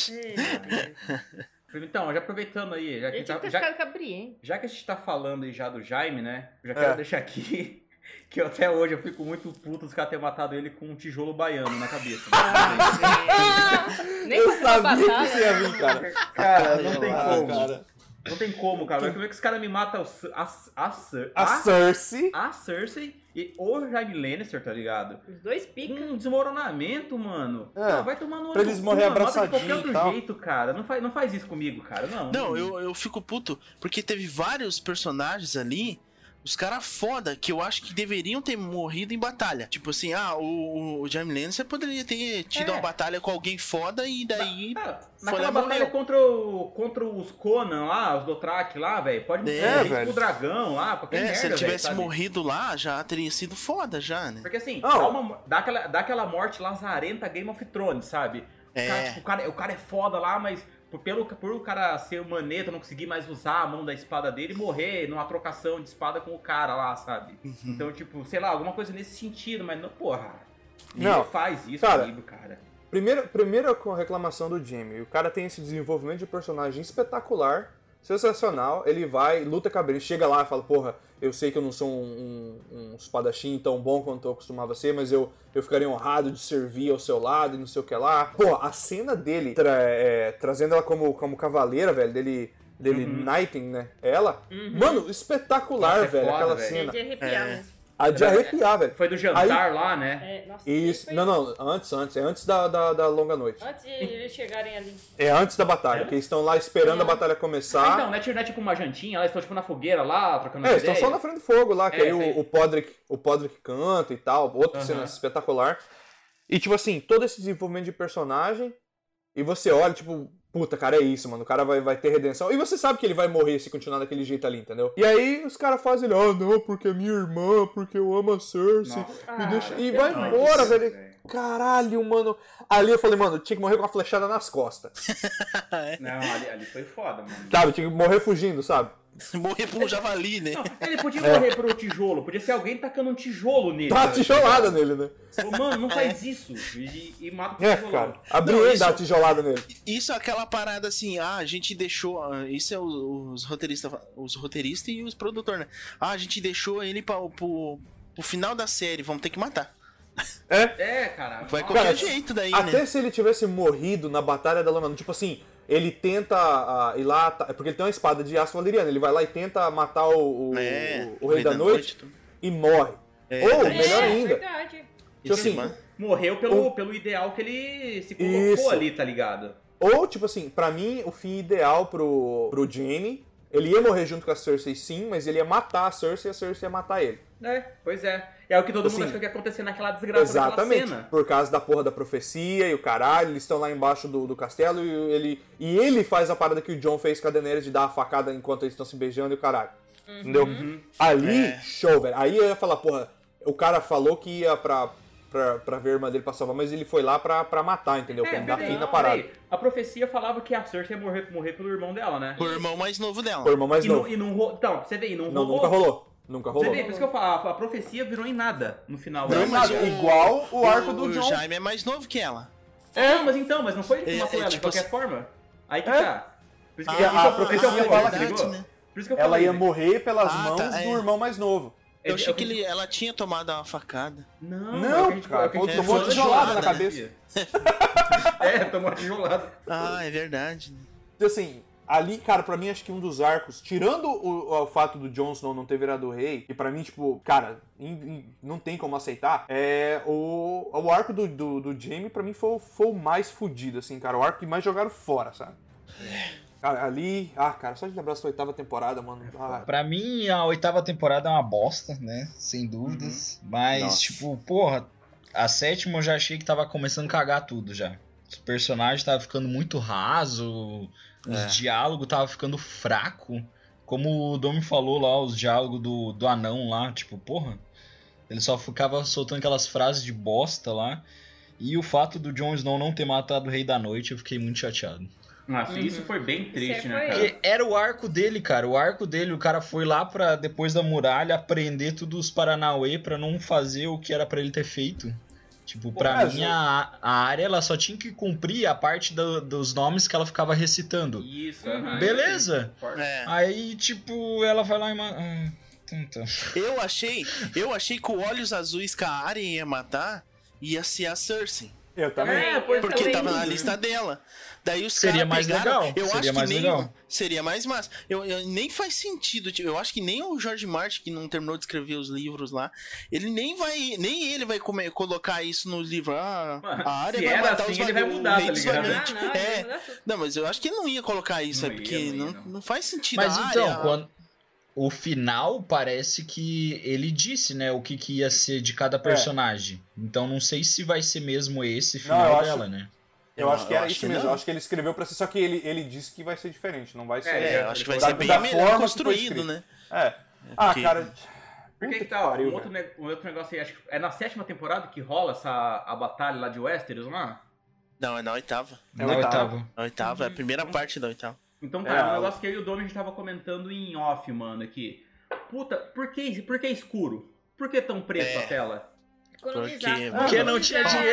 Speaker 2: Então, já aproveitando aí, já que,
Speaker 1: Ele tinha que
Speaker 2: tá,
Speaker 1: ter
Speaker 2: já,
Speaker 1: ficado com a
Speaker 5: [laughs]
Speaker 1: Brienne.
Speaker 2: já que a gente tá falando aí já do Jaime, né? Eu já
Speaker 4: É.
Speaker 2: quero deixar aqui [laughs] que eu até hoje eu fico muito puto dos caras terem matado ele com um tijolo baiano na cabeça.
Speaker 1: É. Nem
Speaker 4: Eu
Speaker 1: passou a
Speaker 4: sabia que
Speaker 1: batalha,
Speaker 4: você ia vir, cara.
Speaker 2: cara, não tem
Speaker 4: Ah,
Speaker 2: como.
Speaker 4: cara.
Speaker 2: Não tem como, cara. Mas Como é que os caras me matam o- a, a, Cer-
Speaker 4: A
Speaker 2: a,
Speaker 4: Cersei.
Speaker 2: a Cersei e o Jaime Lannister, tá ligado?
Speaker 1: Os dois pica.
Speaker 5: Hum,
Speaker 2: Um desmoronamento, mano.
Speaker 4: É.
Speaker 2: Não, vai tomar no olho
Speaker 4: Pra eles
Speaker 2: do cu,
Speaker 4: morrer
Speaker 2: mano. Mata de
Speaker 4: abraçadinho
Speaker 2: qualquer
Speaker 4: e
Speaker 2: outro
Speaker 4: tal.
Speaker 2: jeito, cara. Não faz, não faz isso comigo, cara. Não.
Speaker 5: Não, eu, eu fico puto porque teve vários personagens ali, os caras foda, que eu acho que deveriam ter morrido em batalha. Tipo assim, ah, o, o Jamie Lannister poderia ter tido
Speaker 2: É.
Speaker 5: uma batalha com alguém foda e daí.
Speaker 2: Cara,
Speaker 5: Foi
Speaker 2: naquela
Speaker 5: lá,
Speaker 2: batalha
Speaker 5: morreu.
Speaker 2: contra, o- contra os Conan lá, os Dothraki lá, velho. Pode
Speaker 5: É,
Speaker 2: morrer tipo
Speaker 4: velho.
Speaker 2: o dragão lá, qualquer
Speaker 5: É,
Speaker 2: merda,
Speaker 5: se ele
Speaker 2: velho,
Speaker 5: tivesse
Speaker 2: sabe?
Speaker 5: morrido lá, já teria sido foda, já, né?
Speaker 2: Porque assim,
Speaker 4: Não.
Speaker 2: dá, uma- dá aquela, dá aquela morte lazarenta Game of Thrones, sabe? O cara,
Speaker 5: É.
Speaker 2: tipo, o, cara, o cara é foda lá, mas por, pelo, por o cara ser o maneta, não conseguir mais usar a mão da espada dele e morrer numa trocação de espada com o cara lá, sabe?
Speaker 5: Uhum.
Speaker 2: Então, tipo, sei lá, alguma coisa nesse sentido, mas não, porra. Ninguém
Speaker 4: Não.
Speaker 2: faz isso
Speaker 4: Cara.
Speaker 2: comigo, cara.
Speaker 4: Primeiro, primeira co- reclamação do Jimmy. O cara tem esse desenvolvimento de personagem espetacular, sensacional. Ele vai, luta com a Brienne, chega lá e fala: Porra, eu sei que eu não sou um, um- um espadachim tão bom quanto eu costumava ser, mas eu, eu ficaria honrado de servir ao seu lado e não sei o que lá. Pô, a cena dele tra- é, trazendo ela como, como cavaleira, velho, dele, dele
Speaker 2: Uhum.
Speaker 4: knighting, né? Ela. Mano, espetacular,
Speaker 2: Nossa, Uhum. é
Speaker 4: velho,
Speaker 2: foda,
Speaker 4: aquela
Speaker 2: velho.
Speaker 1: É
Speaker 4: cena.
Speaker 1: de arrepiar
Speaker 5: É.
Speaker 1: mesmo.
Speaker 4: A de
Speaker 2: É,
Speaker 4: arrepiar, velho.
Speaker 2: Foi do jantar lá, né?
Speaker 1: É, nossa,
Speaker 4: Isso,
Speaker 1: foi
Speaker 4: não, não, antes, antes, é antes da, da, da longa noite.
Speaker 1: Antes de eles chegarem ali.
Speaker 4: É antes da batalha, porque eles estão lá esperando a batalha
Speaker 2: Ah,
Speaker 4: começar.
Speaker 2: Então, né, tipo, né, tipo uma jantinha, elas estão tipo na fogueira lá, trocando
Speaker 4: é,
Speaker 2: ideia.
Speaker 4: eles estão só na frente do fogo lá, que
Speaker 2: É,
Speaker 4: aí
Speaker 2: isso aí.
Speaker 4: o, o Podrick, o Podrick canta e tal, outra
Speaker 2: Aham.
Speaker 4: cena espetacular. E tipo assim, todo esse desenvolvimento de personagem, e você olha, tipo, puta, cara, é isso, mano, o cara vai, vai ter redenção. E você sabe que ele vai morrer se continuar daquele jeito ali, entendeu? E aí os caras fazem, ele, ah, não, porque é minha irmã, porque eu amo a Cersei.
Speaker 1: Ah,
Speaker 4: deixa- assim, e
Speaker 1: pelo
Speaker 4: vai
Speaker 1: amor de
Speaker 4: embora,
Speaker 1: Deus.
Speaker 4: velho. Caralho, mano. Ali eu falei, mano, tinha que morrer com uma flechada nas costas.
Speaker 2: Não, ali, ali foi foda, mano.
Speaker 4: Sabe, tinha que morrer fugindo, sabe?
Speaker 5: [laughs] Morrer por um javali, né?
Speaker 2: Não, ele podia
Speaker 4: É.
Speaker 2: morrer por um tijolo, podia ser alguém tacando um tijolo nele.
Speaker 4: Dá uma
Speaker 2: né?
Speaker 4: tijolada nele, né?
Speaker 2: Falou, Mano, não faz isso. E, e mata o
Speaker 4: É,
Speaker 2: tijolão.
Speaker 4: cara. A
Speaker 5: Não,
Speaker 4: Brienne
Speaker 5: isso-
Speaker 4: dá uma tijolada nele.
Speaker 5: Isso é aquela parada assim, ah, a gente deixou. ah, Isso é o- os roteiristas os roteirista e os produtores, né? Ah, a gente deixou ele pra, pro, pro final da série, vamos ter que matar.
Speaker 2: É, cara.
Speaker 5: Vai
Speaker 2: nossa.
Speaker 5: qualquer
Speaker 4: Cara,
Speaker 5: jeito daí, né?
Speaker 4: Até se ele tivesse morrido na Batalha da Lama, tipo assim, ele tenta ah, ir lá. ata- é Porque ele tem uma espada de aço valeriano, ele vai lá e tenta matar o, o- É,
Speaker 5: É,
Speaker 4: o- o Rei da, noite,
Speaker 5: tudo.
Speaker 4: e morre.
Speaker 5: É,
Speaker 4: Ou,
Speaker 5: daí-
Speaker 4: melhor
Speaker 1: é,
Speaker 4: ainda.
Speaker 1: verdade.
Speaker 4: Tipo assim,
Speaker 5: Mano,
Speaker 2: Morreu pelo, pelo ideal que ele se colocou
Speaker 4: Isso.
Speaker 2: ali, tá ligado?
Speaker 4: Ou, tipo assim, pra mim, o fim ideal pro, pro Jamie, ele ia morrer junto com a Cersei sim, mas ele ia matar a Cersei e a Cersei ia matar ele.
Speaker 2: É, pois é. É o que todo mundo
Speaker 4: Assim,
Speaker 2: achou que ia acontecer naquela desgraça
Speaker 4: Exatamente.
Speaker 2: daquela cena.
Speaker 4: Por causa da porra da profecia e o caralho, eles estão lá embaixo do, do castelo e ele, e ele faz a parada que o John fez com a Daenerys de dar a facada enquanto eles estão se beijando e o caralho.
Speaker 2: Uhum.
Speaker 4: Entendeu? Ali,
Speaker 5: É.
Speaker 4: show, velho. Aí eu ia falar, porra, o cara falou que ia pra, pra, pra ver a irmã dele pra salvar, mas ele foi lá pra, pra matar, entendeu? Pra dar
Speaker 2: É, peraí,
Speaker 4: fim na
Speaker 2: não,
Speaker 4: parada.
Speaker 2: peraí. A profecia falava que a Cersei ia morrer, morrer pelo irmão dela, né?
Speaker 5: O irmão mais novo dela.
Speaker 4: O irmão mais
Speaker 2: E
Speaker 4: novo.
Speaker 2: não, e não rolou. Então, pra você vê, e não,
Speaker 4: Não,
Speaker 2: rolou.
Speaker 4: nunca rolou. Nunca
Speaker 2: Você
Speaker 4: rolou.
Speaker 2: vê, por isso que eu falo, a, a profecia virou em nada no final.
Speaker 5: Não,
Speaker 2: né?
Speaker 5: mas o-
Speaker 4: Igual o arco do
Speaker 5: o
Speaker 4: John.
Speaker 5: Jaime é mais novo que ela.
Speaker 2: É, mas então, mas não foi ele que
Speaker 5: É,
Speaker 2: matou
Speaker 5: é,
Speaker 2: ela de
Speaker 5: tipo
Speaker 2: qualquer
Speaker 5: assim-
Speaker 2: forma. Aí que
Speaker 4: É.
Speaker 2: tá. Por isso
Speaker 4: E
Speaker 2: que
Speaker 4: a- a
Speaker 2: então,
Speaker 4: profecia
Speaker 2: então,
Speaker 4: fala
Speaker 2: que
Speaker 5: verdade,
Speaker 2: ligou?
Speaker 5: né?
Speaker 2: Por isso que eu
Speaker 4: Ela
Speaker 2: falei,
Speaker 4: ia
Speaker 2: né?
Speaker 4: morrer pelas
Speaker 5: Ah,
Speaker 4: mãos
Speaker 5: tá, é.
Speaker 4: do irmão mais novo.
Speaker 2: É,
Speaker 5: Eu
Speaker 2: é
Speaker 5: achei
Speaker 2: o
Speaker 5: que ele, ela tinha tomado uma facada.
Speaker 2: Não,
Speaker 4: Não,
Speaker 2: é o que a gente-
Speaker 4: cara,
Speaker 2: é o que a gente
Speaker 5: tomou
Speaker 2: falou antes,
Speaker 5: tijolada na
Speaker 2: né?
Speaker 4: cabeça.
Speaker 2: [laughs] é, tomou uma tijolada.
Speaker 5: Ah, é verdade. né?
Speaker 4: Assim, ali, cara, pra mim acho que um dos arcos, tirando o, o fato do Jon Snow não ter virado rei, e pra mim, tipo, cara, in- in- não tem como aceitar, é o, o arco do, do, do Jaime, pra mim, foi, o- foi o mais fudido, assim, cara. O arco que mais jogaram fora, sabe? Cara, ali. Ah, cara, só de lembrar essa oitava temporada,
Speaker 5: É
Speaker 4: mano. Ah,
Speaker 3: Pra mim, a oitava temporada é uma bosta, né? Sem dúvidas. Mas,
Speaker 5: Nossa.
Speaker 3: tipo, porra, a sétima eu já achei que tava começando a cagar tudo já. Os personagens tava ficando muito raso, os
Speaker 5: É.
Speaker 3: diálogos tava ficando fraco. Como o Domi falou lá, os diálogos do, do anão lá, tipo, porra. Ele só ficava soltando aquelas frases de bosta lá. E o fato do Jon Snow não ter matado o Rei da Noite, eu fiquei muito chateado.
Speaker 2: Nossa,
Speaker 1: Uhum.
Speaker 2: isso foi bem triste,
Speaker 1: Isso
Speaker 2: né,
Speaker 1: foi-
Speaker 2: cara?
Speaker 3: Porque era o arco dele, cara. O arco dele, o cara foi lá pra, depois da muralha, aprender tudo os Paranauê pra não fazer o que era pra ele ter feito. Tipo, pra
Speaker 4: É,
Speaker 3: mim,
Speaker 4: Ju.
Speaker 3: a, a área ela só tinha que cumprir a parte do- dos nomes que ela ficava recitando.
Speaker 2: Isso,
Speaker 1: Uhum.
Speaker 2: aham,
Speaker 3: Beleza.
Speaker 2: isso aí.
Speaker 5: É.
Speaker 3: Aí, tipo, ela vai lá e. ma- Ah, então.
Speaker 5: Eu achei, eu achei que o Olhos Azuis que a Arya ia matar ia ser a Cersei.
Speaker 4: eu também.
Speaker 2: É, pois
Speaker 1: Eu
Speaker 5: Porque
Speaker 1: também.
Speaker 5: tava na lista dela. Daí os
Speaker 3: Seria
Speaker 5: caras
Speaker 3: mais
Speaker 5: pegaram,
Speaker 3: legal,
Speaker 5: Eu
Speaker 3: seria
Speaker 5: acho que
Speaker 3: mais
Speaker 5: nem
Speaker 3: legal.
Speaker 5: seria mais massa. Eu, eu- nem faz sentido. tipo, eu acho que nem o George Martin que não terminou de escrever os livros lá, ele nem vai, nem ele vai come- colocar isso no livro. Ah,
Speaker 2: Mano,
Speaker 5: a área
Speaker 2: se
Speaker 5: vai
Speaker 2: era
Speaker 5: matar
Speaker 2: assim,
Speaker 5: os
Speaker 2: ele vai
Speaker 5: vagu-
Speaker 2: mudar,
Speaker 5: rei
Speaker 2: tá
Speaker 5: dos
Speaker 2: ligado?
Speaker 1: Ah,
Speaker 5: vagantes.
Speaker 1: não, ele vai
Speaker 5: É.
Speaker 1: mudar tudo.
Speaker 5: Não, mas eu acho que ele não ia colocar isso,
Speaker 2: Não
Speaker 5: é
Speaker 2: ia,
Speaker 5: porque
Speaker 2: não ia,
Speaker 5: não,
Speaker 2: não.
Speaker 5: não faz sentido.
Speaker 3: Mas
Speaker 5: a
Speaker 3: então,
Speaker 5: Arya-
Speaker 3: quando. O final parece que ele disse, né, o que, que ia ser de
Speaker 4: É.
Speaker 3: cada personagem. Então não sei se vai ser mesmo esse final
Speaker 4: eu acho-
Speaker 3: dela, né?
Speaker 4: Eu acho que
Speaker 5: Eu
Speaker 4: era
Speaker 5: acho
Speaker 4: isso
Speaker 5: que
Speaker 4: mesmo.
Speaker 5: não.
Speaker 4: Eu acho que ele escreveu pra si, só que ele, ele disse que vai ser diferente, não vai ser.
Speaker 2: É,
Speaker 5: É, eu acho que vai
Speaker 4: Da-
Speaker 5: ser bem
Speaker 4: da
Speaker 5: melhor
Speaker 4: forma que foi escrito.
Speaker 5: construído, né?
Speaker 4: É. Ah,
Speaker 5: que-
Speaker 4: cara.
Speaker 2: Por que
Speaker 4: puta
Speaker 2: que tá?
Speaker 4: pariu,
Speaker 2: um, outro
Speaker 4: velho.
Speaker 2: ne- um outro negócio aí, acho que é na sétima temporada que rola essa a batalha lá de Westeros lá?
Speaker 5: Não, é na oitava.
Speaker 4: É
Speaker 3: Na
Speaker 4: oitava.
Speaker 3: oitava.
Speaker 5: Na oitava, é a
Speaker 1: Uhum.
Speaker 5: primeira parte da oitava.
Speaker 2: Então,
Speaker 4: É,
Speaker 2: cara,
Speaker 4: a-
Speaker 2: um negócio que eu e o Domi a gente tava comentando em off, mano, aqui. Puta, por que, por que escuro? Por que tão preto
Speaker 5: É.
Speaker 2: a tela?
Speaker 1: Economizar.
Speaker 5: Porque-
Speaker 3: Porque não tinha
Speaker 1: Economizar.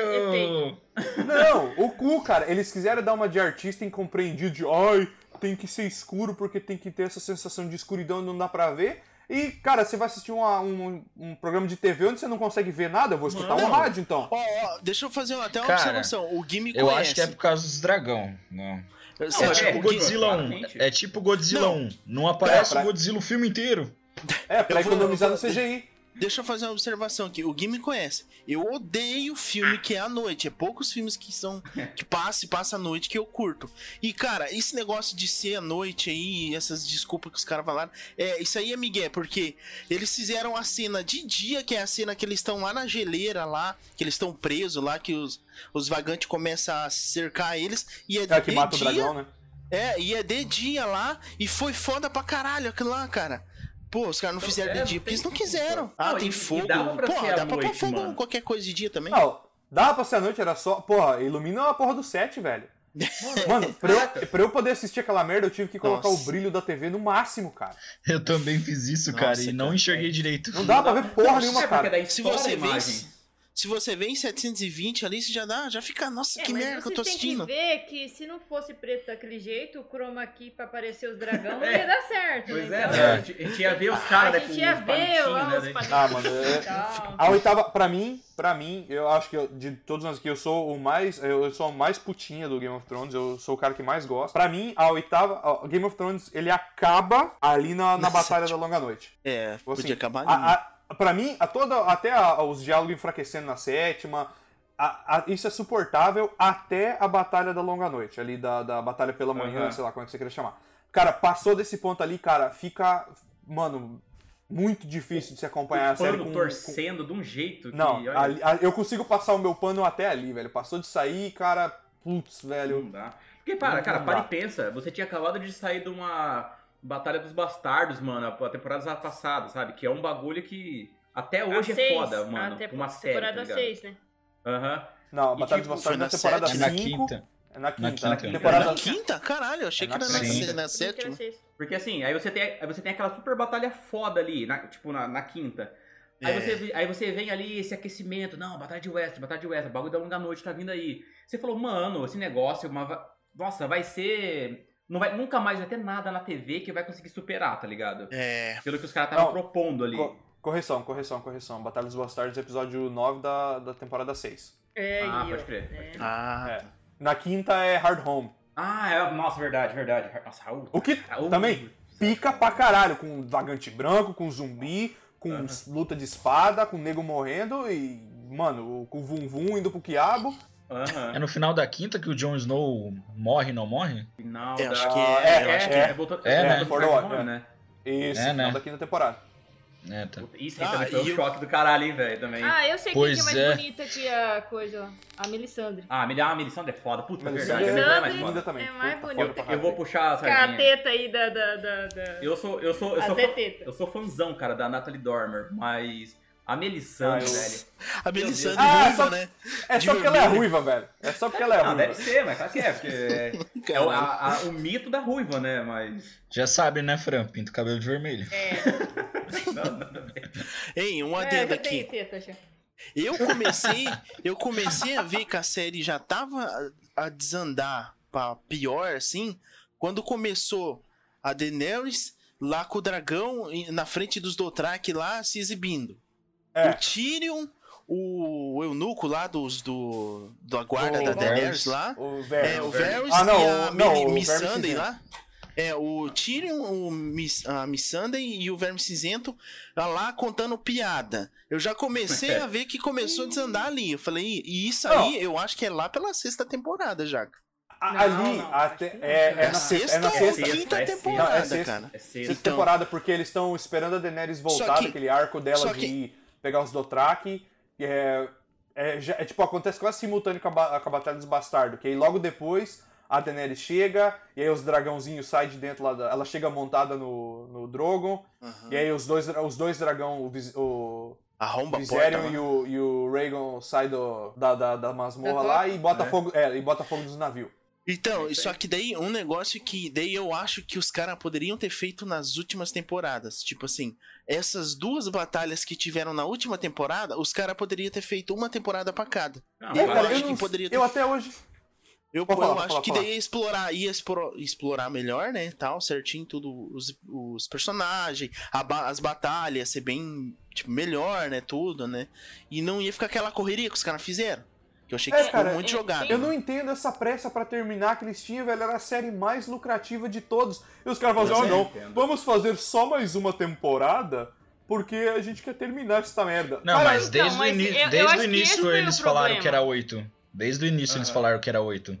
Speaker 1: Efeito.
Speaker 3: dinheiro!
Speaker 4: Não, o cu, cara, eles quiseram dar uma de artista incompreendido de ai, tem que ser escuro porque tem que ter essa sensação de escuridão e não dá pra ver. E, cara, você vai assistir uma- um, um programa de TV onde você não consegue ver nada, eu vou escutar
Speaker 2: Mano.
Speaker 4: um rádio então.
Speaker 5: Ó, ó, deixa eu fazer até uma
Speaker 3: Cara,
Speaker 5: observação. O Gui me
Speaker 3: Eu
Speaker 5: conhece.
Speaker 3: acho que é por causa dos dragão. né? Não.
Speaker 5: Você
Speaker 2: Não,
Speaker 5: acha-
Speaker 2: é,
Speaker 3: tipo
Speaker 5: o Gui-
Speaker 3: Godzilla 1.
Speaker 2: claramente.
Speaker 3: É tipo Godzilla
Speaker 5: Não.
Speaker 3: 1. Não aparece
Speaker 4: Não, É, pra-
Speaker 3: o Godzilla o filme inteiro.
Speaker 4: É, pra
Speaker 5: Eu vou-
Speaker 4: economizar
Speaker 5: eu vou-
Speaker 4: no CGI.
Speaker 5: Deixa eu fazer uma observação aqui. O Gui me conhece. Eu odeio filme que é à noite. É poucos filmes que são. que passa e passa à noite que eu curto. E, cara, esse negócio de ser à noite aí, essas desculpas que os caras falaram. É, isso aí é migué, porque eles fizeram a cena de dia, que é a cena que eles estão lá na geleira lá, que eles estão presos lá, que os, os vagantes começam a cercar eles. E é,
Speaker 4: É que
Speaker 5: de
Speaker 4: mata o
Speaker 5: dia,
Speaker 4: dragão, né?
Speaker 5: É, e é de dia lá, e foi foda pra caralho aquilo lá, cara. Pô, os caras não
Speaker 2: Então,
Speaker 5: fizeram
Speaker 2: é,
Speaker 5: de dia,
Speaker 2: não
Speaker 5: porque eles
Speaker 2: tem
Speaker 5: não
Speaker 2: como,
Speaker 5: quiseram.
Speaker 2: cara.
Speaker 5: Ah,
Speaker 2: Não,
Speaker 5: tem
Speaker 2: e- e
Speaker 5: fogo.
Speaker 2: dava pra
Speaker 5: Pô,
Speaker 2: ser à
Speaker 5: dá pra pôr
Speaker 2: noite,
Speaker 5: fogo
Speaker 2: mano.
Speaker 5: em qualquer coisa de dia também.
Speaker 4: Não, dá pra ser à noite, era só. Porra, ilumina a porra do set, velho. Mano, pra eu, pra eu poder assistir aquela merda, eu tive que colocar
Speaker 5: Nossa.
Speaker 4: o brilho da TV no máximo, cara.
Speaker 3: Eu também fiz isso,
Speaker 5: Nossa,
Speaker 3: cara, e não
Speaker 5: cara.
Speaker 3: enxerguei direito.
Speaker 4: Não dá pra ver porra
Speaker 5: Não,
Speaker 4: nenhuma,
Speaker 2: é porque
Speaker 4: cara.
Speaker 2: daí
Speaker 5: se
Speaker 2: estoura
Speaker 5: você
Speaker 2: a
Speaker 5: vê.
Speaker 2: imagem.
Speaker 5: Se você vem em 720 ali, você já dá, já fica, nossa,
Speaker 1: É,
Speaker 5: que
Speaker 1: mas
Speaker 5: merda que eu
Speaker 1: vocês
Speaker 5: tô
Speaker 1: têm
Speaker 5: assistindo.
Speaker 1: que ver que se não fosse preto daquele jeito, o chroma aqui pra aparecer os
Speaker 2: [laughs]
Speaker 1: dragão não
Speaker 2: É.
Speaker 1: ia dar certo.
Speaker 2: Pois
Speaker 1: né?
Speaker 2: é,
Speaker 1: Então,
Speaker 2: né? A, gente, a gente ia ver os caras,
Speaker 1: a
Speaker 2: né?
Speaker 1: gente
Speaker 2: com
Speaker 1: ia
Speaker 2: os
Speaker 1: ver
Speaker 2: palitinhos,
Speaker 1: lá
Speaker 2: né,
Speaker 1: os Então,
Speaker 2: daí-
Speaker 1: palitos
Speaker 4: Ah, mano, é-
Speaker 1: e
Speaker 2: [laughs]
Speaker 1: tal.
Speaker 4: A oitava, pra mim, pra mim, eu acho que eu- de todos nós aqui, eu sou o mais. Eu sou o mais putinha do Game of Thrones, eu sou o cara que mais gosta. Pra mim, a oitava. ó, Game of Thrones, ele acaba ali na, na
Speaker 5: Nossa,
Speaker 4: Batalha da
Speaker 5: tipo-
Speaker 4: Longa Noite.
Speaker 5: É,
Speaker 4: Tipo assim,
Speaker 5: podia acabar ali.
Speaker 4: A, a- pra mim, a toda, até a- os diálogos enfraquecendo na sétima. a- a- isso é suportável até a Batalha da Longa Noite, ali da, da Batalha pela Manhã,
Speaker 2: Aham.
Speaker 4: sei lá como é que você queria chamar. Cara, passou desse ponto ali, cara, fica. Mano, muito difícil de se acompanhar a
Speaker 2: o
Speaker 4: série
Speaker 2: pano
Speaker 4: com, com-
Speaker 2: torcendo de um jeito que.
Speaker 4: Não,
Speaker 2: olha,
Speaker 4: ali- a- eu consigo passar o meu pano até ali, velho. Passou de sair, cara, putz, velho.
Speaker 2: Não dá. Porque, para,
Speaker 4: Não
Speaker 2: cara,
Speaker 4: dá.
Speaker 2: para e pensa. Você tinha acabado de sair de uma Batalha dos Bastardos, mano, a temporada passada, sabe? Que é um bagulho que até hoje
Speaker 1: A
Speaker 2: é
Speaker 1: seis,
Speaker 2: foda, mano.
Speaker 1: Até
Speaker 2: uma série, tá
Speaker 1: temporada
Speaker 2: ligado?
Speaker 1: 6, né?
Speaker 2: Aham.
Speaker 4: Não, a
Speaker 2: E,
Speaker 4: Batalha
Speaker 2: tipo,
Speaker 4: dos
Speaker 5: foi
Speaker 4: Bastardos na
Speaker 5: na
Speaker 4: temporada
Speaker 5: sete,
Speaker 3: na
Speaker 4: 5.
Speaker 3: quinta.
Speaker 4: É na
Speaker 3: Na
Speaker 4: quinta. Na
Speaker 3: quinta.
Speaker 4: quinta.
Speaker 2: É
Speaker 4: Temporada
Speaker 5: Na quinta? Caralho, eu
Speaker 3: É
Speaker 5: achei que
Speaker 3: na
Speaker 5: era na,
Speaker 3: sexta.
Speaker 5: se- na
Speaker 1: Achei que era
Speaker 5: sétima.
Speaker 1: sexta.
Speaker 2: Porque assim, aí você tem, aí você tem aquela super batalha foda ali, na- tipo, na, na quinta. Aí,
Speaker 5: É.
Speaker 2: você, aí você vem ali esse aquecimento, não, batalha de West, batalha de West, o bagulho da longa noite tá vindo aí. Você falou, mano, esse negócio, é uma, va- nossa, vai ser. Não vai, nunca mais vai ter nada na TV que vai conseguir superar, tá ligado?
Speaker 5: É.
Speaker 2: Pelo que os caras estavam
Speaker 4: Não.
Speaker 2: propondo ali.
Speaker 4: Co- Correção, correção, correção. Batalha dos Bastardos, episódio 9 da, da temporada 6.
Speaker 1: É,
Speaker 2: Ah,
Speaker 1: e
Speaker 2: pode
Speaker 1: eu-
Speaker 2: crer,
Speaker 1: é.
Speaker 5: Ah,
Speaker 4: É.
Speaker 5: tá.
Speaker 4: Na quinta é Hard Home.
Speaker 2: Ah, é, nossa, verdade, verdade. Nossa, Raul.
Speaker 4: O que
Speaker 2: Raul.
Speaker 4: também pica pra caralho, com vagante branco, com zumbi, com
Speaker 2: Aham.
Speaker 4: s- luta de espada, com nego morrendo e, mano, o- com o Vum Vum indo pro quiabo.
Speaker 2: Aham.
Speaker 3: É no final da quinta que o Jon Snow morre não morre?
Speaker 2: Final
Speaker 5: Eu
Speaker 2: da-
Speaker 5: acho que
Speaker 4: é,
Speaker 2: É,
Speaker 5: eu acho
Speaker 2: é,
Speaker 5: que
Speaker 2: é, voltou-
Speaker 3: É,
Speaker 2: voltou
Speaker 3: né?
Speaker 2: pro
Speaker 4: Ford
Speaker 2: Cartman,
Speaker 4: Order.
Speaker 2: né?
Speaker 4: Esse,
Speaker 3: É, né?
Speaker 4: final da quinta temporada.
Speaker 3: É, tá.
Speaker 2: Isso aí também
Speaker 5: Ah,
Speaker 2: foi um
Speaker 5: e eu-
Speaker 2: choque do caralho, hein, velho, também.
Speaker 1: Ah, eu sei
Speaker 3: Pois
Speaker 1: quem que é mais
Speaker 3: é.
Speaker 1: bonita que a coisa, ó. A Melisandre.
Speaker 2: Ah, Meli- ah, Melisandre é foda. Puta, é verdade.
Speaker 4: Melisandre
Speaker 1: é
Speaker 2: Melisandre é mais
Speaker 1: Melisandre.
Speaker 2: foda.
Speaker 4: linda também.
Speaker 1: É mais
Speaker 4: Puta,
Speaker 1: bonita
Speaker 4: foda pra
Speaker 2: Eu vou
Speaker 4: caralho.
Speaker 2: puxar a
Speaker 1: Cara, a
Speaker 2: sardinha.
Speaker 1: teta aí da. da, da, da...
Speaker 2: Eu sou, eu sou, eu
Speaker 1: A
Speaker 2: sou,
Speaker 1: Zé
Speaker 2: fã-
Speaker 1: Teta.
Speaker 2: eu sou fãzão, cara, da Natalie Dormer, mas a Melisandre,
Speaker 4: Ah, eu-
Speaker 2: velho.
Speaker 5: A Melisandre
Speaker 4: Deus. Ah,
Speaker 5: ruiva,
Speaker 4: só-
Speaker 5: né?
Speaker 4: É
Speaker 5: de
Speaker 4: só porque ela é
Speaker 5: vermelho.
Speaker 4: ruiva, velho. É só porque ela é
Speaker 2: Ah, deve
Speaker 4: ruiva.
Speaker 2: ser, mas claro que é, porque é,
Speaker 4: [laughs]
Speaker 2: é o, a- a- o mito da ruiva, né? Mas.
Speaker 3: Já sabe, né, Fran? Pinta o cabelo de vermelho.
Speaker 1: É,
Speaker 2: Não, nada a ver.
Speaker 5: Ei, um
Speaker 1: é,
Speaker 5: adendo
Speaker 1: já
Speaker 5: aqui.
Speaker 1: tem teta já.
Speaker 5: Eu comecei, eu comecei a ver que a série já tava a a desandar pra pior, assim, quando começou a Daenerys lá com o dragão em- na frente dos Dothraki lá se exibindo.
Speaker 4: É.
Speaker 5: O Tyrion, o eunuco lá dos do da guarda
Speaker 4: Do
Speaker 5: da
Speaker 3: Varys.
Speaker 5: Daenerys lá,
Speaker 4: O Varys.
Speaker 5: é, o Varys
Speaker 4: Ah, não,
Speaker 5: e a
Speaker 4: o- não,
Speaker 5: Mi-
Speaker 4: o
Speaker 5: Miss
Speaker 4: Varys
Speaker 5: Sunday
Speaker 4: cinzento.
Speaker 5: lá. É, o Tyrion, o Miss, a Missandei e o Verme Cinzento tá lá contando piada. Eu já
Speaker 4: [laughs]
Speaker 5: comecei a ver que começou a desandar ali. Eu falei, "Ih, e isso
Speaker 4: É. Não.
Speaker 5: aí eu acho que é lá pela sexta temporada já.
Speaker 4: A-
Speaker 1: Não,
Speaker 4: ali,
Speaker 1: não,
Speaker 4: a
Speaker 1: acho
Speaker 4: te-
Speaker 1: que não.
Speaker 4: é, é
Speaker 5: É,
Speaker 4: na
Speaker 5: sexta
Speaker 4: É na
Speaker 5: ou
Speaker 4: sexta.
Speaker 2: sexta,
Speaker 5: quinta
Speaker 2: é sexta.
Speaker 5: temporada,
Speaker 4: Não, é sexta.
Speaker 5: cara.
Speaker 2: É
Speaker 4: Sexta
Speaker 2: cedo.
Speaker 5: Então-
Speaker 4: temporada, porque eles estão esperando a Daenerys voltar
Speaker 5: Só que-
Speaker 4: daquele arco dela
Speaker 5: só
Speaker 4: de pegar os Dothraki. e É, é, já- é, tipo, acontece quase simultâneo com a, ba- com a Batalha dos Bastardos, que aí logo depois a Daenerys chega, e aí os dragãozinhos saem de dentro lá, da- ela chega montada no, no Drogon,
Speaker 5: Aham.
Speaker 4: e aí os dois, os dois dragão, o, Vis- o
Speaker 5: Arromba a porta. né?
Speaker 4: Viserion
Speaker 5: lá.
Speaker 4: e o, e o Rhaegon saem do- da, da, da masmorra
Speaker 1: Da
Speaker 4: lá e bota,
Speaker 2: né?
Speaker 4: fogo, é, e bota fogo nos navios.
Speaker 5: Então,
Speaker 4: É
Speaker 5: só que daí um negócio que daí eu acho que os caras poderiam ter feito nas últimas temporadas. Tipo assim, essas duas batalhas que tiveram na última temporada, os caras poderiam ter feito uma temporada pra cada.
Speaker 2: Não,
Speaker 5: E aí,
Speaker 4: Eu,
Speaker 2: mas-
Speaker 4: cara, eu,
Speaker 5: acho que
Speaker 4: não-
Speaker 5: poderia ter-
Speaker 4: eu até hoje.
Speaker 5: Eu,
Speaker 4: Pode
Speaker 5: eu
Speaker 4: falar, pode
Speaker 5: acho
Speaker 4: falar,
Speaker 5: que
Speaker 4: pode
Speaker 5: daí ia explorar, ia espro- explorar melhor, né? Tal, certinho tudo, os, os personagens, a ba- as batalhas, ser bem, tipo, melhor, né? Tudo, né? E não ia ficar aquela correria que os caras fizeram. Que eu achei que
Speaker 4: É,
Speaker 5: ficou
Speaker 4: cara,
Speaker 5: muito
Speaker 1: é,
Speaker 5: jogado.
Speaker 4: Eu não entendo essa pressa pra terminar que eles tinham, velho. Era a série mais lucrativa de todos. E os caras falam assim,
Speaker 2: Pois é,
Speaker 4: oh, não,
Speaker 2: entendo.
Speaker 4: vamos fazer só mais uma temporada porque a gente quer terminar essa merda.
Speaker 3: Não,
Speaker 4: Cara,
Speaker 3: mas
Speaker 1: então,
Speaker 3: desde
Speaker 1: mas
Speaker 3: o, ini-
Speaker 1: eu- eu
Speaker 3: desde
Speaker 1: acho
Speaker 3: o
Speaker 1: que esse
Speaker 3: início
Speaker 1: foi o
Speaker 3: eles falaram
Speaker 1: problema.
Speaker 3: que era oito. Desde o início eles
Speaker 2: Aham.
Speaker 3: falaram que era oito.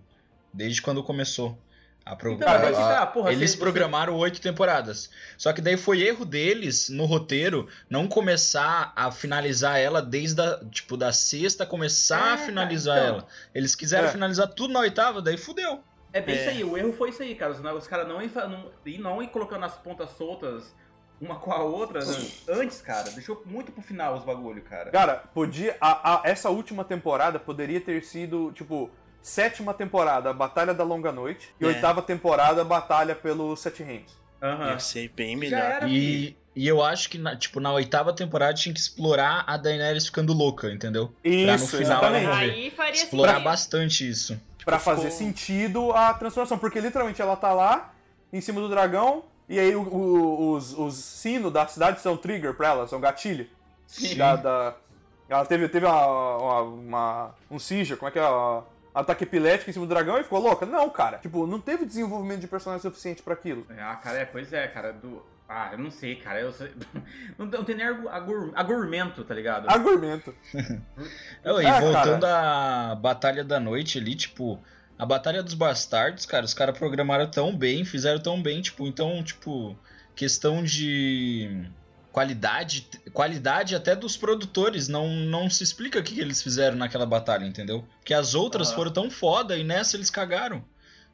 Speaker 3: Desde quando começou. A pro...
Speaker 2: Então,
Speaker 3: a-
Speaker 2: mas
Speaker 3: a-
Speaker 2: tá, porra,
Speaker 3: eles
Speaker 2: você-
Speaker 3: programaram oito temporadas. Só que daí foi erro deles no roteiro não começar a finalizar ela desde a, tipo, da sexta, começar
Speaker 2: É,
Speaker 3: a
Speaker 2: cara,
Speaker 3: finalizar
Speaker 2: então.
Speaker 3: ela. Eles quiseram
Speaker 4: É.
Speaker 3: finalizar tudo na oitava, daí fudeu.
Speaker 2: É bem
Speaker 5: É.
Speaker 2: isso aí, o erro foi isso aí, cara. Os, os caras não, enfa- não, e não ir colocando as pontas soltas uma com a outra né? antes, cara. Deixou muito pro final os bagulho, cara.
Speaker 4: Cara, podia. a- a- essa última temporada poderia ter sido, tipo, sétima temporada, a Batalha da Longa Noite, e
Speaker 5: É.
Speaker 4: oitava temporada, a Batalha pelos Sete Reinos.
Speaker 2: Aham.
Speaker 5: Ia ser bem
Speaker 2: Já
Speaker 5: melhor.
Speaker 2: era, assim. filho.
Speaker 3: E, e eu acho que, na, tipo, na oitava temporada tinha que explorar a Daenerys ficando louca, entendeu? no
Speaker 4: Isso,
Speaker 3: final ela
Speaker 4: exatamente.
Speaker 3: morrer.
Speaker 1: Aí faria assim,
Speaker 3: Explorar
Speaker 2: assim.
Speaker 1: sentido.
Speaker 3: bastante isso.
Speaker 4: Pra
Speaker 5: Ficou-
Speaker 4: fazer sentido a transformação, porque literalmente ela tá lá, em cima do dragão, e aí o- o- os, os sinos da cidade são trigger pra ela, são gatilho.
Speaker 2: Sim.
Speaker 4: Da, da- Ela teve, teve uma, uma- uma- um seizure, como é que é? Um ataque epilético em cima do dragão e ficou louca? Não, cara. Tipo, não teve desenvolvimento de personagem suficiente pra aquilo.
Speaker 2: Ah, cara, é, pois é, cara. Do... Ah, eu não sei, cara. Eu sei- [laughs] não, não tem nem argu- agur- agurmento, tá ligado?
Speaker 4: Argumento.
Speaker 3: Não, e
Speaker 4: É,
Speaker 3: voltando à Batalha da Noite ali, tipo, a Batalha dos Bastardos, cara, os caras programaram tão bem, fizeram tão bem, tipo, então, tipo, questão de qualidade, qualidade até dos produtores. Não, não se explica o que, que eles fizeram naquela batalha, entendeu? Porque as outras
Speaker 4: Ah.
Speaker 3: foram tão foda e nessa eles cagaram.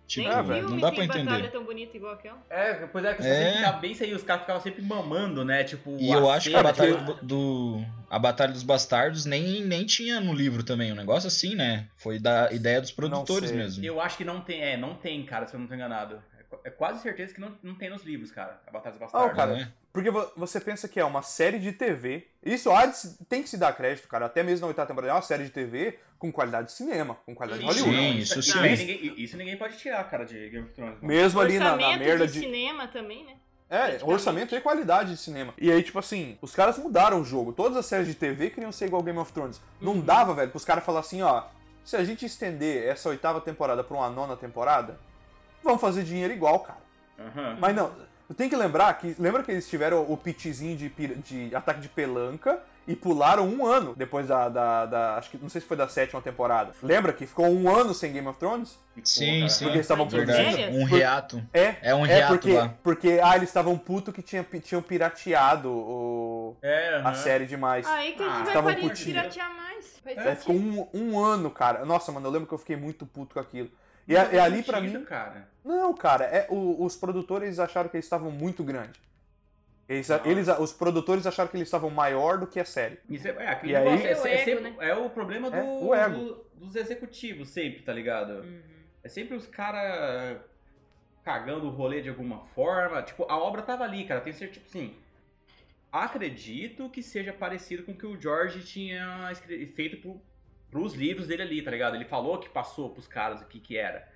Speaker 3: Tipo,
Speaker 1: Nem
Speaker 4: Ah,
Speaker 1: filme
Speaker 4: velho,
Speaker 3: não dá pra
Speaker 1: tem batalha
Speaker 3: entender.
Speaker 1: tão bonita igual aquela.
Speaker 2: É, pois é, que você
Speaker 3: É.
Speaker 2: sempre ficava bem sem os caras ficavam sempre mamando, né? Tipo,
Speaker 3: E eu acho que a
Speaker 2: cena,
Speaker 3: batalha
Speaker 2: tipo,
Speaker 4: né?
Speaker 3: do, do- a batalha dos bastardos nem, nem tinha no livro também, um negócio assim, né? Foi da ideia dos produtores
Speaker 4: sei.
Speaker 3: mesmo.
Speaker 2: Eu acho que não tem, é, não tem, cara, se eu não tô enganado. É qu- É quase certeza que não, não tem nos livros, cara, a Batalha dos Bastardos.
Speaker 4: Ah, cara,
Speaker 3: né?
Speaker 4: Porque vo- você pensa que é uma série de TV. Isso há de se- tem que se dar crédito, cara. Até mesmo na oitava temporada é uma série de TV com qualidade de cinema, com qualidade de Hollywood.
Speaker 3: Sim,
Speaker 2: não,
Speaker 3: isso
Speaker 2: não,
Speaker 3: sim.
Speaker 2: ninguém, isso ninguém pode tirar, cara, de Game of Thrones. né? não.
Speaker 4: Mesmo ali na, na
Speaker 1: Orçamento
Speaker 4: merda
Speaker 1: de,
Speaker 4: de.
Speaker 1: cinema também, né?
Speaker 4: É, orçamento e qualidade de cinema. E aí, tipo assim, os caras mudaram o jogo. Todas as séries de TV queriam ser igual Game of Thrones.
Speaker 1: Uhum.
Speaker 4: Não dava, velho, pros caras falar assim, ó. Se a gente estender essa oitava temporada pra uma nona temporada, vamos fazer dinheiro igual, cara.
Speaker 2: Aham.
Speaker 4: Mas não, tem que lembrar que. Lembra que eles tiveram o pitizinho de, pira- de ataque de pelanca e pularam um ano depois da, da, da- Acho que. Não sei se foi da sétima temporada. Lembra que ficou um ano sem Game of Thrones?
Speaker 3: Sim,
Speaker 2: cara,
Speaker 3: sim.
Speaker 4: Porque eles estavam
Speaker 1: Verdade.
Speaker 4: produzindo.
Speaker 1: Sério?
Speaker 3: Um
Speaker 4: Por-
Speaker 3: reato.
Speaker 4: É.
Speaker 3: É um
Speaker 4: É
Speaker 3: reato
Speaker 4: porque,
Speaker 3: lá.
Speaker 4: porque ah, eles estavam puto que tinha, pi- tinham pirateado o,
Speaker 2: É, aham.
Speaker 4: a série demais.
Speaker 1: Aí que a
Speaker 2: Ah,
Speaker 1: gente vai
Speaker 4: tava
Speaker 1: parar de
Speaker 4: putinho.
Speaker 1: piratear mais. assim. Faz
Speaker 4: Aí ficou
Speaker 1: sentido.
Speaker 4: um, um ano, cara. Nossa, mano, eu lembro que eu fiquei muito puto com aquilo. E,
Speaker 2: Não
Speaker 4: a- e
Speaker 2: faz
Speaker 4: ali pra
Speaker 2: sentido,
Speaker 4: mim.
Speaker 2: cara.
Speaker 4: Não, cara, é, o- os produtores acharam que eles estavam muito grandes. Eles,
Speaker 2: Não.
Speaker 4: eles- os produtores acharam que eles estavam maior do que a série.
Speaker 2: Isso é, é, aquele
Speaker 4: E aí-
Speaker 2: negócio, é,
Speaker 1: É o
Speaker 2: é
Speaker 1: ego,
Speaker 2: sempre-
Speaker 1: né?
Speaker 2: é o problema do,
Speaker 4: É, o ego.
Speaker 2: do- dos executivos, sempre, tá ligado?
Speaker 1: Uhum.
Speaker 2: É sempre os caras cagando o rolê de alguma forma. Tipo, a obra tava ali, cara. Tem certeza, tipo assim. Acredito que seja parecido com o que o George tinha escre- feito pro, pros livros dele ali, tá ligado? Ele falou que passou pros caras o que que era.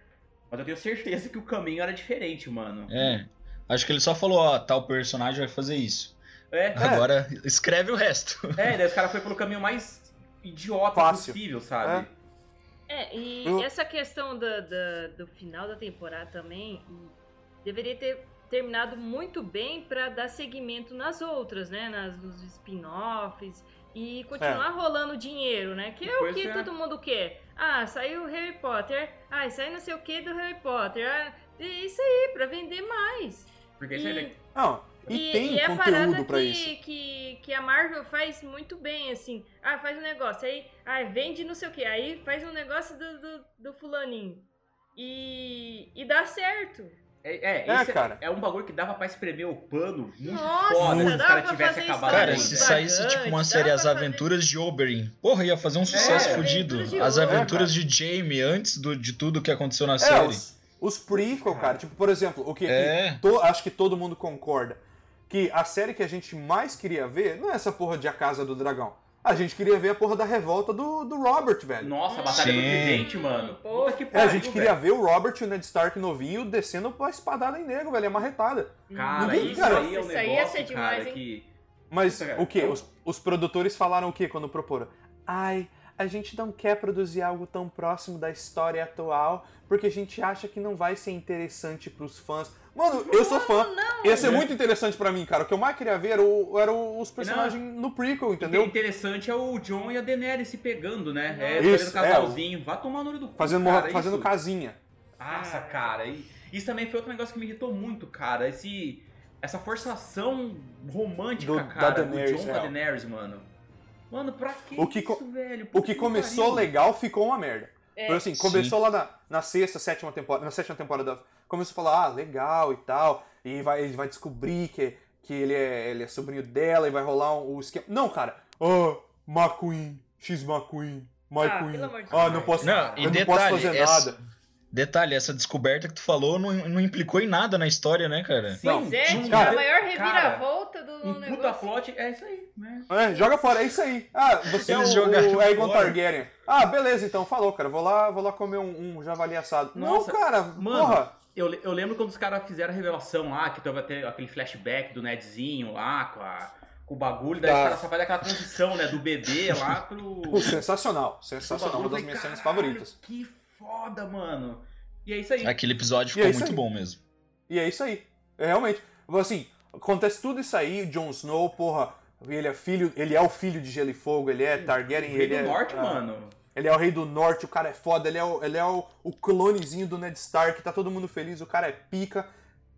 Speaker 2: Mas eu tenho certeza que o caminho era diferente, mano.
Speaker 3: É. Acho que ele só falou, ó, tal personagem vai fazer isso.
Speaker 2: É,
Speaker 3: Agora escreve o resto.
Speaker 2: é, daí os caras foram pelo caminho mais idiota
Speaker 4: Fácil.
Speaker 2: possível, sabe?
Speaker 1: É, e
Speaker 4: Eu-
Speaker 1: essa questão da- da- do final da temporada também e deveria ter terminado muito bem pra dar seguimento nas outras, né? Nas, nos spin-offs e continuar
Speaker 4: É.
Speaker 1: rolando dinheiro, né? Que é
Speaker 2: Pois
Speaker 1: o que
Speaker 2: é.
Speaker 1: todo mundo quer. Ah, saiu o Harry Potter. Ah, saiu não sei o que do Harry Potter. Ah, é isso aí, pra vender mais.
Speaker 2: Porque isso é aí,
Speaker 4: Não, e, tem
Speaker 1: é a
Speaker 4: conteúdo
Speaker 1: parada
Speaker 4: pra
Speaker 1: que,
Speaker 4: isso.
Speaker 1: Que, que a Marvel faz muito bem, assim. Ah, faz um negócio, aí ah, vende não sei o que, aí faz um negócio do, do, do fulaninho. E, e dá certo.
Speaker 2: é, é,
Speaker 4: É,
Speaker 2: esse é-
Speaker 4: cara.
Speaker 2: é um bagulho que dava pra espremer o pano muito
Speaker 1: Nossa,
Speaker 2: foda
Speaker 1: dava
Speaker 2: se os caras
Speaker 1: pra
Speaker 2: tivessem
Speaker 1: fazer
Speaker 2: acabado
Speaker 1: Fala
Speaker 3: Cara,
Speaker 1: aí,
Speaker 2: ali,
Speaker 3: se
Speaker 2: velho.
Speaker 3: saísse tipo uma
Speaker 1: Vagante,
Speaker 3: série
Speaker 1: dá
Speaker 3: As
Speaker 1: pra fazer- É,
Speaker 3: Aventuras de Oberyn, porra, ia fazer um sucesso
Speaker 2: As
Speaker 3: fudido.
Speaker 1: Aventuras de
Speaker 3: As
Speaker 1: Oberyn,
Speaker 3: Aventuras de Jamie, antes do- de tudo que aconteceu na
Speaker 4: É,
Speaker 3: série.
Speaker 4: os, os prequel, cara. Tipo, por exemplo, o que,
Speaker 3: É.
Speaker 4: que to- acho que todo mundo concorda. Que a série que a gente mais queria ver não é essa porra de A Casa do Dragão. A gente queria ver a porra da revolta do, do Robert, velho.
Speaker 2: Nossa, a batalha do
Speaker 3: Sim.
Speaker 2: tridente, mano.
Speaker 1: Pô.
Speaker 2: Puta que
Speaker 4: É,
Speaker 2: pariu,
Speaker 4: a gente queria ver o Robert e o Ned Stark novinho descendo pra espadada em nego, velho, é marretada.
Speaker 2: Cara,
Speaker 4: Ninguém-
Speaker 2: isso
Speaker 4: cara,
Speaker 2: aí é um
Speaker 1: isso aí ia
Speaker 2: negócio,
Speaker 1: ser demais,
Speaker 2: cara,
Speaker 1: hein?
Speaker 2: que...
Speaker 4: Mas
Speaker 2: Puta, cara,
Speaker 4: o quê?
Speaker 2: eu-
Speaker 4: Os, os produtores falaram o quê quando proporam? Ai, a gente não quer produzir algo tão próximo da história atual, porque a gente acha que não vai ser interessante pros fãs. Mano, eu sou fã. Ia ser muito interessante pra mim, cara. O que eu mais queria ver era, o- era o- os personagens no prequel,
Speaker 2: O
Speaker 4: entendeu?
Speaker 2: interessante é o John e a Daenerys se pegando, né? É, fazendo
Speaker 4: Isso,
Speaker 2: casalzinho. Vá tomar no olho do cu,
Speaker 4: Fazendo,
Speaker 2: cara, é
Speaker 4: fazendo
Speaker 2: isso.
Speaker 4: casinha.
Speaker 2: Nossa, cara. e- Isso também foi outro negócio que me irritou muito, cara. Esse... Essa forçação romântica,
Speaker 4: Do- da
Speaker 2: cara,
Speaker 4: Daenerys,
Speaker 2: do John com a
Speaker 4: é.
Speaker 2: Daenerys, mano. Mano, pra que,
Speaker 4: O que
Speaker 2: isso,
Speaker 4: co-
Speaker 2: velho?
Speaker 4: O
Speaker 2: Puta
Speaker 4: que começou
Speaker 2: pariu.
Speaker 4: legal ficou uma merda.
Speaker 1: É.
Speaker 4: Porque, assim, começou lá na, na sexta, sétima temporada, na sétima temporada, começou a falar, ah, legal e tal, e vai, ele vai descobrir que, que ele, é, ele é sobrinho dela e vai rolar um, o esquema. Não, cara. Ah, McQueen, X McQueen, My
Speaker 1: Ah,
Speaker 4: Queen.
Speaker 1: pelo amor de
Speaker 4: Ah,
Speaker 1: Deus.
Speaker 4: não posso,
Speaker 3: Não, e
Speaker 4: eu não posso
Speaker 3: detalhe,
Speaker 4: fazer
Speaker 3: essa-
Speaker 4: nada.
Speaker 3: Detalhe, essa descoberta que tu falou não, não implicou em nada na história, né, cara?
Speaker 2: Sim,
Speaker 4: Não,
Speaker 1: Pois é,
Speaker 2: não,
Speaker 1: tipo,
Speaker 4: cara,
Speaker 1: a maior
Speaker 2: cara,
Speaker 1: reviravolta do
Speaker 2: Um
Speaker 1: negócio.
Speaker 2: puta plot, é isso aí, né?
Speaker 4: É, joga fora, é isso aí. Ah, você
Speaker 3: Eles
Speaker 4: é o,
Speaker 3: jogaram
Speaker 4: o Aegon
Speaker 2: fora.
Speaker 4: Targaryen. Ah, beleza, então, falou, cara. Vou lá, vou lá comer um, um javali assado.
Speaker 2: Nossa,
Speaker 4: não, cara,
Speaker 2: mano.
Speaker 4: porra.
Speaker 2: Eu, le- eu lembro quando os caras fizeram a revelação lá, que teve até aquele flashback do Nedzinho lá, com, a- com o bagulho, daí
Speaker 4: Tá.
Speaker 2: os caras só fazem aquela transição, né, do bebê lá pro...
Speaker 4: [laughs] Pô,
Speaker 2: pro
Speaker 4: sensacional,
Speaker 2: bagulho.
Speaker 4: sensacional. Uma das
Speaker 2: Eu falei,
Speaker 4: minhas cenas
Speaker 2: "Caralho,
Speaker 4: favoritas.
Speaker 2: Que foda, mano. E é isso aí.
Speaker 3: Aquele episódio
Speaker 4: E
Speaker 3: ficou
Speaker 4: é isso
Speaker 3: muito
Speaker 4: aí.
Speaker 3: bom mesmo.
Speaker 4: E é isso aí. É realmente. Assim, acontece tudo isso aí, o Jon Snow, porra. Ele é filho, ele é o filho de Gelo e Fogo, ele é Targaryen,
Speaker 2: Rei
Speaker 4: ele
Speaker 2: do
Speaker 4: é.
Speaker 2: Norte,
Speaker 4: ah,
Speaker 2: mano.
Speaker 4: Ele é o rei do norte, o cara é foda, ele é o, ele é o, o clonezinho do Ned Stark, tá todo mundo feliz, o cara é pica.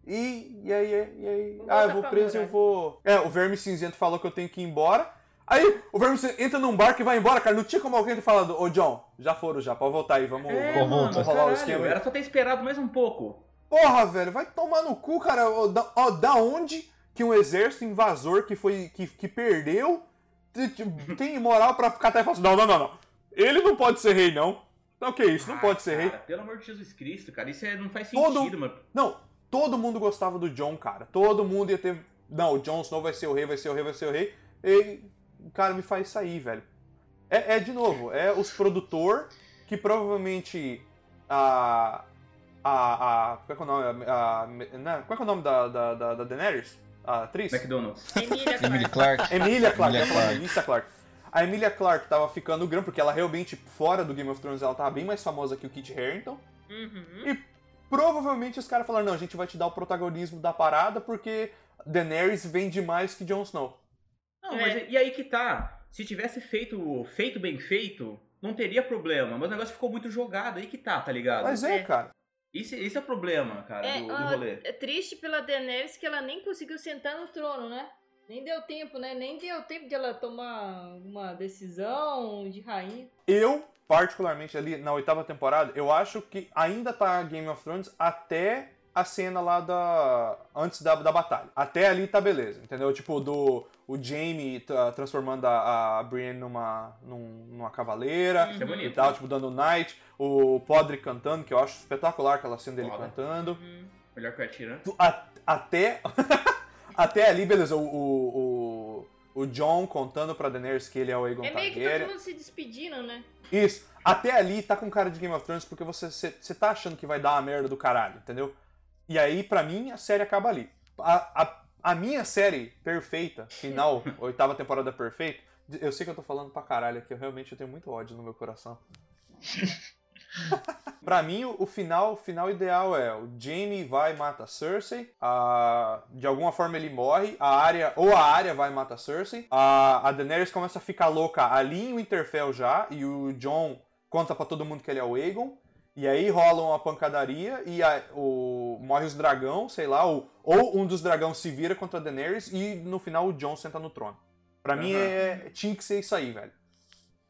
Speaker 4: E, e aí, e aí.
Speaker 1: Não
Speaker 4: Ah, eu
Speaker 1: volta
Speaker 4: vou
Speaker 1: pra
Speaker 4: preso, eu
Speaker 1: morar.
Speaker 4: vou. É, o Verme Cinzento falou que eu tenho que ir embora. Aí, o Verme Cinzento entra num barco e vai embora, cara. Não tinha como alguém ter falado, ô John, já foram já, pode voltar aí, vamos.
Speaker 2: É,
Speaker 3: Como
Speaker 2: mano,
Speaker 3: outra.
Speaker 4: Vamos rolar o esquema aí.
Speaker 2: Era só ter esperado mais um pouco.
Speaker 4: Porra, velho, vai tomar no cu, cara. Ó, da, ó, da onde que um exército invasor que foi. que, que perdeu te- te- tem moral pra ficar até e falar assim, não, não, não, não. Ele não pode ser rei, não. Não, que isso, não
Speaker 2: Ah,
Speaker 4: pode ser rei.
Speaker 2: cara, Pelo amor de Jesus Cristo, cara, isso é- não faz
Speaker 4: Todo-
Speaker 2: sentido, mano.
Speaker 4: Não, todo mundo gostava do John, cara. Todo mundo ia ter. Não, o John Snow vai ser o rei, vai ser o rei, vai ser o rei. E, cara, me faz sair, velho. É, é, de novo, é os produtor que provavelmente. A. A. a qual é que é o nome? A, a- né? Qual é que é o nome da, da, da, da Daenerys? A atriz?
Speaker 2: McDonald's.
Speaker 1: é Emília
Speaker 3: Emily
Speaker 1: Clark.
Speaker 3: Clark. Emilia
Speaker 4: Emília Clark, eu ia falar
Speaker 3: Clarke.
Speaker 4: Melissa Clark. A Emília Clark tava ficando grande, porque ela realmente, fora do Game of Thrones, ela tava bem mais famosa que o Kit Harington.
Speaker 1: Uhum.
Speaker 4: Provavelmente os caras falaram, não, a gente vai te dar o protagonismo da parada porque Daenerys vende mais que Jon Snow.
Speaker 2: Não, mas e aí que tá. Se tivesse feito feito bem feito, não teria problema. Mas o negócio ficou muito jogado, aí que tá, tá ligado?
Speaker 4: Mas é,
Speaker 1: É.
Speaker 4: cara.
Speaker 2: Esse, esse é o problema, cara,
Speaker 1: É,
Speaker 2: do, do
Speaker 1: ah,
Speaker 2: rolê.
Speaker 1: É triste pela Daenerys que ela nem conseguiu sentar no trono, né? Nem deu tempo, né? Nem deu tempo de ela tomar uma decisão de rainha.
Speaker 4: Eu, particularmente ali na oitava temporada, eu acho que ainda tá Game of Thrones até a cena lá da. antes da, da batalha. Até ali tá beleza, entendeu? Tipo, do. O Jamie transformando a, a Brienne numa, num- numa cavaleira.
Speaker 2: Isso é
Speaker 1: Uhum.
Speaker 4: e
Speaker 2: bonito.
Speaker 4: tal, tipo, dando Night, o Podre cantando, que eu acho espetacular aquela cena dele
Speaker 2: Foda.
Speaker 4: cantando.
Speaker 1: Uhum.
Speaker 2: Melhor que o né? Atira.
Speaker 4: Tu- a- até [laughs] até ali, beleza, o, o, o, o John contando pra Daenerys que ele é o Aegon
Speaker 1: É meio que
Speaker 4: Targaryen.
Speaker 1: todo mundo se despedindo, né?
Speaker 4: Isso, até ali tá com cara de Game of Thrones porque você, você, você tá achando que vai dar uma merda do caralho, entendeu? E aí, pra mim, a série acaba ali. A, a, a minha série perfeita,
Speaker 1: [laughs]
Speaker 4: final, oitava temporada perfeita, eu sei que eu tô falando pra caralho aqui, eu realmente eu tenho muito ódio no meu coração. Pra mim, o o final, o final ideal é o Jamie vai e mata a Cersei, a- de alguma forma ele morre, a Arya, ou a Arya vai e mata a Cersei, a, a Daenerys começa a ficar louca ali em Winterfell já, e o Jon conta pra todo mundo que ele é o Aegon, e aí rola uma pancadaria e a- o, morre os dragão, sei lá, ou, ou um dos dragões se vira contra a Daenerys e no final o Jon senta no trono. Pra mim,
Speaker 2: Aham.
Speaker 4: é, tinha que ser isso aí, velho.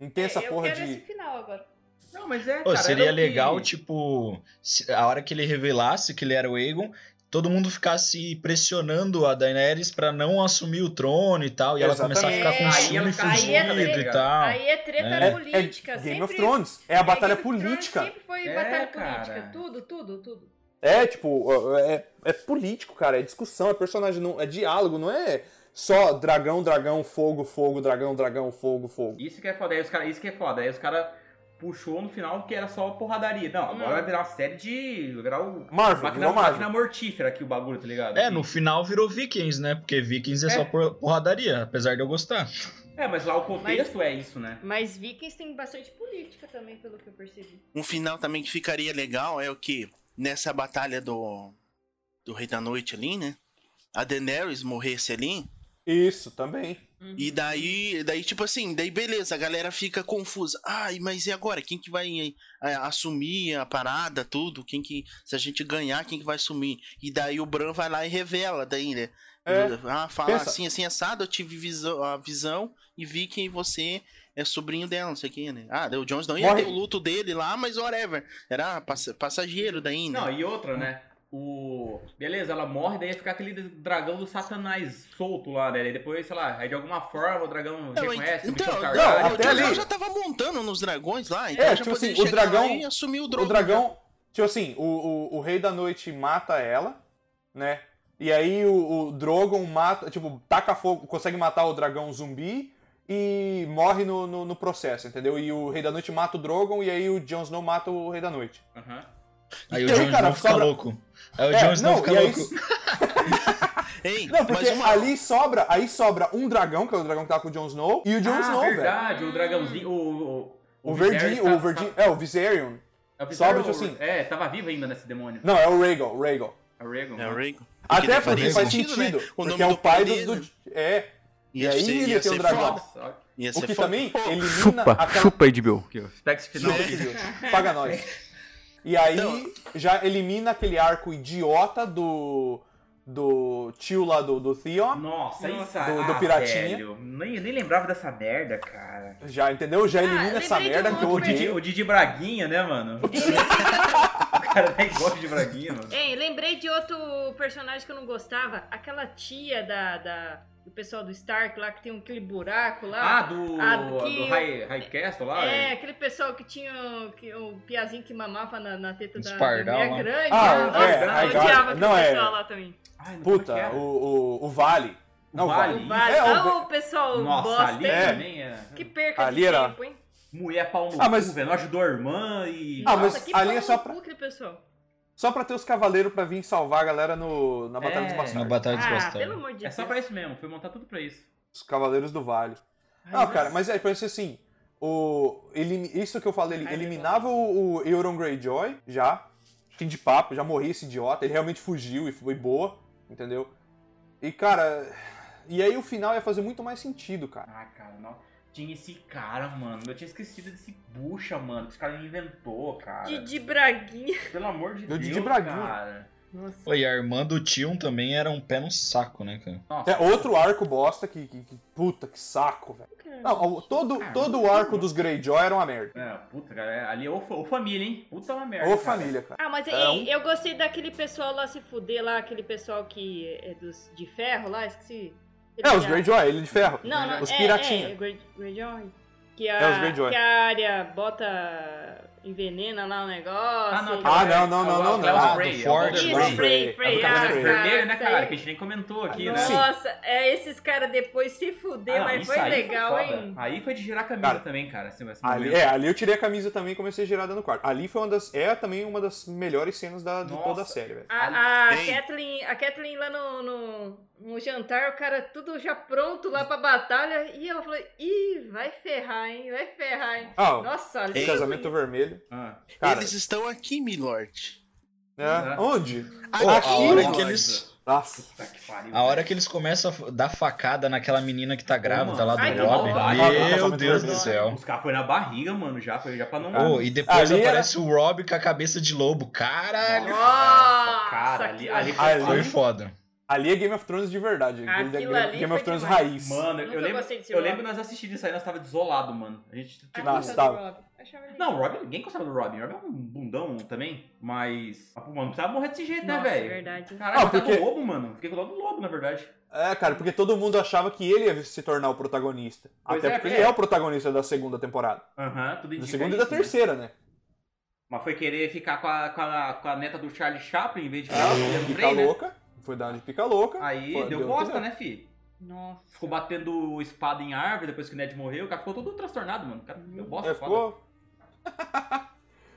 Speaker 4: Não tem essa
Speaker 1: É, eu
Speaker 4: porra
Speaker 1: quero
Speaker 4: de...
Speaker 1: esse final agora.
Speaker 2: Não, mas é,
Speaker 3: Pô,
Speaker 2: cara.
Speaker 3: seria
Speaker 2: era o que-
Speaker 3: legal, tipo, se- a hora que ele revelasse que ele era o Aegon, todo mundo ficasse pressionando a Daenerys pra não assumir o trono e tal, e ela começar a ficar com
Speaker 1: Exatamente.
Speaker 3: ciúme
Speaker 2: É, aí ela
Speaker 3: fugido
Speaker 1: fica-
Speaker 3: e tal.
Speaker 1: Aí é treta
Speaker 3: É.
Speaker 1: política.
Speaker 4: Game
Speaker 1: sempre...
Speaker 4: of Thrones. É a
Speaker 1: é,
Speaker 4: batalha
Speaker 1: Game of Thrones
Speaker 4: política.
Speaker 1: Sempre foi
Speaker 2: É,
Speaker 1: batalha
Speaker 2: cara.
Speaker 1: política. Tudo, tudo, tudo.
Speaker 4: É, tipo, é, é político, cara. É discussão, é personagem, não, é diálogo, não é só dragão, dragão, fogo, fogo, dragão, dragão, fogo, fogo.
Speaker 2: Isso que é foda, aí os cara, isso que é foda. Aí os caras puxou no final que era só porradaria. Não, agora
Speaker 1: Não.
Speaker 2: vai virar uma série de. vai virar o.
Speaker 4: Marvel,
Speaker 2: Máquina,
Speaker 4: virou Marvel.
Speaker 2: máquina mortífera aqui o bagulho, tá ligado?
Speaker 3: É, no final virou Vikings, né? Porque Vikings é,
Speaker 2: É.
Speaker 3: só por- porradaria, apesar de eu gostar.
Speaker 2: É, mas lá o contexto é isso, né?
Speaker 1: Mas Vikings tem bastante política também, pelo que eu percebi.
Speaker 5: Um final também que ficaria legal é o que nessa batalha do do Rei da Noite ali, né? A Daenerys morresse ali
Speaker 4: Isso, também.
Speaker 5: e daí, daí tipo assim, daí beleza, a galera fica confusa. Ai, mas e agora? Quem que vai é, assumir a parada, tudo? Quem que se a gente ganhar, quem que vai assumir? E daí o Bran vai lá e revela daí, né?
Speaker 4: É.
Speaker 5: Ah, fala
Speaker 4: Pensa.
Speaker 5: assim, assim, assado, eu tive visão, a visão e vi que você é sobrinho dela, não sei o que, né? Ah, daí o Jones não ia
Speaker 4: Morre.
Speaker 5: ter o luto dele lá, mas whatever. Era passa- passageiro daí, né?
Speaker 2: Não, e outra, né? O. Beleza, ela morre, daí ia ficar aquele dragão do Satanás solto lá, né? E depois, sei lá, aí de alguma forma o dragão
Speaker 5: Não,
Speaker 2: reconhece, o
Speaker 5: então,
Speaker 2: Michel
Speaker 5: não,
Speaker 2: Targaryen.
Speaker 5: o
Speaker 4: até
Speaker 5: dragão
Speaker 4: ali.
Speaker 5: já tava montando nos dragões lá, então
Speaker 4: É,
Speaker 5: já
Speaker 4: tipo
Speaker 5: poderia
Speaker 4: assim, o
Speaker 5: chegar
Speaker 4: dragão-
Speaker 5: lá e assumir o
Speaker 4: O
Speaker 5: dragão.
Speaker 4: dragão, tipo assim, o, o, o Rei da Noite mata ela, né? E aí o, o Drogon mata, tipo, taca fogo, consegue matar o dragão zumbi e morre no, no, no processo, entendeu? E o Rei da Noite mata o Drogon e aí o Jon Snow mata o Rei da Noite.
Speaker 2: Aham.
Speaker 3: Aí o
Speaker 4: Então,
Speaker 3: Jones
Speaker 4: cara,
Speaker 3: não fica
Speaker 4: sobra-
Speaker 3: louco. Aí o
Speaker 4: É,
Speaker 3: Jones não,
Speaker 4: não,
Speaker 3: fica
Speaker 4: e aí
Speaker 3: louco.
Speaker 5: Ei,
Speaker 4: Não, porque
Speaker 5: mas uma...
Speaker 4: ali sobra, aí sobra um dragão, que é o dragão que tá com o Jon Snow, e o Jon
Speaker 2: ah,
Speaker 4: Snow, velho.
Speaker 2: verdade, o dragãozinho. O, o,
Speaker 4: O, Verdinho,
Speaker 2: Viserys
Speaker 4: o
Speaker 2: tá-
Speaker 4: Verdinho,
Speaker 2: tá-
Speaker 4: é, o Viserion.
Speaker 2: é, o Viserys
Speaker 4: sobra,
Speaker 2: ou-
Speaker 4: tipo assim.
Speaker 2: É, tava vivo ainda nesse demônio.
Speaker 4: Não, é o Rhaegal, o Rhaegal.
Speaker 2: É o Rhaegon.
Speaker 5: É o Rhaegon.
Speaker 4: Até
Speaker 5: daí
Speaker 4: porque
Speaker 5: faria
Speaker 4: faz
Speaker 5: sentido, né?
Speaker 4: sentido,
Speaker 5: O nome
Speaker 4: porque é
Speaker 5: do
Speaker 4: o pai
Speaker 5: pai dele,
Speaker 4: do... do- É, e
Speaker 5: Ia
Speaker 4: aí
Speaker 5: ser-
Speaker 4: ele
Speaker 5: ia
Speaker 4: tem um
Speaker 5: ser
Speaker 4: dragão.
Speaker 5: foda.
Speaker 2: Nossa,
Speaker 5: Ia
Speaker 4: o
Speaker 5: ser
Speaker 4: que
Speaker 5: é foda.
Speaker 4: também
Speaker 5: Pô,
Speaker 4: elimina aquela...
Speaker 2: chupa aí de Bill. Spec final.
Speaker 4: Chupa, Bill. Paga nós. E aí
Speaker 5: Então-
Speaker 4: já elimina aquele arco idiota do. do tio lá do, do Theon.
Speaker 2: Nossa, isso
Speaker 4: Do-
Speaker 2: ah,
Speaker 4: do Piratinha.
Speaker 2: velho, nem, nem lembrava dessa merda, cara.
Speaker 4: Já, entendeu? Já elimina
Speaker 1: Ah, lembrei
Speaker 4: essa
Speaker 1: de
Speaker 4: merda
Speaker 1: um
Speaker 4: que eu
Speaker 1: outro
Speaker 2: O Didi,
Speaker 4: odeio.
Speaker 2: o Didi Braguinha, né, mano? [laughs] o cara nem gosta de Braguinha, mano.
Speaker 1: Ei, lembrei de outro personagem que eu não gostava. Aquela tia da, da- do pessoal do Stark lá, que tem um- aquele buraco
Speaker 2: Ah,
Speaker 1: lá.
Speaker 2: do,
Speaker 1: Ah,
Speaker 2: do
Speaker 1: que-
Speaker 2: High, High Castle lá?
Speaker 1: é, aquele pessoal que tinha o, que, o piazinho que mamava na, na teta
Speaker 3: Uns
Speaker 1: da
Speaker 3: pardal
Speaker 1: mulher
Speaker 3: lá.
Speaker 1: grande.
Speaker 4: Ah,
Speaker 1: né?
Speaker 2: o-
Speaker 1: Nossa,
Speaker 2: é,
Speaker 1: eu
Speaker 2: ai,
Speaker 1: odiava
Speaker 4: God.
Speaker 1: aquele
Speaker 4: Não, é-
Speaker 1: pessoal lá também.
Speaker 2: Ai, não, como é
Speaker 4: Puta,
Speaker 2: que é?
Speaker 4: o, o, o Vale. Não, o Vale.
Speaker 2: Vale.
Speaker 1: O Vale.
Speaker 4: É, o
Speaker 1: Ah,
Speaker 4: Ve-
Speaker 1: o pessoal
Speaker 2: Nossa,
Speaker 1: bosta,
Speaker 2: ali
Speaker 1: hein?
Speaker 4: É.
Speaker 2: também é.
Speaker 1: Que perca
Speaker 4: Ali
Speaker 1: de
Speaker 4: era-
Speaker 1: tempo, hein?
Speaker 2: Mulher pau no
Speaker 4: Ah,
Speaker 2: ah,
Speaker 4: mas-
Speaker 2: cu, velho. Não ajudou a irmã e.
Speaker 4: Ah,
Speaker 1: Nossa,
Speaker 4: mas
Speaker 1: que
Speaker 4: ali
Speaker 1: pau
Speaker 4: é só
Speaker 1: no
Speaker 4: pra-
Speaker 1: cu aquele pessoal.
Speaker 4: Só pra ter os cavaleiros pra vir salvar a galera no, na Batalha
Speaker 2: É.
Speaker 4: dos
Speaker 3: Na
Speaker 4: Bastardos.
Speaker 3: Batalha dos
Speaker 1: Ah, pelo
Speaker 3: Bastardos.
Speaker 1: amor de
Speaker 2: É
Speaker 1: Deus.
Speaker 2: só pra isso mesmo, foi montar tudo pra isso.
Speaker 4: Os Cavaleiros do Vale.
Speaker 1: Ai,
Speaker 4: Não, cara, mas é, parece assim. O, elim- isso que eu falei, ele
Speaker 1: Ai,
Speaker 4: eliminava o, o Euron Greyjoy, já. Fim de papo, já morria esse idiota. Ele realmente fugiu e foi boa, entendeu? E, cara. E aí o final ia fazer muito mais sentido, cara.
Speaker 2: Ah, cara, não. Tinha esse cara, mano. Eu tinha esquecido desse bucha, mano. Que esse cara inventou, cara.
Speaker 1: Didi Braguinha.
Speaker 2: Pelo amor de
Speaker 4: Do
Speaker 2: Deus.
Speaker 4: Didi Braguinha. É
Speaker 2: Cara.
Speaker 1: Nossa.
Speaker 3: Pô, e a irmã do Tion também era um pé no saco, né, cara?
Speaker 2: Nossa,
Speaker 4: É outro arco bosta que. que- que- puta, que saco, velho.
Speaker 1: cara.
Speaker 4: Não, o- todo,
Speaker 1: Ah,
Speaker 4: todo o arco dos Greyjoy era uma merda.
Speaker 2: É, puta, cara. é- Ali é o, fa- o família, hein? Puta
Speaker 1: É,
Speaker 2: uma merda.
Speaker 4: Ô
Speaker 2: cara.
Speaker 4: família, cara.
Speaker 1: Ah,
Speaker 2: É
Speaker 1: mas
Speaker 4: Era
Speaker 1: ei,
Speaker 2: um-
Speaker 1: eu gostei daquele pessoal lá se fuder lá, aquele pessoal que é é dos de ferro lá, esqueci.
Speaker 4: É, os
Speaker 1: Ele-
Speaker 4: Greyjoy, ele de ferro.
Speaker 1: Não, não,
Speaker 4: os
Speaker 1: é,
Speaker 4: piratinha.
Speaker 1: É, é, Grey- Greyjoy. Que a,
Speaker 4: É, os Greyjoy.
Speaker 1: Que a área bota. envenena lá o negócio.
Speaker 2: Ah, não,
Speaker 1: e-
Speaker 2: aquela-
Speaker 4: Ah, não, não, não,
Speaker 2: aquela-
Speaker 4: não,
Speaker 2: aquela
Speaker 4: não.
Speaker 2: do Frey,
Speaker 3: Do
Speaker 2: é o Walter
Speaker 3: Forte,
Speaker 1: Isso,
Speaker 3: Grey.
Speaker 2: Frey.
Speaker 1: Frey,
Speaker 2: É
Speaker 1: Frey.
Speaker 2: o cabelo
Speaker 1: ah, cara,
Speaker 2: vermelho, né,
Speaker 1: isso
Speaker 2: cara?
Speaker 1: aí-
Speaker 2: Que a gente nem comentou aqui, né?
Speaker 1: Nossa, é, esses caras depois se fuder,
Speaker 2: Ah, não,
Speaker 1: mas
Speaker 2: isso
Speaker 1: foi
Speaker 2: aí
Speaker 1: legal,
Speaker 2: foda.
Speaker 1: hein?
Speaker 2: Aí foi de girar a camisa
Speaker 4: Cara,
Speaker 2: também, cara. Assim, esse
Speaker 4: Ali,
Speaker 2: momento.
Speaker 4: é, ali eu tirei a camisa também e comecei a girar dando quarto. Ali foi uma das. É também uma das melhores cenas da, de toda a
Speaker 2: Nossa.
Speaker 4: série, velho.
Speaker 2: Ah,
Speaker 1: A, a
Speaker 5: Ei.
Speaker 1: Kathleen, a Kathleen lá no, no, no jantar, o cara tudo já pronto lá pra batalha. E ela falou: Ih, vai ferrar, hein? Vai ferrar, hein?
Speaker 4: Ah,
Speaker 1: Nossa, ali.
Speaker 4: o casamento vermelho.
Speaker 2: Ah.
Speaker 4: Cara,
Speaker 5: Eles estão aqui, milord.
Speaker 4: né?
Speaker 2: Exato.
Speaker 4: onde?
Speaker 3: Pô, a hora
Speaker 5: milord.
Speaker 3: que eles.
Speaker 4: Nossa.
Speaker 2: Puta que pariu.
Speaker 3: A hora que eles começam a dar facada naquela menina que tá grávida lá do
Speaker 1: Ai, que
Speaker 3: Rob.
Speaker 1: horror.
Speaker 3: Meu Deus do céu.
Speaker 2: Os caras foi na barriga, mano, já. Foi já pra não.
Speaker 3: Ô, e depois
Speaker 4: Ali era-
Speaker 3: aparece o Rob com a cabeça de lobo. Caralho!
Speaker 1: Nossa,
Speaker 2: cara, ali, ali foi.
Speaker 4: ali-
Speaker 3: Foi foda.
Speaker 4: Ali é Game of Thrones de verdade. Game-
Speaker 1: Aquilo
Speaker 4: Game,
Speaker 1: ali
Speaker 4: Game
Speaker 1: foi
Speaker 4: of Thrones
Speaker 1: demais.
Speaker 4: raiz.
Speaker 2: Mano, eu
Speaker 1: Nunca
Speaker 2: lembro.
Speaker 1: gostei desse
Speaker 2: Eu
Speaker 1: Rob.
Speaker 2: lembro nós assistindo isso aí, nós tava desolado, mano. A gente.
Speaker 1: A
Speaker 2: Tipo,
Speaker 4: Nossa,
Speaker 1: culpa
Speaker 4: tá.
Speaker 1: do Rob. Achava ele-
Speaker 2: Não, o Robin, ninguém gostava do Robin. O Robin é um bundão também, mas. ah, pô, Mano, não precisava morrer desse jeito,
Speaker 1: Nossa,
Speaker 2: né, velho?
Speaker 1: verdade.
Speaker 2: Caralho,
Speaker 4: Ah,
Speaker 2: eu tava
Speaker 4: porque-
Speaker 2: do lobo, mano. Fiquei com o lado do lobo, na verdade.
Speaker 4: É, cara, porque todo mundo achava que ele ia se tornar o protagonista.
Speaker 2: Pois
Speaker 4: Até
Speaker 2: é,
Speaker 4: porque
Speaker 2: porque-
Speaker 4: ele é o protagonista da segunda temporada.
Speaker 2: Aham, tudo
Speaker 4: Da
Speaker 2: indica
Speaker 4: segunda e
Speaker 2: isso,
Speaker 4: da
Speaker 2: né?
Speaker 4: terceira, né?
Speaker 2: Mas foi querer ficar com a, com a, com a neta do Charlie Chaplin em vez de ficar
Speaker 4: Ah,
Speaker 2: com a mulher do
Speaker 4: pica
Speaker 2: Frey, né?
Speaker 4: louca. Foi dar de pica louca.
Speaker 2: Aí
Speaker 4: Pô,
Speaker 2: deu
Speaker 4: deu
Speaker 2: bosta,
Speaker 4: tudo
Speaker 2: né, fi?
Speaker 1: Nossa.
Speaker 2: Ficou batendo espada em árvore depois que o Ned morreu. O cara ficou todo transtornado, mano. O cara deu bosta,
Speaker 4: É,
Speaker 2: foda.
Speaker 4: ficou.
Speaker 2: [laughs]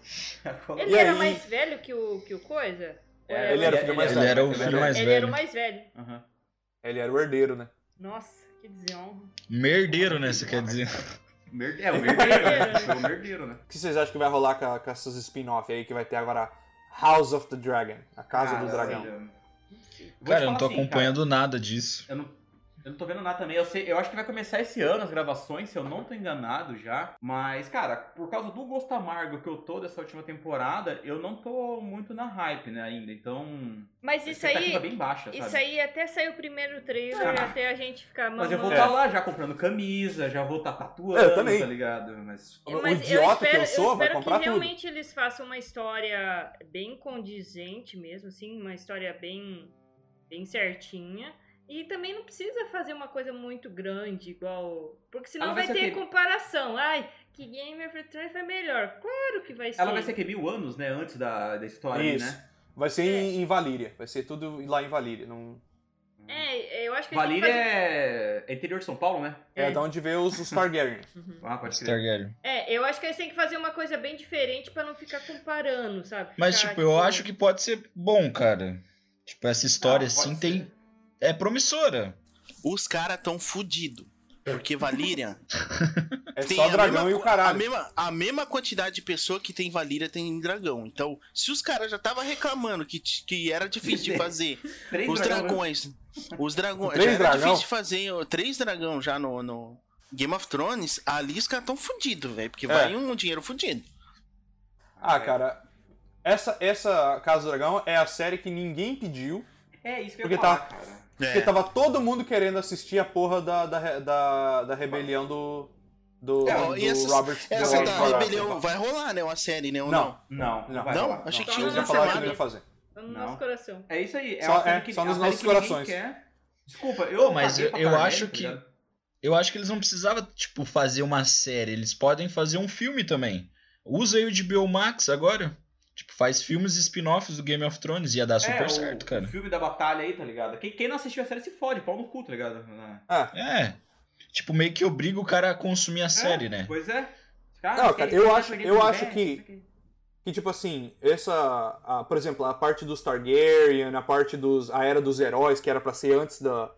Speaker 2: Ficou-
Speaker 1: Ele
Speaker 4: E
Speaker 1: era
Speaker 4: aí?
Speaker 1: mais velho que o, que o Coisa? Ou
Speaker 2: É,
Speaker 4: Ele era o filho mais
Speaker 3: Ele
Speaker 4: velho.
Speaker 3: era o
Speaker 2: Ele
Speaker 3: filho
Speaker 2: era-
Speaker 3: mais
Speaker 1: Ele era o
Speaker 3: velho.
Speaker 1: mais velho.
Speaker 2: Aham.
Speaker 4: Ele era o herdeiro, né?
Speaker 1: Nossa, que desonra.
Speaker 3: Merdeiro, né? Você quer dizer?
Speaker 2: Merde- É, o merdeiro, né? Foi o merdeiro, né?
Speaker 4: O que vocês acham que vai rolar com, a- com essas spin-off aí que vai ter agora House of the Dragon, a Casa
Speaker 2: Cara,
Speaker 4: do Dragão?
Speaker 2: olha, vou te
Speaker 3: [laughs] Cara, eu
Speaker 2: falar
Speaker 3: não tô
Speaker 2: assim,
Speaker 3: acompanhando nada disso.
Speaker 2: cara, eu, não, eu não tô vendo nada também. Eu, sei, eu acho que vai começar esse ano as gravações, se eu não tô enganado já. Mas, cara, por causa do gosto amargo que eu tô dessa última temporada, eu não tô muito na hype, né, ainda. Então,
Speaker 1: Mas
Speaker 2: a
Speaker 1: isso
Speaker 2: expectativa
Speaker 1: aí.
Speaker 2: bem baixa, sabe?
Speaker 1: Isso aí até saiu o primeiro trailer,
Speaker 2: Ah.
Speaker 1: até a gente ficar
Speaker 2: Mas eu vou
Speaker 1: mamando.
Speaker 2: estar lá já comprando camisa, já vou estar tatuando,
Speaker 4: É, Eu também.
Speaker 2: tá ligado? Mas.
Speaker 4: O
Speaker 1: Mas
Speaker 4: idiota que
Speaker 1: eu espero,
Speaker 4: eu sou vai
Speaker 1: espero
Speaker 4: comprar
Speaker 1: que
Speaker 4: tudo.
Speaker 1: realmente eles façam uma história bem condizente mesmo, assim, uma história bem, bem certinha. E também não precisa fazer uma coisa muito grande, igual. Porque senão
Speaker 2: Ela
Speaker 1: vai,
Speaker 2: vai ser
Speaker 1: ter
Speaker 2: aquele-
Speaker 1: comparação. Ai, que Game of Thrones foi melhor. Claro que vai ser.
Speaker 2: Ela vai ser que mil anos, né? Antes da, da história,
Speaker 4: Isso.
Speaker 2: né?
Speaker 4: Vai ser em, em Valíria, vai ser tudo lá em Valíria. Não...
Speaker 1: É, eu acho que a gente
Speaker 2: Valíria
Speaker 1: faz-
Speaker 2: é... é interior de São Paulo, né?
Speaker 4: É,
Speaker 1: É.
Speaker 4: da onde veio os, os
Speaker 5: [laughs]
Speaker 4: Targaryen.
Speaker 1: Uhum.
Speaker 2: Ah, pode crer.
Speaker 3: Targaryen.
Speaker 1: É, eu acho que eles têm que fazer uma coisa bem diferente pra não ficar comparando, sabe?
Speaker 3: Mas,
Speaker 1: Ficar,
Speaker 3: tipo, eu acho que pode ser bom, cara. Tipo, essa história,
Speaker 2: Ah, pode
Speaker 3: assim,
Speaker 2: ser.
Speaker 3: tem. É promissora.
Speaker 5: Os caras tão fudido.
Speaker 4: [laughs]
Speaker 5: Porque Valíria
Speaker 4: É
Speaker 5: tem
Speaker 4: só
Speaker 5: a
Speaker 4: dragão
Speaker 5: mesma-
Speaker 4: e o
Speaker 5: a
Speaker 4: caralho.
Speaker 5: mesma, a mesma quantidade de pessoa que tem Valíria tem dragão. Então, se os caras já tava reclamando que, t- que
Speaker 4: [laughs]
Speaker 5: era difícil de fazer
Speaker 2: Três
Speaker 5: os
Speaker 2: dragões.
Speaker 5: dragões, os dragões,
Speaker 4: né? Três
Speaker 5: já era
Speaker 4: dragão?
Speaker 5: difícil de fazer ó, três dragão já no, no Game of Thrones, ali os caras tão fudidos, velho, porque
Speaker 4: É.
Speaker 5: vai um dinheiro fudido.
Speaker 4: Ah, cara. Essa, essa Casa do Dragão é a série que ninguém pediu,
Speaker 2: É isso que eu
Speaker 4: Porque
Speaker 2: ia falar,
Speaker 4: tá-
Speaker 2: cara.
Speaker 4: porque tava todo mundo querendo assistir a porra da, da, re- da, da rebelião do, do,
Speaker 5: É,
Speaker 4: do
Speaker 5: e essas-
Speaker 4: Robert
Speaker 5: Essa
Speaker 4: do
Speaker 5: da
Speaker 4: Robert
Speaker 5: rebelião vai rolar, né? Uma série, né? Ou
Speaker 4: Não.
Speaker 5: não?
Speaker 2: Não,
Speaker 4: Não.
Speaker 2: vai
Speaker 5: Não?
Speaker 2: rolar.
Speaker 5: Achei que
Speaker 1: Não,
Speaker 5: tinha um
Speaker 1: eles
Speaker 4: Já
Speaker 1: já
Speaker 4: falaram que
Speaker 5: confirmado.
Speaker 4: não ia fazer.
Speaker 1: Tá no
Speaker 2: Não.
Speaker 1: nosso coração.
Speaker 2: É isso aí. É
Speaker 4: Só-
Speaker 2: uma série
Speaker 4: é,
Speaker 2: que,
Speaker 4: só
Speaker 2: é uma
Speaker 4: nos
Speaker 2: série
Speaker 4: nossos
Speaker 2: que ninguém
Speaker 4: corações.
Speaker 2: Quer. Desculpa, eu
Speaker 3: Pô, mas
Speaker 2: paguei
Speaker 3: eu-
Speaker 2: pra
Speaker 3: eu
Speaker 2: caralho,
Speaker 3: acho
Speaker 2: tá
Speaker 3: que-
Speaker 2: ligado?
Speaker 3: Eu acho que eles não precisavam, tipo, fazer uma série. Eles podem fazer um filme também. Usa aí o de Max agora. Tipo, faz filmes e spin-offs do Game of Thrones. Ia dar super
Speaker 2: É, o,
Speaker 3: certo,
Speaker 2: O
Speaker 3: cara.
Speaker 2: filme da batalha aí, tá ligado? Quem, quem não assistiu a série se fode, pau no cu, tá ligado?
Speaker 4: Ah.
Speaker 3: É. Tipo, meio que obriga o cara a consumir
Speaker 2: É,
Speaker 3: a série, né?
Speaker 2: Pois é.
Speaker 4: Não, cara,
Speaker 2: quem-
Speaker 4: eu
Speaker 2: quem
Speaker 4: acho-
Speaker 2: vai perder
Speaker 4: eu
Speaker 2: pro
Speaker 4: acho
Speaker 2: Beren,
Speaker 4: que-
Speaker 2: não é? sei o quê.
Speaker 4: Que tipo assim, essa. a- por exemplo, a parte dos Targaryen, a parte dos. a era dos heróis, que era pra ser antes da.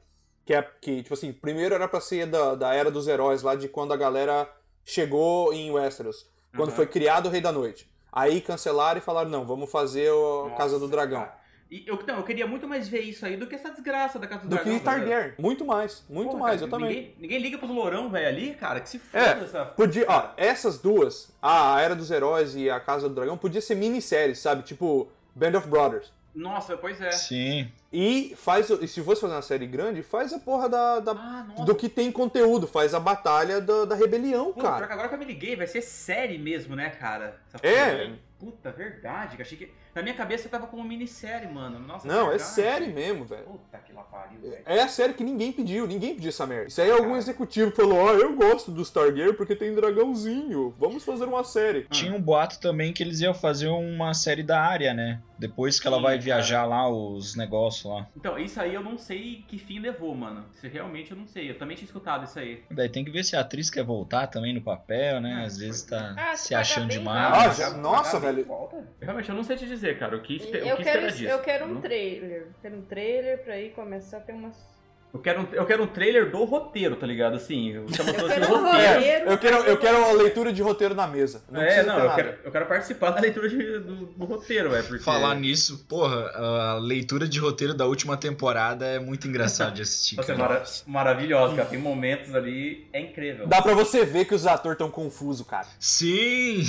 Speaker 4: Que, é, que tipo assim, primeiro era pra ser da, da era dos heróis, lá de quando a galera chegou em Westeros. Quando
Speaker 2: Aham.
Speaker 4: foi criado o Rei da Noite. Aí cancelaram e falaram, não, vamos fazer é o
Speaker 2: Nossa,
Speaker 4: Casa do Dragão.
Speaker 2: cara. E eu, não, eu queria muito mais ver isso aí do que essa desgraça da Casa do,
Speaker 4: Do
Speaker 2: Dragão.
Speaker 4: que
Speaker 2: tá ligado?
Speaker 4: Targaryen. Muito mais, muito
Speaker 2: Porra,
Speaker 4: mais,
Speaker 2: cara,
Speaker 4: eu também.
Speaker 2: Ninguém, ninguém liga pros lourão, velho, ali, cara, que se foda
Speaker 4: É.
Speaker 2: essa...
Speaker 4: Podia, ó, essas duas, a a Era dos Heróis e a Casa do Dragão, podia ser minisséries, sabe? Tipo Band of Brothers.
Speaker 2: Nossa, pois é.
Speaker 3: Sim.
Speaker 4: E faz. o- E se fosse fazer uma série grande, faz a porra da. da-
Speaker 2: Ah, nossa.
Speaker 4: é do que tem conteúdo, faz a batalha da, da rebelião,
Speaker 2: Pô, pior
Speaker 4: cara.
Speaker 2: que agora que eu me liguei, vai ser série mesmo, né, cara? Essa
Speaker 4: É.
Speaker 2: porra, velho. Puta, verdade, que achei que... Na minha cabeça tava como minissérie, mano. Nossa,
Speaker 4: Não, é
Speaker 2: verdade.
Speaker 4: série mesmo, velho.
Speaker 2: Puta que lá pariu, velho.
Speaker 4: É a série que ninguém pediu, ninguém pediu essa merda. Isso aí algum
Speaker 2: Cara.
Speaker 4: executivo falou, ó, eu gosto dos Targaryen porque tem dragãozinho, vamos fazer uma série.
Speaker 2: Ah.
Speaker 3: Tinha um boato também que eles iam fazer uma série da área, né? Depois que ela
Speaker 2: Sim,
Speaker 3: vai
Speaker 2: cara.
Speaker 3: viajar lá, os negócios lá.
Speaker 2: Então, isso aí eu não sei que fim levou, mano. Isso realmente eu não sei. Eu também tinha escutado isso aí.
Speaker 3: Daí tem que ver se a atriz quer voltar também no papel, né?
Speaker 2: Ah,
Speaker 3: Às vezes
Speaker 2: pois
Speaker 3: tá
Speaker 1: Ah, se
Speaker 3: se
Speaker 1: pagar
Speaker 3: achando
Speaker 1: bem,
Speaker 3: demais.
Speaker 4: Ah,
Speaker 2: mas-
Speaker 4: já- nossa,
Speaker 2: Pagar bem
Speaker 4: velho.
Speaker 2: volta? Realmente eu não sei te dizer, cara, o que, espe- o
Speaker 1: Eu
Speaker 2: que
Speaker 1: quero,
Speaker 2: esperar disso.
Speaker 1: eu quero um
Speaker 2: Não-
Speaker 1: trailer. Eu Quero um trailer pra aí começar a ter umas.
Speaker 2: Eu quero, um, eu quero um trailer do roteiro, tá ligado? Assim, eu
Speaker 1: [laughs]
Speaker 2: chamo
Speaker 1: Eu
Speaker 2: assim,
Speaker 1: quero um
Speaker 2: roteiro.
Speaker 1: roteiro.
Speaker 4: Eu quero, eu quero uma leitura de roteiro na mesa. Não
Speaker 2: é,
Speaker 4: precisa
Speaker 2: não,
Speaker 4: ter
Speaker 2: eu
Speaker 4: nada.
Speaker 2: quero, eu quero participar da leitura de- do, do roteiro, é porque...
Speaker 3: Falar nisso, porra, a leitura de roteiro da última temporada é muito engraçado de assistir.
Speaker 2: Nossa, é
Speaker 3: cara.
Speaker 2: mara maravilhosa, cara. Tem momentos ali... É incrível.
Speaker 4: Dá pra você ver que os atores tão confusos, cara.
Speaker 3: Sim!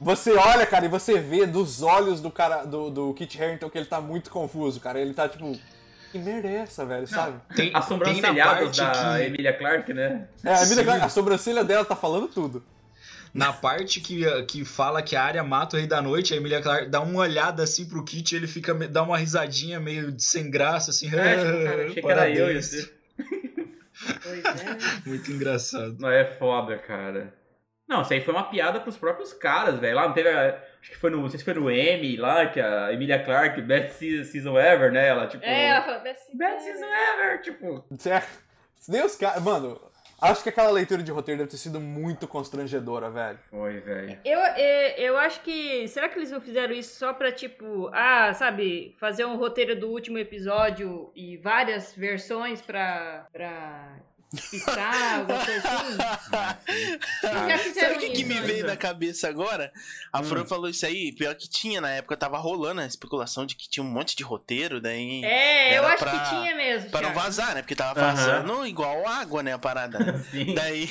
Speaker 4: Você olha, cara, e você vê dos olhos do cara, do, do Kit Harington que ele tá muito confuso, cara. Ele tá tipo, que merda é essa, velho, sabe?
Speaker 3: Tem,
Speaker 2: As sobrancelhadas
Speaker 3: tem na
Speaker 2: da
Speaker 3: parte que-
Speaker 2: Emilia Clarke, né?
Speaker 3: [laughs]
Speaker 4: É, a, Emilia
Speaker 3: Sim.
Speaker 4: Clarke- a sobrancelha dela tá falando tudo.
Speaker 3: Na parte que, eh, que fala que a área mata o Rei da Noite, a Emilia Clarke dá uma olhada assim pro Kit e ele fica, me- dá uma risadinha meio de sem graça, assim.
Speaker 2: É, tipo, cara, achei que era eu e
Speaker 3: parabéns.
Speaker 2: você.
Speaker 1: Pois
Speaker 3: [laughs]
Speaker 1: é.
Speaker 3: Muito engraçado.
Speaker 2: Não, é foda, cara. Não, isso aí foi uma piada pros próprios caras, velho. Lá não teve. a- Acho que foi no. Não sei se foi no M lá, que a Emilia Clarke, Best Se- Season Ever, né? Ela, tipo.
Speaker 1: É, ela fala, "Best
Speaker 2: Best
Speaker 1: Season
Speaker 2: Season Ever, tipo.
Speaker 4: Certo? é, Nem os caras. Mano, acho que aquela leitura de roteiro deve ter sido muito constrangedora, velho.
Speaker 2: Foi,
Speaker 3: [laughs]
Speaker 2: velho.
Speaker 1: Eu, é, eu acho que. Será que eles não fizeram isso só pra, tipo, ah, sabe, fazer um roteiro do último episódio e várias versões pra. pra pistar, alguma coisa
Speaker 5: [laughs]
Speaker 1: assim? Já
Speaker 5: Sabe
Speaker 1: fizeram
Speaker 5: o que, que
Speaker 1: isso,
Speaker 5: me
Speaker 1: né?
Speaker 5: veio na cabeça agora? A
Speaker 2: Hum.
Speaker 5: Fran falou isso aí, pior que tinha na época, tava rolando a especulação de que tinha um monte de roteiro, daí.
Speaker 1: É, eu
Speaker 5: Era
Speaker 1: acho
Speaker 5: pra-
Speaker 1: que tinha mesmo.
Speaker 5: Pra não
Speaker 1: Thiago.
Speaker 5: vazar, né? Porque tava
Speaker 2: Aham.
Speaker 5: vazando igual água, né? A parada.
Speaker 4: [laughs]
Speaker 2: Sim.
Speaker 5: Daí,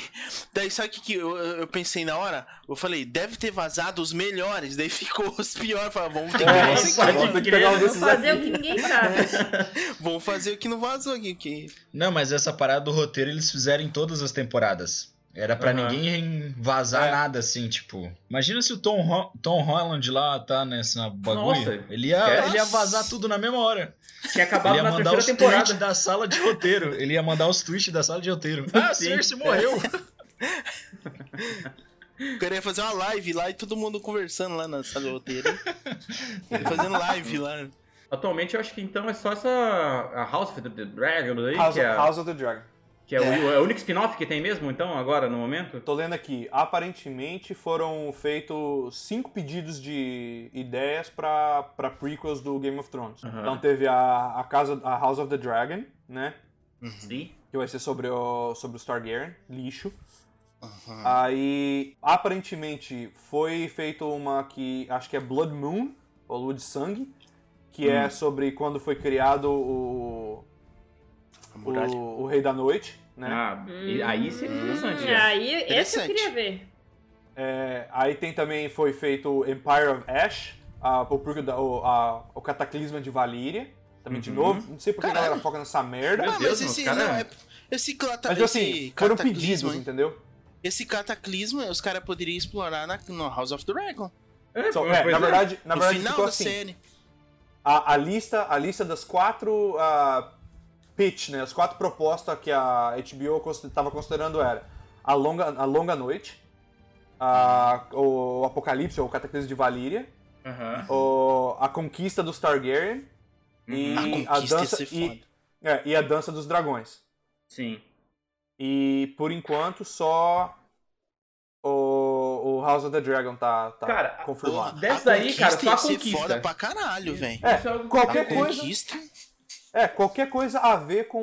Speaker 5: daí sabe o que, que eu, eu pensei na hora? Eu falei, deve ter vazado os melhores, daí [laughs] ficou os piores. Falei, vamos ter que
Speaker 4: É,
Speaker 5: fazer
Speaker 2: pode
Speaker 4: vamos ter que
Speaker 2: crer,
Speaker 4: pegar um
Speaker 2: não
Speaker 1: Vamos
Speaker 4: desses
Speaker 1: fazer o
Speaker 4: aqui.
Speaker 1: que ninguém sabe.
Speaker 4: É.
Speaker 5: Vamos fazer o que não vazou aqui. Que...
Speaker 3: Não, mas essa parada do roteiro eles fizeram em todas as temporadas. Era pra
Speaker 2: Aham.
Speaker 3: ninguém vazar
Speaker 4: É.
Speaker 3: nada assim, tipo. Imagina se o Tom, Ho- Tom Holland lá tá nessa bagulho.
Speaker 2: Nossa.
Speaker 3: ele, ia,
Speaker 2: Esquece.
Speaker 3: ele ia vazar tudo na mesma hora.
Speaker 2: Tinha
Speaker 3: Ele
Speaker 2: acabado
Speaker 3: ia
Speaker 2: na
Speaker 3: mandar
Speaker 2: terceira
Speaker 3: os tweets
Speaker 2: temporada.
Speaker 3: da sala de roteiro. Ele ia mandar os tweets da sala de roteiro. Ah,
Speaker 2: [laughs] Sim. Então,
Speaker 3: Cersei morreu.
Speaker 5: Eu queria fazer uma live lá e todo mundo conversando lá na sala de roteiro.
Speaker 4: [laughs]
Speaker 5: Ele fazendo live lá.
Speaker 2: Atualmente eu acho que então é só essa. A House of the Dragon aí,
Speaker 4: House,
Speaker 2: que, é,
Speaker 4: House of the Dragon.
Speaker 2: que é, O, é o único spin-off que tem mesmo, então, agora, no momento?
Speaker 4: Tô lendo aqui. Aparentemente foram feitos cinco pedidos de ideias pra, pra prequels do Game of Thrones.
Speaker 2: Aham.
Speaker 4: Então teve a, a, casa, a House of the Dragon, né?
Speaker 2: Sim.
Speaker 4: Que vai ser sobre, o, sobre os Targaryen, lixo.
Speaker 5: Aham.
Speaker 4: Ah, Aí, aparentemente, foi feito uma que acho que é Blood Moon, ou Lua de Sangue, que é
Speaker 5: Hum.
Speaker 4: sobre quando foi criado o,
Speaker 5: A
Speaker 4: o,
Speaker 5: muralha.
Speaker 4: o Rei da Noite, né?
Speaker 2: Ah, e- aí seria interessante.
Speaker 1: Hum,
Speaker 2: né?
Speaker 1: aí, esse eu
Speaker 5: Interessante. Ah.
Speaker 1: queria ver.
Speaker 4: É, aí tem também, foi feito Empire of Ash, a- o, Purga- o- a- o Cataclisma de Valíria. Também de
Speaker 7: Uhum.
Speaker 4: novo. Não sei porque a
Speaker 5: Caralho.
Speaker 4: galera foca nessa merda.
Speaker 7: Meu
Speaker 5: Ah,
Speaker 7: Deus,
Speaker 5: mas esse,
Speaker 7: mano,
Speaker 5: não,
Speaker 7: cara.
Speaker 5: é, esse, clata,
Speaker 4: Mas
Speaker 5: esse
Speaker 4: assim, foram pedidos,
Speaker 5: cataclismo, hein?
Speaker 4: entendeu?
Speaker 5: esse cataclisma, os caras poderiam explorar na, no House of the Dragon.
Speaker 7: É,
Speaker 4: Só-
Speaker 7: foi-
Speaker 4: é,
Speaker 7: foi-
Speaker 4: na verdade, na
Speaker 5: no
Speaker 4: verdade
Speaker 5: final
Speaker 4: ficou
Speaker 5: da
Speaker 4: assim.
Speaker 5: série.
Speaker 4: A, a lista, a lista das quatro ah, pitch, né? As quatro propostas que a HBO estava considerando era a longa, a longa noite, a- o Apocalipse ou Cataclismo de Valíria,
Speaker 7: Aham.
Speaker 4: o- a conquista dos Targaryen
Speaker 2: Hum,
Speaker 4: e
Speaker 5: A
Speaker 4: Hum, a,
Speaker 5: conquista ia
Speaker 4: dança
Speaker 5: ser
Speaker 4: e,
Speaker 5: foda.
Speaker 4: é, e a dança dos dragões.
Speaker 7: Sim.
Speaker 4: E por enquanto só o, o House of the Dragon tá, tá
Speaker 2: Cara, a-
Speaker 4: confirmado.
Speaker 5: Porra,
Speaker 2: Dessa
Speaker 5: a
Speaker 2: aí, cara,
Speaker 5: ia
Speaker 2: só a
Speaker 5: ser
Speaker 2: conquista.
Speaker 5: foda pra caralho, velho.
Speaker 4: É,
Speaker 2: Isso algo-
Speaker 5: A
Speaker 4: qualquer coisa.
Speaker 5: conquista.
Speaker 4: É, qualquer coisa a ver com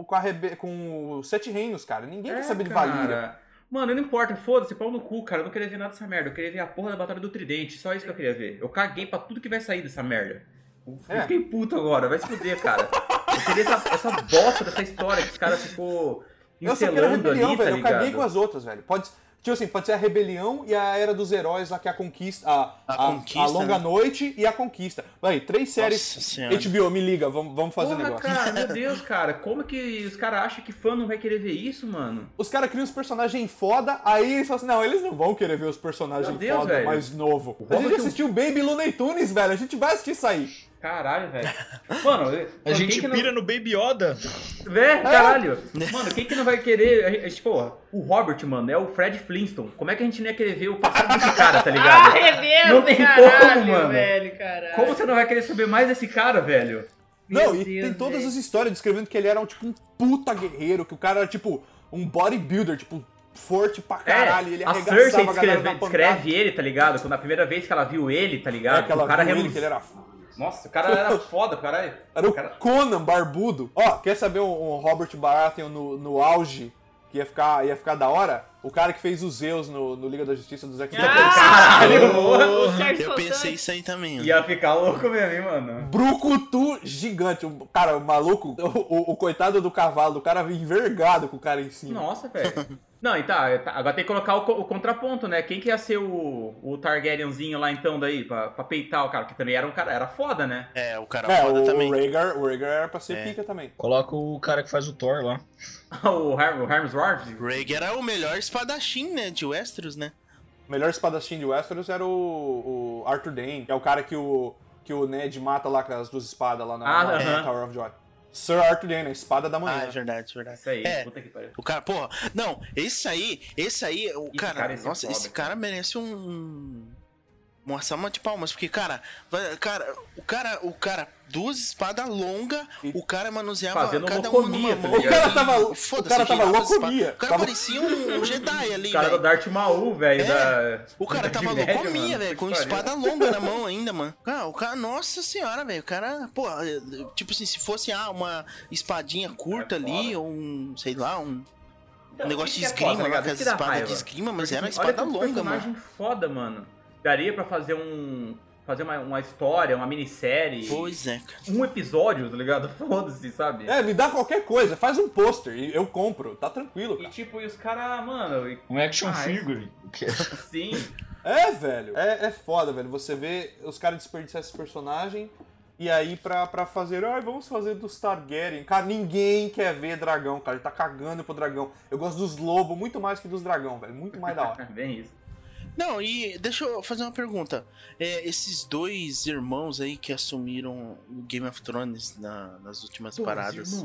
Speaker 4: o. com, a rebe... com os Sete Reinos, cara. Ninguém
Speaker 2: É,
Speaker 4: quer saber de
Speaker 2: cara.
Speaker 4: Valíria.
Speaker 2: Mano, não importa, foda-se, pau no cu, cara. Eu não queria ver nada dessa merda. Eu queria ver a porra da Batalha do Tridente. Só isso que eu queria ver. Eu caguei pra tudo que vai sair dessa merda. Eu
Speaker 4: É.
Speaker 2: fiquei puto agora, vai se fuder, cara. Eu queria essa, essa bosta dessa história que os caras ficou
Speaker 4: Eu só quero a
Speaker 2: pincelando
Speaker 4: rebelião,
Speaker 2: ali, tá
Speaker 4: velho. Eu caguei
Speaker 2: ligado?
Speaker 4: com as outras, velho. Pode. Tipo assim, pode ser a rebelião e a era dos heróis lá, que é a conquista. A,
Speaker 5: A
Speaker 4: a-
Speaker 5: conquista,
Speaker 4: a longa
Speaker 5: né?
Speaker 4: noite e a conquista. Aí, três séries.
Speaker 5: Nossa senhora.
Speaker 4: HBO, me liga, vamos, vamos fazer
Speaker 2: Porra,
Speaker 4: negócio.
Speaker 2: cara, meu Deus, cara. Como que os caras acham que fã não vai querer ver isso, mano?
Speaker 4: Os caras criam os personagens foda, aí eles falam assim: não, eles não vão querer ver os personagens
Speaker 2: Meu Deus,
Speaker 4: foda
Speaker 2: velho.
Speaker 4: mais novo. A
Speaker 2: Robert
Speaker 4: gente assistiu Baby Looney Tunes, velho. A gente vai assistir isso aí.
Speaker 2: Caralho, velho.
Speaker 3: [laughs]
Speaker 2: Mano, eu-
Speaker 3: A
Speaker 2: quem
Speaker 3: gente
Speaker 2: que não-
Speaker 3: pira Ah! no Baby Yoda.
Speaker 2: Vé, caralho! Mano, quem que não vai querer. a gente- Pô, o Robert, mano, é o Fred Flintstone. Como é que a gente não ia querer ver o passado desse cara,
Speaker 1: [laughs]
Speaker 2: tá
Speaker 1: Ah,
Speaker 2: ligado?
Speaker 1: rebelo,
Speaker 2: Não tem
Speaker 1: caralho,
Speaker 2: como, mano.
Speaker 1: velho, caralho.
Speaker 2: Como você não vai querer saber mais desse cara, velho?
Speaker 4: Não,
Speaker 1: Meu
Speaker 4: e
Speaker 1: Deus,
Speaker 4: tem todas
Speaker 1: velho.
Speaker 4: as histórias descrevendo que ele era um tipo um puta guerreiro, que o cara era tipo um bodybuilder, tipo, forte pra caralho, e ele
Speaker 2: É, a
Speaker 4: arregaçava
Speaker 2: Cersei
Speaker 4: a galera
Speaker 2: descreve,
Speaker 4: na pancada.
Speaker 2: descreve ele, tá ligado? Quando a primeira vez que ela viu ele, tá
Speaker 4: É,
Speaker 2: ligado?
Speaker 4: aquela
Speaker 2: o cara
Speaker 4: viu ele,
Speaker 2: revoluc-
Speaker 4: que ele era,
Speaker 2: Nossa, o cara era foda, caralho.
Speaker 4: era o
Speaker 2: Cara-
Speaker 4: Conan barbudo. Ó, quer saber um, um Robert Baratheon no, no auge, que ia ficar, ia ficar da hora? O cara que fez os Zeus no, no Liga da Justiça do [laughs] Zack Snyder.
Speaker 2: Caralho,
Speaker 1: o
Speaker 5: Porra,
Speaker 1: Ah, Sérgio Então,
Speaker 5: eu
Speaker 1: Santana.
Speaker 5: pensei um isso aí também. né? ó.
Speaker 2: Ia ficar louco mesmo, hein, mano?
Speaker 4: Brucutu gigante. O, cara, o maluco, o, o- o coitado do cavalo, o cara envergado com o cara em cima.
Speaker 2: Nossa, velho. Não, e tá, tá, agora tem que colocar o, co- o contraponto, né? Quem que ia ser o, o Targaryenzinho lá então daí, pra, pra peitar o cara, que também era um cara, era foda, né? [laughs]
Speaker 5: É, o cara
Speaker 4: É,
Speaker 5: foda
Speaker 4: o,
Speaker 5: também.
Speaker 4: o Rhaegar, o Rhaegar era pra ser
Speaker 5: É.
Speaker 4: pica também.
Speaker 3: Coloca o cara que faz o Thor lá.
Speaker 2: o, Har o Harms Ward.
Speaker 5: Rhaegar era o melhor espadachim, né? De Westeros, né?
Speaker 4: O melhor espadachim de Westeros era o, o Arthur Dane, que é o cara que o, que o Ned mata lá com as duas espadas lá na,
Speaker 2: Ah,
Speaker 4: na- na
Speaker 2: aham.
Speaker 4: Tower of Joy. Sir Arthur Dane, a espada da
Speaker 5: Ah, é
Speaker 4: manhã.
Speaker 5: verdade, verdade.
Speaker 2: Isso aí,
Speaker 5: É.
Speaker 2: puta que pariu.
Speaker 5: O cara, porra, não, esse aí, esse aí, o
Speaker 2: Esse
Speaker 5: cara,
Speaker 2: cara é
Speaker 5: nossa,
Speaker 2: foda,
Speaker 5: esse
Speaker 2: cara.
Speaker 5: cara merece um uma salva de palmas, porque cara, vai- cara, o cara, o cara duas espadas longa,
Speaker 4: E-
Speaker 5: o cara manuseava
Speaker 2: Fazendo
Speaker 5: cada uma
Speaker 2: locomia,
Speaker 5: numa
Speaker 2: tá
Speaker 5: mão.
Speaker 2: ligado? O
Speaker 4: cara tava-
Speaker 5: e
Speaker 4: o
Speaker 5: foda-se,
Speaker 4: cara tava
Speaker 5: girava as espadas.
Speaker 4: locomia.
Speaker 5: O cara
Speaker 4: Tava-
Speaker 5: parecia um, um Jedi ali,
Speaker 2: O cara do
Speaker 5: velho.
Speaker 2: Darth Maul, velho,
Speaker 5: É.
Speaker 2: da... [laughs]
Speaker 5: O cara
Speaker 2: da
Speaker 5: tava
Speaker 2: Idade Média,
Speaker 5: loucomia,
Speaker 2: mano.
Speaker 5: velho, com
Speaker 2: Puta que pariu.
Speaker 5: espada longa na mão ainda, mano. Cara, o cara, nossa senhora, velho, o cara, pô, é, tipo assim, se fosse ah, uma espadinha curta
Speaker 2: É foda.
Speaker 5: ali, ou um, sei lá, um,
Speaker 2: Então,
Speaker 5: um negócio
Speaker 2: isso
Speaker 5: de
Speaker 2: que é foda,
Speaker 5: esgrima,
Speaker 2: tá
Speaker 5: lá,
Speaker 2: ligado?
Speaker 5: com as
Speaker 2: Isso que dá
Speaker 5: espadas de
Speaker 2: raiva.
Speaker 5: esgrima, mas
Speaker 2: Porque,
Speaker 5: era uma
Speaker 2: assim, olha
Speaker 5: espada
Speaker 2: quanto
Speaker 5: longa, mano.
Speaker 2: personagem foda, mano. Daria pra fazer um... Fazer uma, uma história, uma minissérie.
Speaker 5: Pois é, cara.
Speaker 2: Um episódio, tá ligado? [laughs] Foda-se, sabe?
Speaker 4: É, me dá qualquer coisa, faz um pôster e eu compro, tá tranquilo,
Speaker 2: E
Speaker 4: cara.
Speaker 2: tipo, e os caras, mano, e-
Speaker 3: Um action
Speaker 2: Ah,
Speaker 3: figure. O [laughs] que é?
Speaker 2: sim.
Speaker 4: É, velho, é, é foda, velho. Você vê os caras desperdiçar esse personagem e aí pra, pra fazer, ai, vamos fazer dos Targaryen. Cara, ninguém quer ver dragão, cara, ele tá cagando pro dragão. Eu gosto dos lobos muito mais que dos dragão, velho, muito mais da hora.
Speaker 2: [laughs] Bem isso.
Speaker 5: Não, e deixa eu fazer uma pergunta. É, esses dois irmãos aí que assumiram o Game of Thrones na- nas últimas paradas.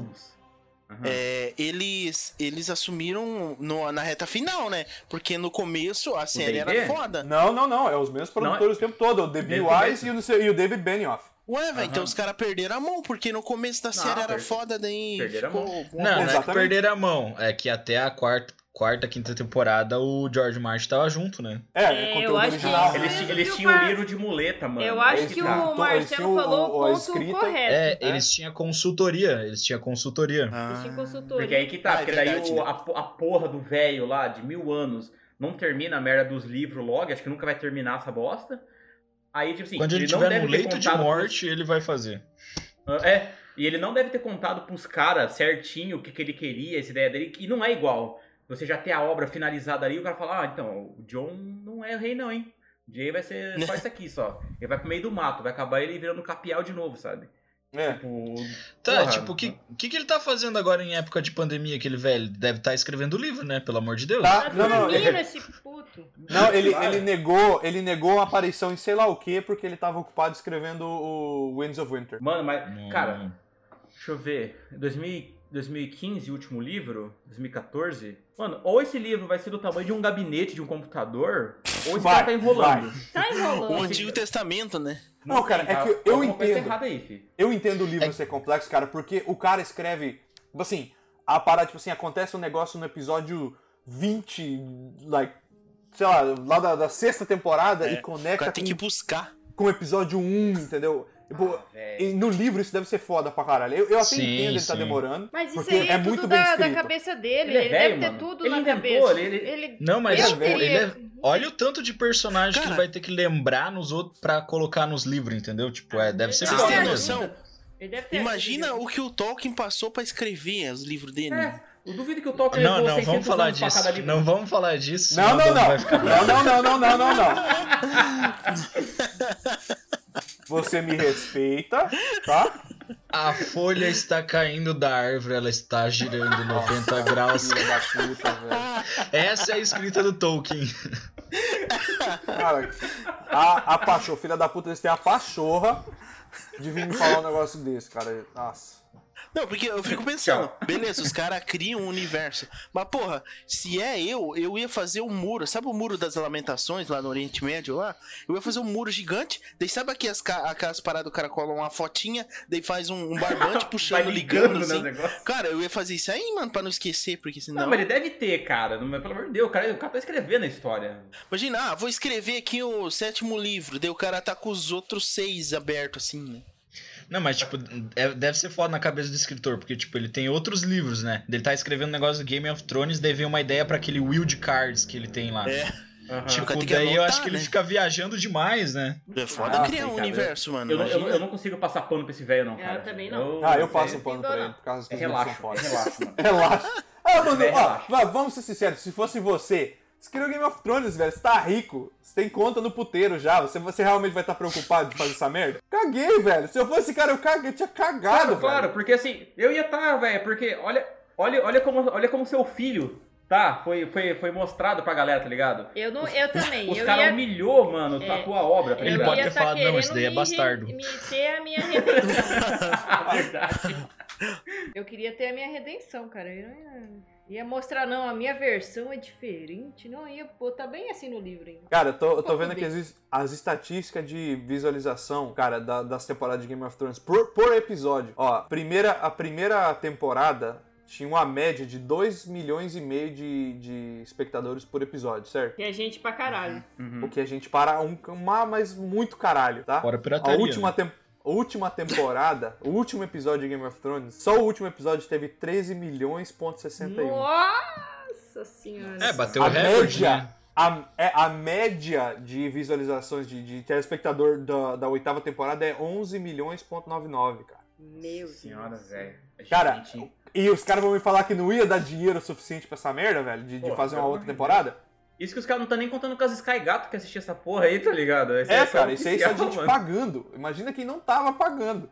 Speaker 5: é, eles, eles assumiram no- na reta final, né? Porque no começo a série era
Speaker 2: D&D?
Speaker 5: foda.
Speaker 4: Não, não, não. É os mesmos produtores o tempo todo. É o D.B.
Speaker 2: Desde o
Speaker 4: Wise e o, não sei- e o David Benioff.
Speaker 5: Ué, velho, então
Speaker 2: Aham.
Speaker 5: os caras perderam a mão, porque no começo da
Speaker 2: Não,
Speaker 5: série era
Speaker 2: perderam-
Speaker 5: foda, daí.
Speaker 2: perderam a
Speaker 5: ficou
Speaker 3: Não, não é
Speaker 4: Exatamente.
Speaker 3: que perderam a mão. É que até a quarta, quarta, quinta temporada o George Martin tava junto, né?
Speaker 4: É,
Speaker 1: É,
Speaker 4: é
Speaker 1: eu
Speaker 4: conteúdo
Speaker 1: acho que
Speaker 4: original.
Speaker 1: isso-
Speaker 2: Eles,
Speaker 1: Mas
Speaker 2: ti-
Speaker 1: eu
Speaker 2: eles
Speaker 1: vi o
Speaker 2: tinham
Speaker 1: par-
Speaker 2: o livro de muleta, mano. é tá.
Speaker 1: Eu
Speaker 4: Eles
Speaker 1: acho que
Speaker 4: tinham-
Speaker 1: o Marcelo
Speaker 4: eles tinham
Speaker 1: falou
Speaker 4: o-
Speaker 1: é o
Speaker 4: a
Speaker 1: ponto
Speaker 4: escrita.
Speaker 1: correto.
Speaker 3: É,
Speaker 4: É.
Speaker 3: eles tinham consultoria. Eles tinham consultoria.
Speaker 1: Eles tinham
Speaker 5: Ah,
Speaker 1: consultoria.
Speaker 2: Porque aí que
Speaker 5: Ah,
Speaker 2: tá,
Speaker 5: é
Speaker 2: porque
Speaker 5: verdade,
Speaker 2: daí o-
Speaker 5: né?
Speaker 2: a, po- a porra do velho lá, de mil anos, não termina a merda dos livros logo, acho que nunca vai terminar essa bosta. Aí, tipo assim,
Speaker 3: Quando
Speaker 2: não
Speaker 3: ele tiver
Speaker 2: deve
Speaker 3: no
Speaker 2: ter
Speaker 3: leito de
Speaker 2: contado pros-
Speaker 3: morte, ele vai fazer.
Speaker 2: Ah, É, e ele não deve ter contado pros caras certinho o que, que ele queria, essa ideia dele, e não é igual. Você já ter a obra finalizada ali, o cara fala, ah, então, o John não é rei não, hein? Jay vai ser
Speaker 5: [laughs]
Speaker 2: só isso aqui, só. Ele vai pro meio do mato, vai acabar ele virando capial de novo, sabe?
Speaker 4: É.
Speaker 2: Tipo,
Speaker 3: Tá,
Speaker 2: Porra,
Speaker 3: tipo, o que, que, que ele tá fazendo agora em época de pandemia, aquele velho? Deve estar escrevendo livro, né? Pelo amor de Deus.
Speaker 4: Tá, não, não,
Speaker 1: dormindo
Speaker 4: ele,
Speaker 1: esse puto.
Speaker 4: não, ele, ele negou, ele negou a aparição em sei lá o quê porque ele tava ocupado escrevendo o Winds of Winter.
Speaker 2: mano, mas,
Speaker 3: Não,
Speaker 2: cara, Deixa eu ver. 2000 2015, o último livro? 2014? Mano, ou esse livro vai ser do tamanho de um gabinete de um computador, ou esse
Speaker 4: Vai,
Speaker 2: cara tá enrolando.
Speaker 1: Tá
Speaker 5: O
Speaker 1: enrolando.
Speaker 5: Antigo Testamento, né?
Speaker 4: Não, cara, é
Speaker 2: tá-
Speaker 4: que eu
Speaker 2: tá alguma coisa
Speaker 4: entendo.
Speaker 2: errada aí, fi.
Speaker 4: Eu entendo o livro ser complexo, cara, porque o cara escreve, tipo assim, a parada, tipo assim, acontece um negócio no episódio 20, like, sei lá, lá da, da sexta temporada e
Speaker 5: É, O cara
Speaker 4: conecta
Speaker 2: [laughs]
Speaker 5: tem
Speaker 4: com,
Speaker 5: que buscar.
Speaker 4: com o episódio 1, entendeu? Tipo,
Speaker 2: Véi.
Speaker 4: e no livro isso deve ser foda pra caralho. Eu, eu até
Speaker 3: Sim,
Speaker 4: entendo ele tá
Speaker 3: sim.
Speaker 4: demorando.
Speaker 1: Mas isso
Speaker 4: porque
Speaker 1: aí é,
Speaker 4: é
Speaker 1: tudo
Speaker 4: muito bem
Speaker 1: da, da
Speaker 4: escrito.
Speaker 1: cabeça dele.
Speaker 2: Ele
Speaker 1: Ele,
Speaker 2: é velho,
Speaker 1: deve ter
Speaker 2: mano.
Speaker 1: tudo
Speaker 2: Ele
Speaker 1: na
Speaker 2: inventou,
Speaker 1: cabeça.
Speaker 2: ele- ele-
Speaker 3: Não, mas
Speaker 1: Eu
Speaker 3: tipo, ele
Speaker 1: teria-
Speaker 3: é- olha o tanto de personagem que
Speaker 5: Cara.
Speaker 3: ele vai ter que lembrar nos outros pra colocar nos livros, entendeu? Tipo,
Speaker 1: Ah,
Speaker 3: é, deve ser
Speaker 5: Vocês
Speaker 3: foda
Speaker 5: têm
Speaker 3: mesmo.
Speaker 5: noção?
Speaker 1: Ele deve
Speaker 2: É.
Speaker 1: ter
Speaker 5: Imagina
Speaker 1: ajuda.
Speaker 5: o que o Tolkien passou pra escrever os livros dele.
Speaker 2: É, eu duvido que o Tolkien
Speaker 3: Não,
Speaker 2: levou
Speaker 3: não,
Speaker 2: 600
Speaker 3: vamos falar
Speaker 2: anos pra
Speaker 3: disso.
Speaker 2: cada livro.
Speaker 3: Não vamos falar disso.
Speaker 4: Não,
Speaker 3: senão
Speaker 4: não,
Speaker 3: vai
Speaker 4: não.
Speaker 3: ficar-
Speaker 4: Não, não, não, não, não, não, não. Você me respeita, tá?
Speaker 3: A folha está caindo da árvore, ela está girando 90 graus.
Speaker 4: Filho da puta, velho.
Speaker 3: Essa é a escrita do Tolkien.
Speaker 4: Cara, a, a pachorra, filha da puta, eles têm a pachorra de vir me falar um negócio desse, cara. Nossa.
Speaker 5: Não, porque eu fico pensando, beleza, os caras criam um universo. Mas, porra, se é eu, eu ia fazer um muro. Sabe o muro das lamentações lá no Oriente Médio lá? Eu ia fazer um muro gigante. Daí sabe aqui as, ca- aquelas paradas do cara cola uma fotinha, daí faz um, um
Speaker 3: tá
Speaker 5: barbante
Speaker 2: [laughs] Vai
Speaker 5: puxando, ligando,
Speaker 2: ligando nos
Speaker 5: assim.
Speaker 2: negócios.
Speaker 5: Cara, eu ia fazer isso aí, mano, pra não esquecer, porque senão.
Speaker 2: Não, mas ele deve ter, cara. Não, mas pelo amor de Deus, o cara, o cara tá escrevendo a história.
Speaker 5: Imagina, ah, vou escrever aqui o sétimo livro, daí o cara tá com os outros seis abertos, assim, né?
Speaker 3: Não, mas tipo, é- deve ser foda na cabeça do escritor, porque tipo, ele tem outros livros, né? Ele tá escrevendo um negócio do Game of Thrones, daí vem uma ideia pra aquele Wild Cards que ele tem lá.
Speaker 5: É.
Speaker 2: Aham.
Speaker 5: Tipo,
Speaker 3: Tipo,
Speaker 5: tem que
Speaker 3: daí eu
Speaker 5: anotar,
Speaker 3: acho que ele
Speaker 5: né?
Speaker 3: fica viajando demais, né?
Speaker 5: É foda
Speaker 4: Ah,
Speaker 5: criar
Speaker 2: sei,
Speaker 5: um
Speaker 2: cara,
Speaker 5: universo, mano.
Speaker 2: eu, não, eu,
Speaker 5: imagina.
Speaker 2: não- eu não consigo passar pano pra esse velho, não,
Speaker 1: Eu
Speaker 2: cara.
Speaker 1: também não.
Speaker 4: Ah, eu passo o
Speaker 2: é-
Speaker 4: pano pra ele por causa que
Speaker 2: É
Speaker 4: os livros são
Speaker 2: relaxo,
Speaker 4: foda.
Speaker 2: é relaxo, mano.
Speaker 4: Relaxa. [laughs] Ah, mano,
Speaker 2: Velho,
Speaker 4: ó,
Speaker 2: relaxa.
Speaker 4: va- vamos ser sinceros, se fosse você, você criou Game of Thrones, velho, você tá rico, você tem conta no puteiro já, você, você realmente vai estar preocupado de fazer essa merda? Caguei, velho, se eu fosse esse cara, eu, caguei, eu tinha cagado,
Speaker 2: Claro,
Speaker 4: velho.
Speaker 2: claro, porque assim, eu ia estar, velho, porque olha, olha, olha como, olha como seu filho tá, foi, foi, foi mostrado pra galera, tá ligado?
Speaker 1: Eu, não, eu também.
Speaker 2: Os
Speaker 1: eu
Speaker 2: caras
Speaker 1: ia...
Speaker 2: humilhou, mano,
Speaker 1: É.
Speaker 2: a tua obra, tá
Speaker 1: eu ia
Speaker 3: Ele
Speaker 2: ligado? [laughs]
Speaker 3: pode ter
Speaker 1: tá
Speaker 3: falado, "Não, esse
Speaker 1: querendo
Speaker 3: daí
Speaker 1: me
Speaker 3: é
Speaker 1: re-
Speaker 3: bastardo."
Speaker 1: Me ter a minha redenção. [laughs]
Speaker 2: Verdade.
Speaker 1: eu queria ter a minha redenção, cara. Eu não ia... ia mostrar, não, a minha versão é diferente. Não ia botar bem assim no livro ainda.
Speaker 4: Cara, eu tô, eu tô
Speaker 1: Pouco
Speaker 4: vendo aqui
Speaker 1: bem.
Speaker 4: as, es- as estatísticas de visualização, cara, da- das temporadas de Game of Thrones por, por episódio. Ó, primeira, a primeira temporada tinha uma média de 2 milhões e meio de, de espectadores por episódio, certo?
Speaker 1: E a gente pra caralho.
Speaker 4: O
Speaker 2: Uhum.
Speaker 4: que a gente para um, uma, mas muito caralho, tá?
Speaker 3: Fora a
Speaker 4: A
Speaker 3: pirataria.
Speaker 4: última,
Speaker 3: né?
Speaker 4: tem- a última temporada, o último episódio de Game of Thrones, só o último episódio teve 13 milhões,61.
Speaker 1: Nossa senhora.
Speaker 8: né?
Speaker 3: É, bateu
Speaker 4: A
Speaker 3: o recorde,
Speaker 4: média.
Speaker 3: né?
Speaker 4: A, é, a média de visualizações de, de telespectador da, da oitava temporada é 11 milhões,99, cara.
Speaker 1: Meu
Speaker 2: Senhora,
Speaker 1: Deus.
Speaker 2: velho. A
Speaker 4: Cara,
Speaker 2: gente-
Speaker 4: E os caras vão me falar que não ia dar dinheiro suficiente pra essa merda, velho, de, de
Speaker 2: Pô,
Speaker 4: fazer uma
Speaker 2: pelo amor
Speaker 4: outra
Speaker 2: de
Speaker 4: temporada?
Speaker 2: Isso que os caras não tá nem contando com as Sky Gato que assistia essa porra aí, tá ligado? Esse
Speaker 4: É,
Speaker 2: só
Speaker 4: cara, isso aí só a
Speaker 2: oficial,
Speaker 4: gente
Speaker 2: mano.
Speaker 4: pagando. Imagina quem não tava pagando.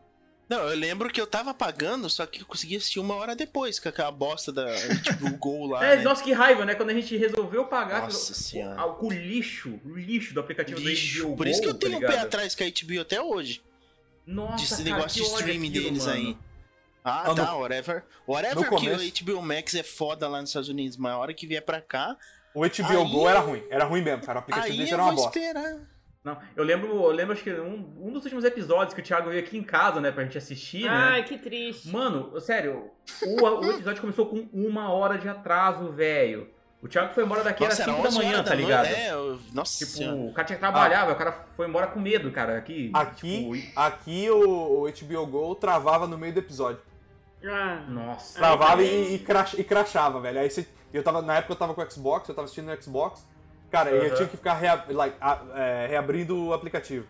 Speaker 5: Não, eu lembro que eu tava pagando, só que eu consegui assistir uma hora depois, com aquela bosta da tipo, o gol lá.
Speaker 2: É,
Speaker 5: né?
Speaker 2: nossa, que raiva, né? Quando a gente resolveu pagar
Speaker 5: Nossa
Speaker 2: pelo-
Speaker 5: senhora.
Speaker 2: ah, com o lixo, o lixo do aplicativo do
Speaker 5: Lixo.
Speaker 2: HBO
Speaker 5: Por isso que
Speaker 2: Go,
Speaker 5: eu tenho um
Speaker 2: tá
Speaker 5: pé
Speaker 2: ligado?
Speaker 5: atrás com a HBO até hoje.
Speaker 2: Nossa, cara,
Speaker 5: desse negócio
Speaker 2: que
Speaker 5: de
Speaker 2: ódio
Speaker 5: streaming
Speaker 2: aquilo,
Speaker 5: deles
Speaker 2: mano.
Speaker 5: aí. Ah,
Speaker 4: Ah, no-
Speaker 5: tá, whatever. Whatever
Speaker 4: no
Speaker 5: que
Speaker 4: começo-
Speaker 5: o HBO Max é foda lá nos Estados Unidos, mas a hora que vier pra cá,
Speaker 4: O HBO
Speaker 5: Aí-
Speaker 4: Go era ruim, era ruim mesmo, cara. O aplicativo
Speaker 5: aí
Speaker 4: deles
Speaker 5: eu
Speaker 4: era uma
Speaker 5: vou
Speaker 4: bosta.
Speaker 5: esperar.
Speaker 2: Não, eu lembro, eu lembro acho que um, um dos últimos episódios que o Thiago veio aqui em casa, né, pra gente assistir, né?
Speaker 1: Ai, que triste.
Speaker 2: Mano, sério, o, o episódio começou com uma hora de atraso, velho. O Thiago foi embora daqui
Speaker 5: Nossa,
Speaker 2: era 5 da
Speaker 5: 11
Speaker 2: manhã,
Speaker 5: horas
Speaker 2: tá
Speaker 5: da noite,
Speaker 2: ligado?
Speaker 5: É, eu- nossa
Speaker 2: Tipo,
Speaker 5: senhora.
Speaker 2: o cara tinha que trabalhar, velho, o cara foi embora com medo, cara. Aqui.
Speaker 4: Aqui-
Speaker 2: tipo, e-
Speaker 4: Aqui o, o HBO Go travava no meio do episódio.
Speaker 1: Ah,
Speaker 8: É
Speaker 2: nossa.
Speaker 4: Travava
Speaker 2: cara.
Speaker 4: e, e, crash- e crashava, velho. Aí você, eu tava, na época eu tava com o Xbox, eu tava assistindo no Xbox. Cara, eu
Speaker 2: Aham.
Speaker 4: tinha que ficar rea- like, a- é, reabrindo o aplicativo.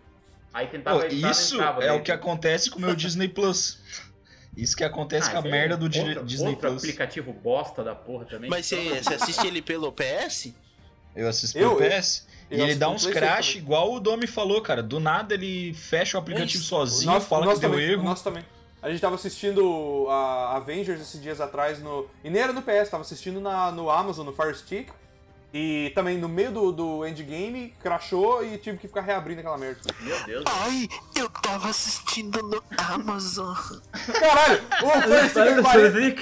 Speaker 2: Aí
Speaker 3: Pô,
Speaker 4: tá
Speaker 2: tentava entrar,
Speaker 3: isso
Speaker 2: não entrava,
Speaker 3: é
Speaker 2: daí.
Speaker 3: o que acontece com o meu Disney Plus. Isso que acontece
Speaker 2: Ah,
Speaker 3: com a
Speaker 2: isso aí é
Speaker 3: merda do Di-
Speaker 2: outro,
Speaker 3: Disney
Speaker 2: outro
Speaker 3: Plus.
Speaker 2: aplicativo bosta da porra também.
Speaker 5: Mas você, você assiste ele pelo PS?
Speaker 8: Eu assisto
Speaker 4: Eu-
Speaker 8: pelo PS.
Speaker 4: eu
Speaker 8: e ele
Speaker 4: assisto
Speaker 8: dá
Speaker 4: no
Speaker 8: uns
Speaker 4: PlayStation
Speaker 8: crash,
Speaker 4: também.
Speaker 8: igual o Domi falou, cara. Do nada ele fecha o aplicativo
Speaker 5: isso.
Speaker 8: sozinho,
Speaker 4: Nós-
Speaker 8: fala
Speaker 4: nós
Speaker 8: que deu
Speaker 4: também,
Speaker 8: erro.
Speaker 4: Nós também. A gente tava assistindo a Avengers esses dias atrás no. E nem era no PS, tava assistindo na, no Amazon, no Fire Stick. E também no meio do, do endgame, crashou e tive que ficar reabrindo aquela merda.
Speaker 9: Meu Deus.
Speaker 5: Ai, eu tava assistindo no Amazon.
Speaker 4: Caralho! O Fire Stick é 40,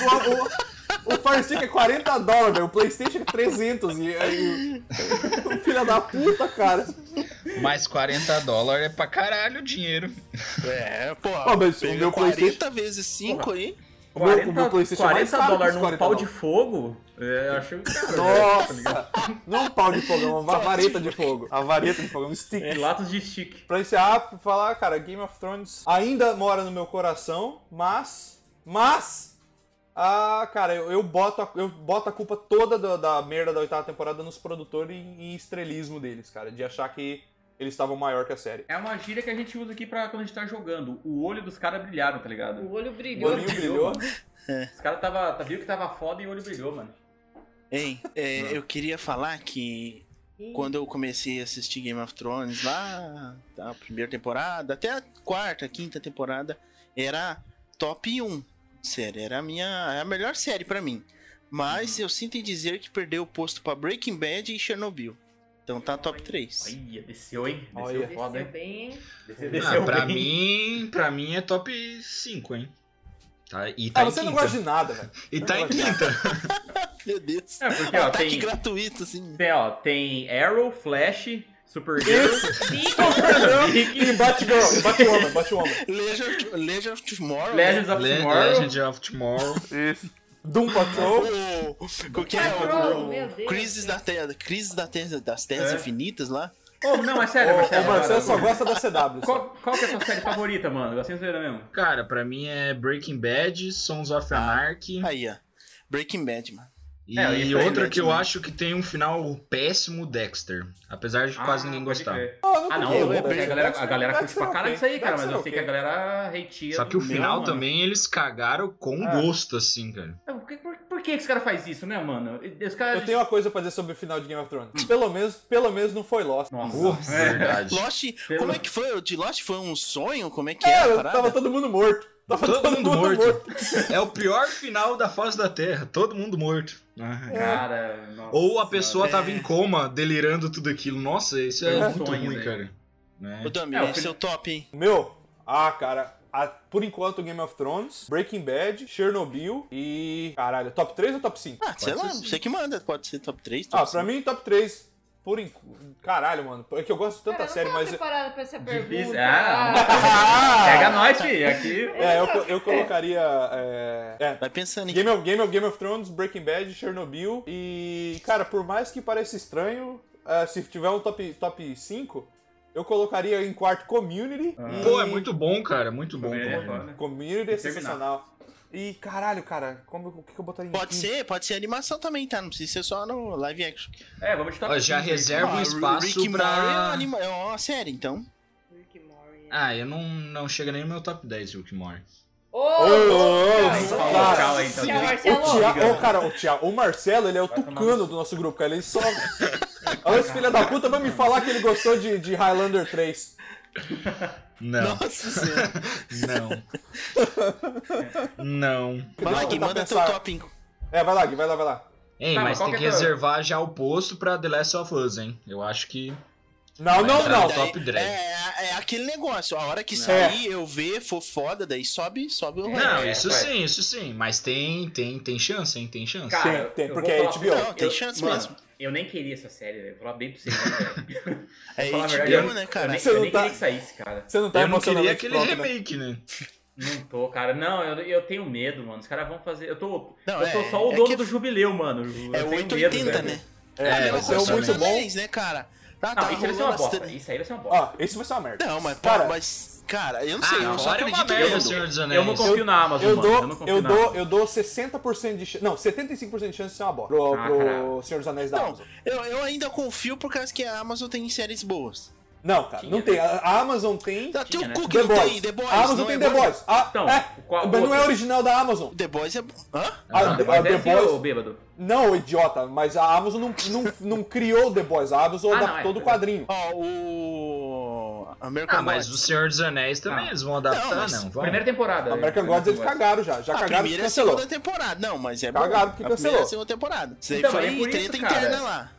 Speaker 4: o, o- o Fire Stick é 40 dólares, velho. O PlayStation é 300. E, aí o- o filho da puta, cara.
Speaker 8: Mais 40 dólares é pra caralho o dinheiro.
Speaker 5: É, pô.
Speaker 4: Ó, mas o
Speaker 5: pega
Speaker 4: meu
Speaker 5: 40
Speaker 4: PlayStation-
Speaker 5: vezes 5 aí.
Speaker 4: O meu- o meu PlayStation é mais
Speaker 9: 40
Speaker 4: caro que
Speaker 9: dólares
Speaker 4: os
Speaker 9: num
Speaker 4: 40
Speaker 9: pau de
Speaker 4: dólares.
Speaker 9: fogo? É, eu
Speaker 4: [laughs]
Speaker 9: achei.
Speaker 2: né?
Speaker 9: Cara,
Speaker 4: Nossa! Não um pau de fogo, é uma vareta de fogo. A vareta de fogo, é um stick.
Speaker 9: é, latas de stick.
Speaker 4: Pra encerrar, pra falar, cara, Game of Thrones ainda mora no meu coração, mas. Mas. Ah, cara, eu, eu boto, a, eu boto a culpa toda da, da merda da oitava temporada nos produtores e, e estrelismo deles, cara. De achar que eles estavam maior que a série.
Speaker 2: É uma gíria que a gente usa aqui pra quando a gente tá jogando. O olho dos caras brilharam, tá ligado?
Speaker 1: O olho
Speaker 4: O
Speaker 1: brilhou.
Speaker 4: bolinho brilhou.
Speaker 2: Os caras tava, tá- viu que tava foda e o olho brilhou, mano.
Speaker 5: Hein, é,
Speaker 2: Ah.
Speaker 5: eu queria falar que
Speaker 1: Ih,
Speaker 5: quando eu comecei a assistir Game of Thrones lá, da primeira temporada, até a quarta, quinta temporada, era top 1. Sério, era a minha é a melhor série pra mim. Mas
Speaker 2: Uhum.
Speaker 5: eu sinto em dizer que perdeu o posto pra Breaking Bad e Chernobyl. Então tá top 3.
Speaker 2: Olha, desceu, hein? Desceu
Speaker 4: Olha.
Speaker 2: foda,
Speaker 1: Desceu
Speaker 2: hein?
Speaker 1: bem, é hein?
Speaker 2: Desceu,
Speaker 3: Ah,
Speaker 4: é
Speaker 2: desceu
Speaker 3: pra
Speaker 2: bem.
Speaker 3: mim, pra mim é top 5, hein? Tá, e tá
Speaker 4: Ah,
Speaker 3: em
Speaker 4: você
Speaker 3: quinta.
Speaker 4: não gosta de nada, velho.
Speaker 3: E tá em
Speaker 4: não gosta de
Speaker 3: quinta.
Speaker 5: Meu Deus.
Speaker 2: É, porque,
Speaker 4: Ah,
Speaker 2: ó,
Speaker 5: Ataque
Speaker 2: tem,
Speaker 5: gratuito, assim.
Speaker 2: tem, ó, tem Arrow, Flash, Supergirl,
Speaker 4: [laughs] E Batgirl, e Batwoman, Batwoman.
Speaker 5: Legend, Legend of Tomorrow. né?
Speaker 2: Legends of
Speaker 3: Le-
Speaker 2: Tomorrow.
Speaker 3: Legend of Tomorrow.
Speaker 4: Doom Patrol.
Speaker 5: O, qual que é?
Speaker 1: Patrol, meu
Speaker 5: O,
Speaker 1: Deus.
Speaker 5: Crises da Terra, Crises da Terra, das Terras
Speaker 2: É.
Speaker 5: Infinitas lá.
Speaker 2: Ô, não, é sério,
Speaker 4: Ô,
Speaker 2: Marcelo.
Speaker 4: ô, Marcelo
Speaker 2: agora.
Speaker 4: só gosta da CW. só.
Speaker 2: Qual, qual que é a tua série favorita, mano? Assim zoeira mesmo.
Speaker 3: Cara, pra mim é Breaking Bad, Sons of Anarchy.
Speaker 5: Aí, ó. Breaking Bad, mano.
Speaker 3: E
Speaker 2: É, e foi
Speaker 3: outra que eu
Speaker 5: Batman.
Speaker 3: acho que tem um final péssimo, Dexter. Apesar de quase
Speaker 2: Ah,
Speaker 3: ninguém
Speaker 2: pode
Speaker 3: gostar.
Speaker 2: crer.
Speaker 4: Ah,
Speaker 2: Ah, não,
Speaker 4: curti,
Speaker 2: eu vou
Speaker 4: velho.
Speaker 2: ver. A galera, a
Speaker 4: Batman-
Speaker 2: galera curte
Speaker 4: Batman
Speaker 2: pra caralho
Speaker 4: ok,
Speaker 2: isso aí, cara, mas
Speaker 4: Batman
Speaker 2: eu sei que a
Speaker 4: ok.
Speaker 2: galera hateia. né?
Speaker 3: Só que o
Speaker 2: Não,
Speaker 3: final
Speaker 2: mano.
Speaker 3: também eles cagaram com
Speaker 4: É.
Speaker 3: gosto, assim, cara.
Speaker 2: É, Por, que- por- por que que os caras fazem isso, né, mano? Os caras...
Speaker 4: Eu tenho uma coisa pra dizer sobre o final de Game of Thrones.
Speaker 2: Hum.
Speaker 4: Pelo menos, pelo menos não foi Lost.
Speaker 2: Nossa.
Speaker 3: Nossa,
Speaker 2: É.
Speaker 3: verdade.
Speaker 5: Lost,
Speaker 2: Pelo-
Speaker 5: como é que foi? O de Lost foi um sonho? Como é que é,
Speaker 4: Cara,
Speaker 5: a parada?
Speaker 4: tava todo mundo morto. Tava todo, mundo, morto.
Speaker 3: É o pior final da face da Terra. Todo mundo morto. Ah, cara.
Speaker 2: Cara, nossa
Speaker 3: Ou a
Speaker 2: senhora.
Speaker 3: pessoa tava em coma, delirando tudo aquilo. Nossa, isso é,
Speaker 2: É um
Speaker 3: muito
Speaker 2: sonho,
Speaker 3: ruim,
Speaker 2: né?
Speaker 3: cara. Né?
Speaker 5: Ô, Dami,
Speaker 2: É, o
Speaker 5: esse
Speaker 2: Felipe-
Speaker 5: é o top, hein?
Speaker 4: Meu, ah, cara. a- por enquanto, Game of Thrones, Breaking Bad, Chernobyl e. Caralho, top 3 ou top 5?
Speaker 5: Ah, sei
Speaker 3: ser
Speaker 5: lá,
Speaker 3: sim.
Speaker 5: você que manda. Pode ser top 3, top
Speaker 4: Ah, pra mim, top 3. Por enquanto. Caralho, mano. É que eu gosto de
Speaker 1: Cara, eu
Speaker 4: tanta
Speaker 1: não
Speaker 4: série,
Speaker 1: tava
Speaker 4: mas.
Speaker 1: preparada pra essa
Speaker 2: Difícil.
Speaker 1: pergunta.
Speaker 2: Ah, Pega nós, fi. Aqui...
Speaker 4: É, eu, co- eu colocaria. É. é,
Speaker 5: Vai pensando em...
Speaker 4: Game of, Game, of, Game of Thrones, Breaking Bad, Chernobyl. E, cara, por mais que pareça estranho, eh, se tiver um top, top 5, eu colocaria em quarto Community.
Speaker 2: Ah.
Speaker 4: e-
Speaker 3: Pô, é muito bom, cara. Muito bom.
Speaker 2: É,
Speaker 3: né? cara.
Speaker 2: foda.
Speaker 4: Community é
Speaker 2: Terminar.
Speaker 4: sensacional. E caralho, cara, como, o que, que eu botaria em
Speaker 5: Pode
Speaker 4: quinto?
Speaker 5: ser, pode ser animação também, tá? Não precisa ser só no live action.
Speaker 2: É, vamos de top
Speaker 3: Ó, já
Speaker 2: cinco aí.
Speaker 3: reserva um
Speaker 5: Ah,
Speaker 3: espaço
Speaker 5: Rick and
Speaker 3: pra-
Speaker 5: Morty é, uma anima- é uma série, então.
Speaker 1: Rick Morty.
Speaker 3: Ah, eu não, não chega nem no meu top 10, Rick Mori.
Speaker 1: Ô,
Speaker 4: ô,
Speaker 1: tchau,
Speaker 4: ô,
Speaker 1: tchau.
Speaker 4: tchau,
Speaker 2: então.
Speaker 1: Tchau,
Speaker 4: O
Speaker 1: Marcelo.
Speaker 4: Thiago, ô, cara, o Thiago, o Marcelo, ele é o
Speaker 2: Vai tomar
Speaker 4: tucano do nosso grupo, cara. Ele só. Olha esse filho da puta vai me falar que ele gostou de, de Highlander 3.
Speaker 3: Não,
Speaker 4: [laughs]
Speaker 5: Nossa senhora.
Speaker 3: não. não.
Speaker 5: Vai lá,
Speaker 4: Não,
Speaker 5: Gui,
Speaker 4: tá
Speaker 5: manda teu
Speaker 4: pensado.
Speaker 5: top, hein?
Speaker 4: É, vai lá, Gui, vai lá, vai lá.
Speaker 3: Ei,
Speaker 2: Tá, mas
Speaker 3: mas
Speaker 2: qual
Speaker 3: tem que
Speaker 2: que é teu-
Speaker 3: reservar já o posto pra The Last of Us, hein? Eu acho que.
Speaker 4: Não, não,
Speaker 3: entrar
Speaker 4: não.
Speaker 3: no Top
Speaker 5: É,
Speaker 3: 10.
Speaker 5: é aquele negócio, a hora que sair, eu ver, for foda, daí sobe, sobe o ranking.
Speaker 3: Não,
Speaker 2: é,
Speaker 3: isso
Speaker 2: vai.
Speaker 3: sim, isso sim. Mas tem, tem, tem chance, hein? Tem chance.
Speaker 2: Cara,
Speaker 4: Tem, tem,
Speaker 2: eu
Speaker 4: porque
Speaker 2: vou
Speaker 4: é
Speaker 2: falar-
Speaker 4: HBO.
Speaker 5: Não, tem chance
Speaker 2: mano,
Speaker 5: mesmo.
Speaker 2: Eu nem queria essa série, velho. Vou falar bem pra você.
Speaker 4: [laughs]
Speaker 2: né,
Speaker 5: É
Speaker 2: velho. Falar a
Speaker 5: HBO,
Speaker 2: verdade, eu-
Speaker 5: né,
Speaker 2: Eu
Speaker 5: cara?
Speaker 2: nem,
Speaker 4: Você
Speaker 2: eu
Speaker 4: não
Speaker 2: nem
Speaker 4: tá-
Speaker 2: queria que saísse, cara.
Speaker 4: Você não tá
Speaker 3: eu não queria
Speaker 4: emocionalmente
Speaker 3: aquele
Speaker 4: pronto, né?
Speaker 3: remake, né?
Speaker 2: Não tô, cara. Não, eu, eu tenho medo, mano. Os caras vão fazer. Eu tô.
Speaker 5: Não,
Speaker 2: eu
Speaker 5: é-
Speaker 2: tô só o
Speaker 5: é
Speaker 2: dono
Speaker 5: que-
Speaker 2: do jubileu, mano. Eu
Speaker 5: É
Speaker 2: tenho medo,
Speaker 5: 880, né?
Speaker 2: velho.
Speaker 4: É,
Speaker 3: É,
Speaker 4: vai
Speaker 3: vai
Speaker 4: ser
Speaker 3: ser
Speaker 4: muito
Speaker 3: um
Speaker 4: bom.
Speaker 5: Anéis, né, cara?
Speaker 2: Não,
Speaker 5: Ah,
Speaker 2: isso aí vai ser
Speaker 5: rolando
Speaker 2: uma
Speaker 5: as
Speaker 2: bosta.
Speaker 5: tre-
Speaker 2: Isso aí vai ser uma bosta.
Speaker 4: Ó, esse vai ser uma merda.
Speaker 5: Não, mas, pô,
Speaker 4: Cara,
Speaker 5: mas, cara, eu não sei, eu Ah, só
Speaker 3: agora é uma
Speaker 5: acredito
Speaker 3: merda,
Speaker 5: vendo.
Speaker 3: Senhor dos Anéis.
Speaker 2: Eu não confio na Amazon,
Speaker 4: Eu
Speaker 2: mano.
Speaker 4: dou,
Speaker 2: eu não confio
Speaker 4: eu,
Speaker 2: na
Speaker 4: dou,
Speaker 2: Amazon.
Speaker 4: eu dou 60% de chance. Não, 75% de chance de ser uma bosta. Pro,
Speaker 2: Ah,
Speaker 4: pro
Speaker 2: caralho.
Speaker 4: Senhor dos Anéis da
Speaker 5: Não,
Speaker 4: Amazon.
Speaker 5: eu, eu ainda confio por causa que a Amazon tem séries boas.
Speaker 4: Não, cara, não tem. A a Amazon tem.
Speaker 5: Tá, tem
Speaker 2: Tinha,
Speaker 5: o
Speaker 2: né?
Speaker 5: Cook,
Speaker 4: The
Speaker 5: não
Speaker 4: Boys.
Speaker 5: tem The Boys.
Speaker 4: A Amazon
Speaker 5: não
Speaker 4: tem
Speaker 5: é
Speaker 4: The
Speaker 5: bom.
Speaker 4: Boys. Ah,
Speaker 2: Então,
Speaker 4: é,
Speaker 2: qual-
Speaker 4: mas não é
Speaker 2: outra?
Speaker 4: original da Amazon.
Speaker 5: The Boys é. bom. Hã?
Speaker 4: A-
Speaker 2: Ah,
Speaker 4: a-
Speaker 2: The Boys
Speaker 4: The
Speaker 2: é assim, ô,
Speaker 4: Boys.
Speaker 2: bêbado.
Speaker 4: Não, idiota, mas a Amazon não, não, não criou o The Boys. A Amazon
Speaker 2: Ah, não,
Speaker 4: adaptou
Speaker 2: é,
Speaker 4: do
Speaker 2: é.
Speaker 4: quadrinho.
Speaker 5: Ó, o. American
Speaker 3: Ah, mas o
Speaker 5: Gods.
Speaker 3: Senhor dos Anéis também
Speaker 2: Não.
Speaker 3: eles vão adaptar,
Speaker 5: Não,
Speaker 3: não.
Speaker 5: mas
Speaker 3: vão.
Speaker 2: Primeira temporada.
Speaker 4: A American
Speaker 2: é,
Speaker 4: Gods eles
Speaker 2: American
Speaker 4: cagaram já. Já
Speaker 5: A
Speaker 4: cagaram porque
Speaker 5: primeira e a
Speaker 4: cancelou.
Speaker 5: Ah, é segunda temporada. Não, mas é
Speaker 4: Cagaram porque
Speaker 5: bom. A primeira e
Speaker 4: cancelou.
Speaker 5: a segunda temporada. Isso aí
Speaker 2: Então, mas é por
Speaker 5: foi
Speaker 2: isso,
Speaker 5: treta
Speaker 2: cara.
Speaker 5: interna lá.
Speaker 2: Gods.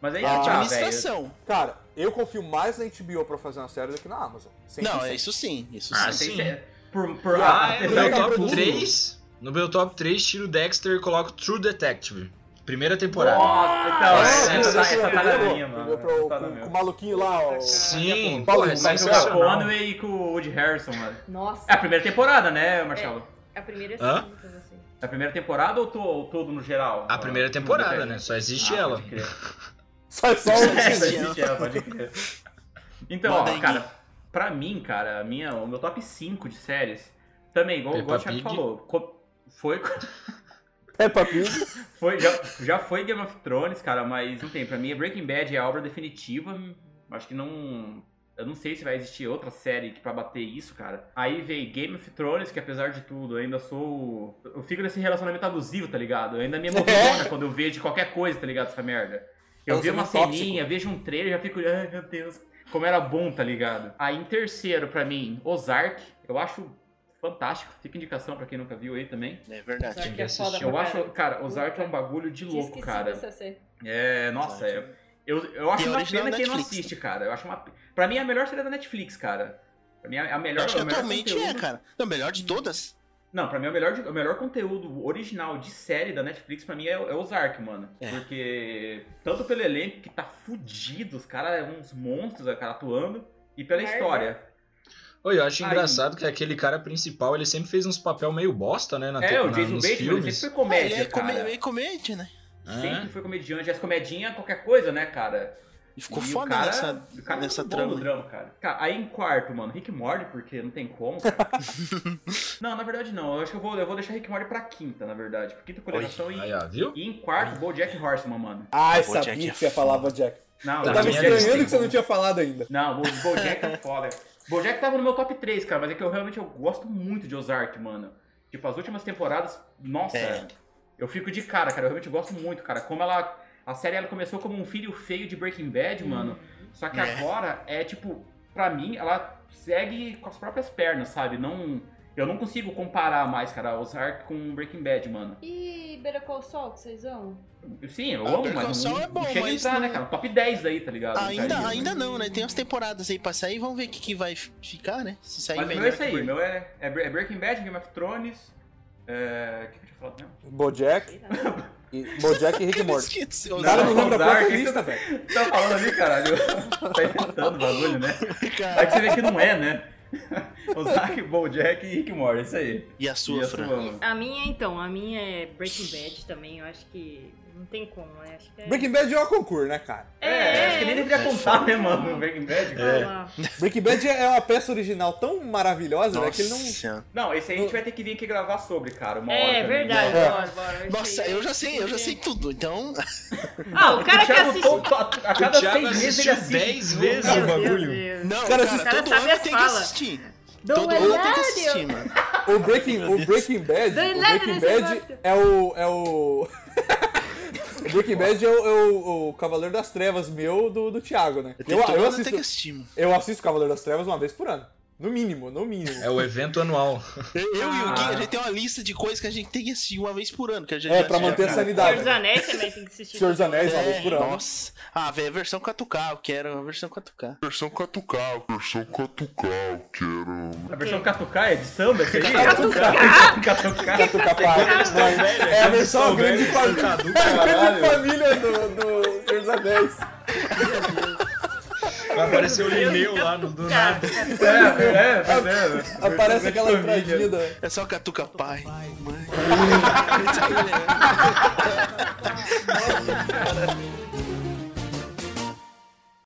Speaker 2: Mas aí
Speaker 5: É
Speaker 2: é que tá, velho.
Speaker 5: administração.
Speaker 4: Cara, eu confio mais na HBO pra fazer uma série do que na Amazon. Sem
Speaker 5: não, é
Speaker 4: discussão.
Speaker 5: isso sim. Isso
Speaker 3: Ah,
Speaker 5: sim.
Speaker 3: sim.
Speaker 2: Tem que- Por, por,
Speaker 4: Ah,
Speaker 2: ah,
Speaker 3: No
Speaker 4: Vai
Speaker 3: meu
Speaker 4: acabar
Speaker 3: top
Speaker 4: tudo.
Speaker 3: 3, no meu top 3, tiro Dexter e coloco True Detective. Primeira temporada.
Speaker 2: Nossa, então,
Speaker 3: Ah,
Speaker 2: essa,
Speaker 3: é,
Speaker 2: essa,
Speaker 3: é,
Speaker 2: essa,
Speaker 3: é,
Speaker 2: tá na
Speaker 4: entendeu?
Speaker 2: minha, mano.
Speaker 4: Entendeu? Pro-
Speaker 2: Essa tá na
Speaker 4: com, com
Speaker 2: minha.
Speaker 4: o maluquinho lá, ó.
Speaker 3: Sim,
Speaker 4: Paulo,
Speaker 3: pô, é
Speaker 2: Vai
Speaker 4: Paulo
Speaker 2: jogar com o
Speaker 3: sensacional.
Speaker 2: Conway e com o Woody Harrison, mano.
Speaker 1: Nossa.
Speaker 2: É a primeira temporada, né, Marcelo?
Speaker 1: É a primeira e a
Speaker 3: Hã?
Speaker 1: segunda pra você.
Speaker 2: É a primeira temporada ou, to, ou todo no geral?
Speaker 3: A primeira
Speaker 2: Ah,
Speaker 3: temporada,
Speaker 2: tudo,
Speaker 3: né? Só existe
Speaker 2: Ah,
Speaker 3: ela.
Speaker 2: Pode crer.
Speaker 4: Sai só
Speaker 5: Só
Speaker 4: um
Speaker 2: É,
Speaker 5: existe
Speaker 4: disso.
Speaker 5: ela.
Speaker 2: existe ela, pode crer. Então,
Speaker 5: Manda
Speaker 2: ó,
Speaker 5: aí.
Speaker 2: cara, pra mim, cara, a minha, o meu top 5 de séries, também, igual, igual o
Speaker 3: Peppa
Speaker 2: Thiago
Speaker 3: Pig.
Speaker 2: falou, co- foi,
Speaker 4: Peppa Pig.
Speaker 2: foi, já, já foi Game of Thrones, cara, mas não tem. Pra mim, Breaking Bad é a obra definitiva. Acho que não. Eu não sei se vai existir outra série que pra bater isso, cara. Aí veio Game of Thrones, que apesar de tudo, eu ainda sou. Eu fico nesse relacionamento abusivo, tá ligado? Eu ainda me
Speaker 4: [laughs]
Speaker 2: emociono quando eu vejo qualquer coisa, tá ligado? Essa merda. Eu
Speaker 4: É um
Speaker 2: vejo uma
Speaker 4: semi-tóxico.
Speaker 2: ceninha, vejo um trailer, já fico. Ai, meu Deus. Como era bom, tá ligado? Aí em terceiro, pra mim, Ozark. Eu acho fantástico. Fica indicação pra quem nunca viu aí também.
Speaker 5: É verdade.
Speaker 1: Ozark é foda
Speaker 3: assistir.
Speaker 1: pra
Speaker 2: Eu acho,
Speaker 1: caralho.
Speaker 2: cara, Ozark é um bagulho de
Speaker 1: Tinha
Speaker 2: louco,
Speaker 1: esquecido
Speaker 2: cara.
Speaker 1: essa série.
Speaker 2: É, nossa,
Speaker 5: Ozark.
Speaker 2: é. Eu, eu acho
Speaker 5: E
Speaker 2: uma
Speaker 5: original
Speaker 2: pena quem não
Speaker 5: Netflix,
Speaker 2: assiste, cara. Eu acho uma. Pra mim é a melhor série da Netflix, cara. Pra mim é a melhor.
Speaker 5: Acho que
Speaker 2: o melhor
Speaker 5: atualmente é,
Speaker 2: conteúdo-
Speaker 5: cara. É o melhor de todas.
Speaker 2: Não, pra mim é o melhor, de- o melhor conteúdo original de série da Netflix, pra mim é, o- é Ozark, mano.
Speaker 5: É.
Speaker 2: Porque. Tanto pelo elenco que tá fudido, os caras são uns monstros, cara, atuando, e pela
Speaker 1: Marvel.
Speaker 2: história.
Speaker 3: Oi, eu acho
Speaker 2: Aí.
Speaker 3: engraçado que aquele cara principal, ele sempre fez uns papel meio bosta, né? Na te-
Speaker 2: É, o
Speaker 3: na-
Speaker 2: Jason
Speaker 3: nos
Speaker 2: Bateman, ele
Speaker 3: filmes. É.
Speaker 2: sempre foi
Speaker 5: Ah, ele
Speaker 2: comédia,
Speaker 5: é come-
Speaker 2: cara.
Speaker 5: meio comédia, né?
Speaker 2: Sempre foi comediante. As comedinhas, qualquer coisa, né, cara?
Speaker 5: E ficou
Speaker 2: E o
Speaker 5: foda
Speaker 2: cara-
Speaker 5: nessa,
Speaker 2: o cara é
Speaker 5: nessa
Speaker 2: muito bom no
Speaker 5: trama.
Speaker 2: drama, cara. Cara, Aí em quarto, mano, Rick Mord, porque não tem como, cara. não, na verdade não. Eu acho que eu vou, eu vou deixar Rick Mord pra quinta, na verdade. Pra quinta colocação
Speaker 3: Hã?
Speaker 2: e,
Speaker 3: Aí, ó, viu?
Speaker 2: e em quarto, vou Jack Horseman, mano.
Speaker 4: Ai,
Speaker 5: Bojack
Speaker 4: sabia
Speaker 5: é
Speaker 4: que você ia falar Bojack.
Speaker 2: Não,
Speaker 4: Eu
Speaker 3: Tá
Speaker 4: tava
Speaker 3: vendo?
Speaker 2: Bojack-
Speaker 4: estranhando que você não tinha falado ainda.
Speaker 2: Não, Bo- Bojack é foda. Bojack tava no meu top 3, cara, mas é que eu realmente eu gosto muito de Ozark, mano. Tipo, as últimas temporadas, nossa,
Speaker 5: É.
Speaker 2: eu fico de cara, cara. Eu realmente gosto muito, cara. Como ela. A série ela começou como um filho feio de Breaking Bad, mano. Só que
Speaker 5: Hum. É.
Speaker 2: agora é tipo, pra mim, ela segue com as próprias pernas, sabe? Não. Eu não consigo comparar mais, cara, Ozark com Breaking Bad, mano.
Speaker 1: E Better Call Saul, que vocês vão?
Speaker 2: Sim, eu
Speaker 5: Ah,
Speaker 2: amo,
Speaker 5: Better Call
Speaker 2: mas não,
Speaker 5: Saul é bom,
Speaker 2: não chega
Speaker 5: mas
Speaker 2: a entrar,
Speaker 5: não-
Speaker 2: né, cara? Top 10 aí, tá ligado? Não
Speaker 5: Ah, Ainda,
Speaker 2: caiu.
Speaker 5: ainda não, né? Tem umas temporadas aí pra sair. Vamos ver o que, que vai f- ficar, né? Se sair
Speaker 2: Mas o
Speaker 5: melhor.
Speaker 2: meu é isso aí,
Speaker 5: que
Speaker 2: o meu é, é Bre- é Breaking Bad, Game of Thrones. É. O que que eu tinha falado mesmo? [laughs]
Speaker 4: Bojack,
Speaker 1: Sei lá.
Speaker 4: e, Bojack e Rick
Speaker 5: [laughs] Ele
Speaker 4: and Morty.
Speaker 5: esqueceu. né,
Speaker 4: O
Speaker 2: Não,
Speaker 4: cara não lembra a
Speaker 2: Ozark.
Speaker 4: própria lista, velho.
Speaker 2: Tá falando ali, caralho. [laughs] tá inventando o bagulho, né? Aí
Speaker 5: Cara,
Speaker 2: que você vê que não é, né? [laughs] Ozark, Bojack e Rick Morty, é isso aí.
Speaker 5: E a sua,
Speaker 2: E a sua?
Speaker 5: Fran?
Speaker 1: [laughs] A minha, então, a minha é Breaking Bad também, eu acho que não tem como, né? Acho que é...
Speaker 4: Breaking Bad é um concurso, né, cara?
Speaker 2: É, acho que nem deveria contar, né, mano? O Breaking Bad.
Speaker 3: É.
Speaker 2: cara.
Speaker 1: Fala.
Speaker 4: Breaking Bad é uma peça original tão maravilhosa,
Speaker 5: é
Speaker 4: né, que ele não...
Speaker 5: Senhora.
Speaker 2: Não, esse aí a gente vai ter que vir aqui gravar sobre, cara, uma hora. né?
Speaker 1: É,
Speaker 2: também.
Speaker 1: verdade,
Speaker 4: É.
Speaker 1: bora, bora.
Speaker 5: Nossa, eu já sei, eu já sei tudo. Então,
Speaker 1: Ah, o cara que
Speaker 2: Thiago
Speaker 1: assiste...
Speaker 2: todo- a, a cada
Speaker 3: O Thiago
Speaker 2: seis meses ele
Speaker 3: assistiu
Speaker 2: assiste.
Speaker 3: 10
Speaker 2: tudo.
Speaker 3: vezes.
Speaker 1: Meu
Speaker 3: o
Speaker 1: Deus,
Speaker 3: bagulho.
Speaker 1: Deus.
Speaker 5: [laughs] um não,
Speaker 4: Cara,
Speaker 5: cara,
Speaker 4: esses
Speaker 1: caras
Speaker 5: todo
Speaker 1: sabem
Speaker 5: ano
Speaker 1: as
Speaker 5: tem que
Speaker 1: fala.
Speaker 5: assistir.
Speaker 1: Dom
Speaker 5: todo ano tem que
Speaker 1: Eladio.
Speaker 5: assistir, mano.
Speaker 4: O Breaking, o Breaking Bad,
Speaker 1: Dá
Speaker 4: o
Speaker 1: nada
Speaker 4: Breaking
Speaker 1: nesse
Speaker 4: Bad
Speaker 1: negócio.
Speaker 4: é o é o [laughs] o Breaking Bad é o, é o- o Cavaleiro das Trevas meu do, do Thiago, né? Eu,
Speaker 5: todo
Speaker 4: eu,
Speaker 5: ano tem que
Speaker 4: assisto,
Speaker 5: assistir, mano.
Speaker 4: eu assisto Cavaleiro das Trevas uma vez por ano. No mínimo, no mínimo.
Speaker 3: É o
Speaker 2: [laughs]
Speaker 3: evento anual.
Speaker 5: Eu e o Gui,
Speaker 2: Ah.
Speaker 5: a gente tem uma lista de coisas que a gente tem que assistir uma vez por ano. Que a gente
Speaker 4: É,
Speaker 5: já
Speaker 4: pra
Speaker 5: assistiu,
Speaker 4: manter a
Speaker 5: cara.
Speaker 1: Senhor dos
Speaker 4: sanidade.
Speaker 1: Anéis também tem que assistir.
Speaker 4: Senhor dos Anéis uma
Speaker 5: É,
Speaker 4: vez por ano.
Speaker 5: Nossa. Ah, velho, versão 4K, eu quero a versão 4K.
Speaker 10: Versão catucal, versão catucal, quero.
Speaker 2: A versão Catucá é de samba, isso aí? É,
Speaker 1: Catucá?
Speaker 2: Catucá?
Speaker 4: Catucar pra mãe. É a versão grande família. grande família do, do Senhor dos Anéis.
Speaker 3: Vai aparecer o Lineu lá no do nada.
Speaker 2: É, é, é, pois é.
Speaker 4: Aparece aquela
Speaker 2: Família.
Speaker 4: entradinha da.
Speaker 5: É só Catuca Pai. Mãe.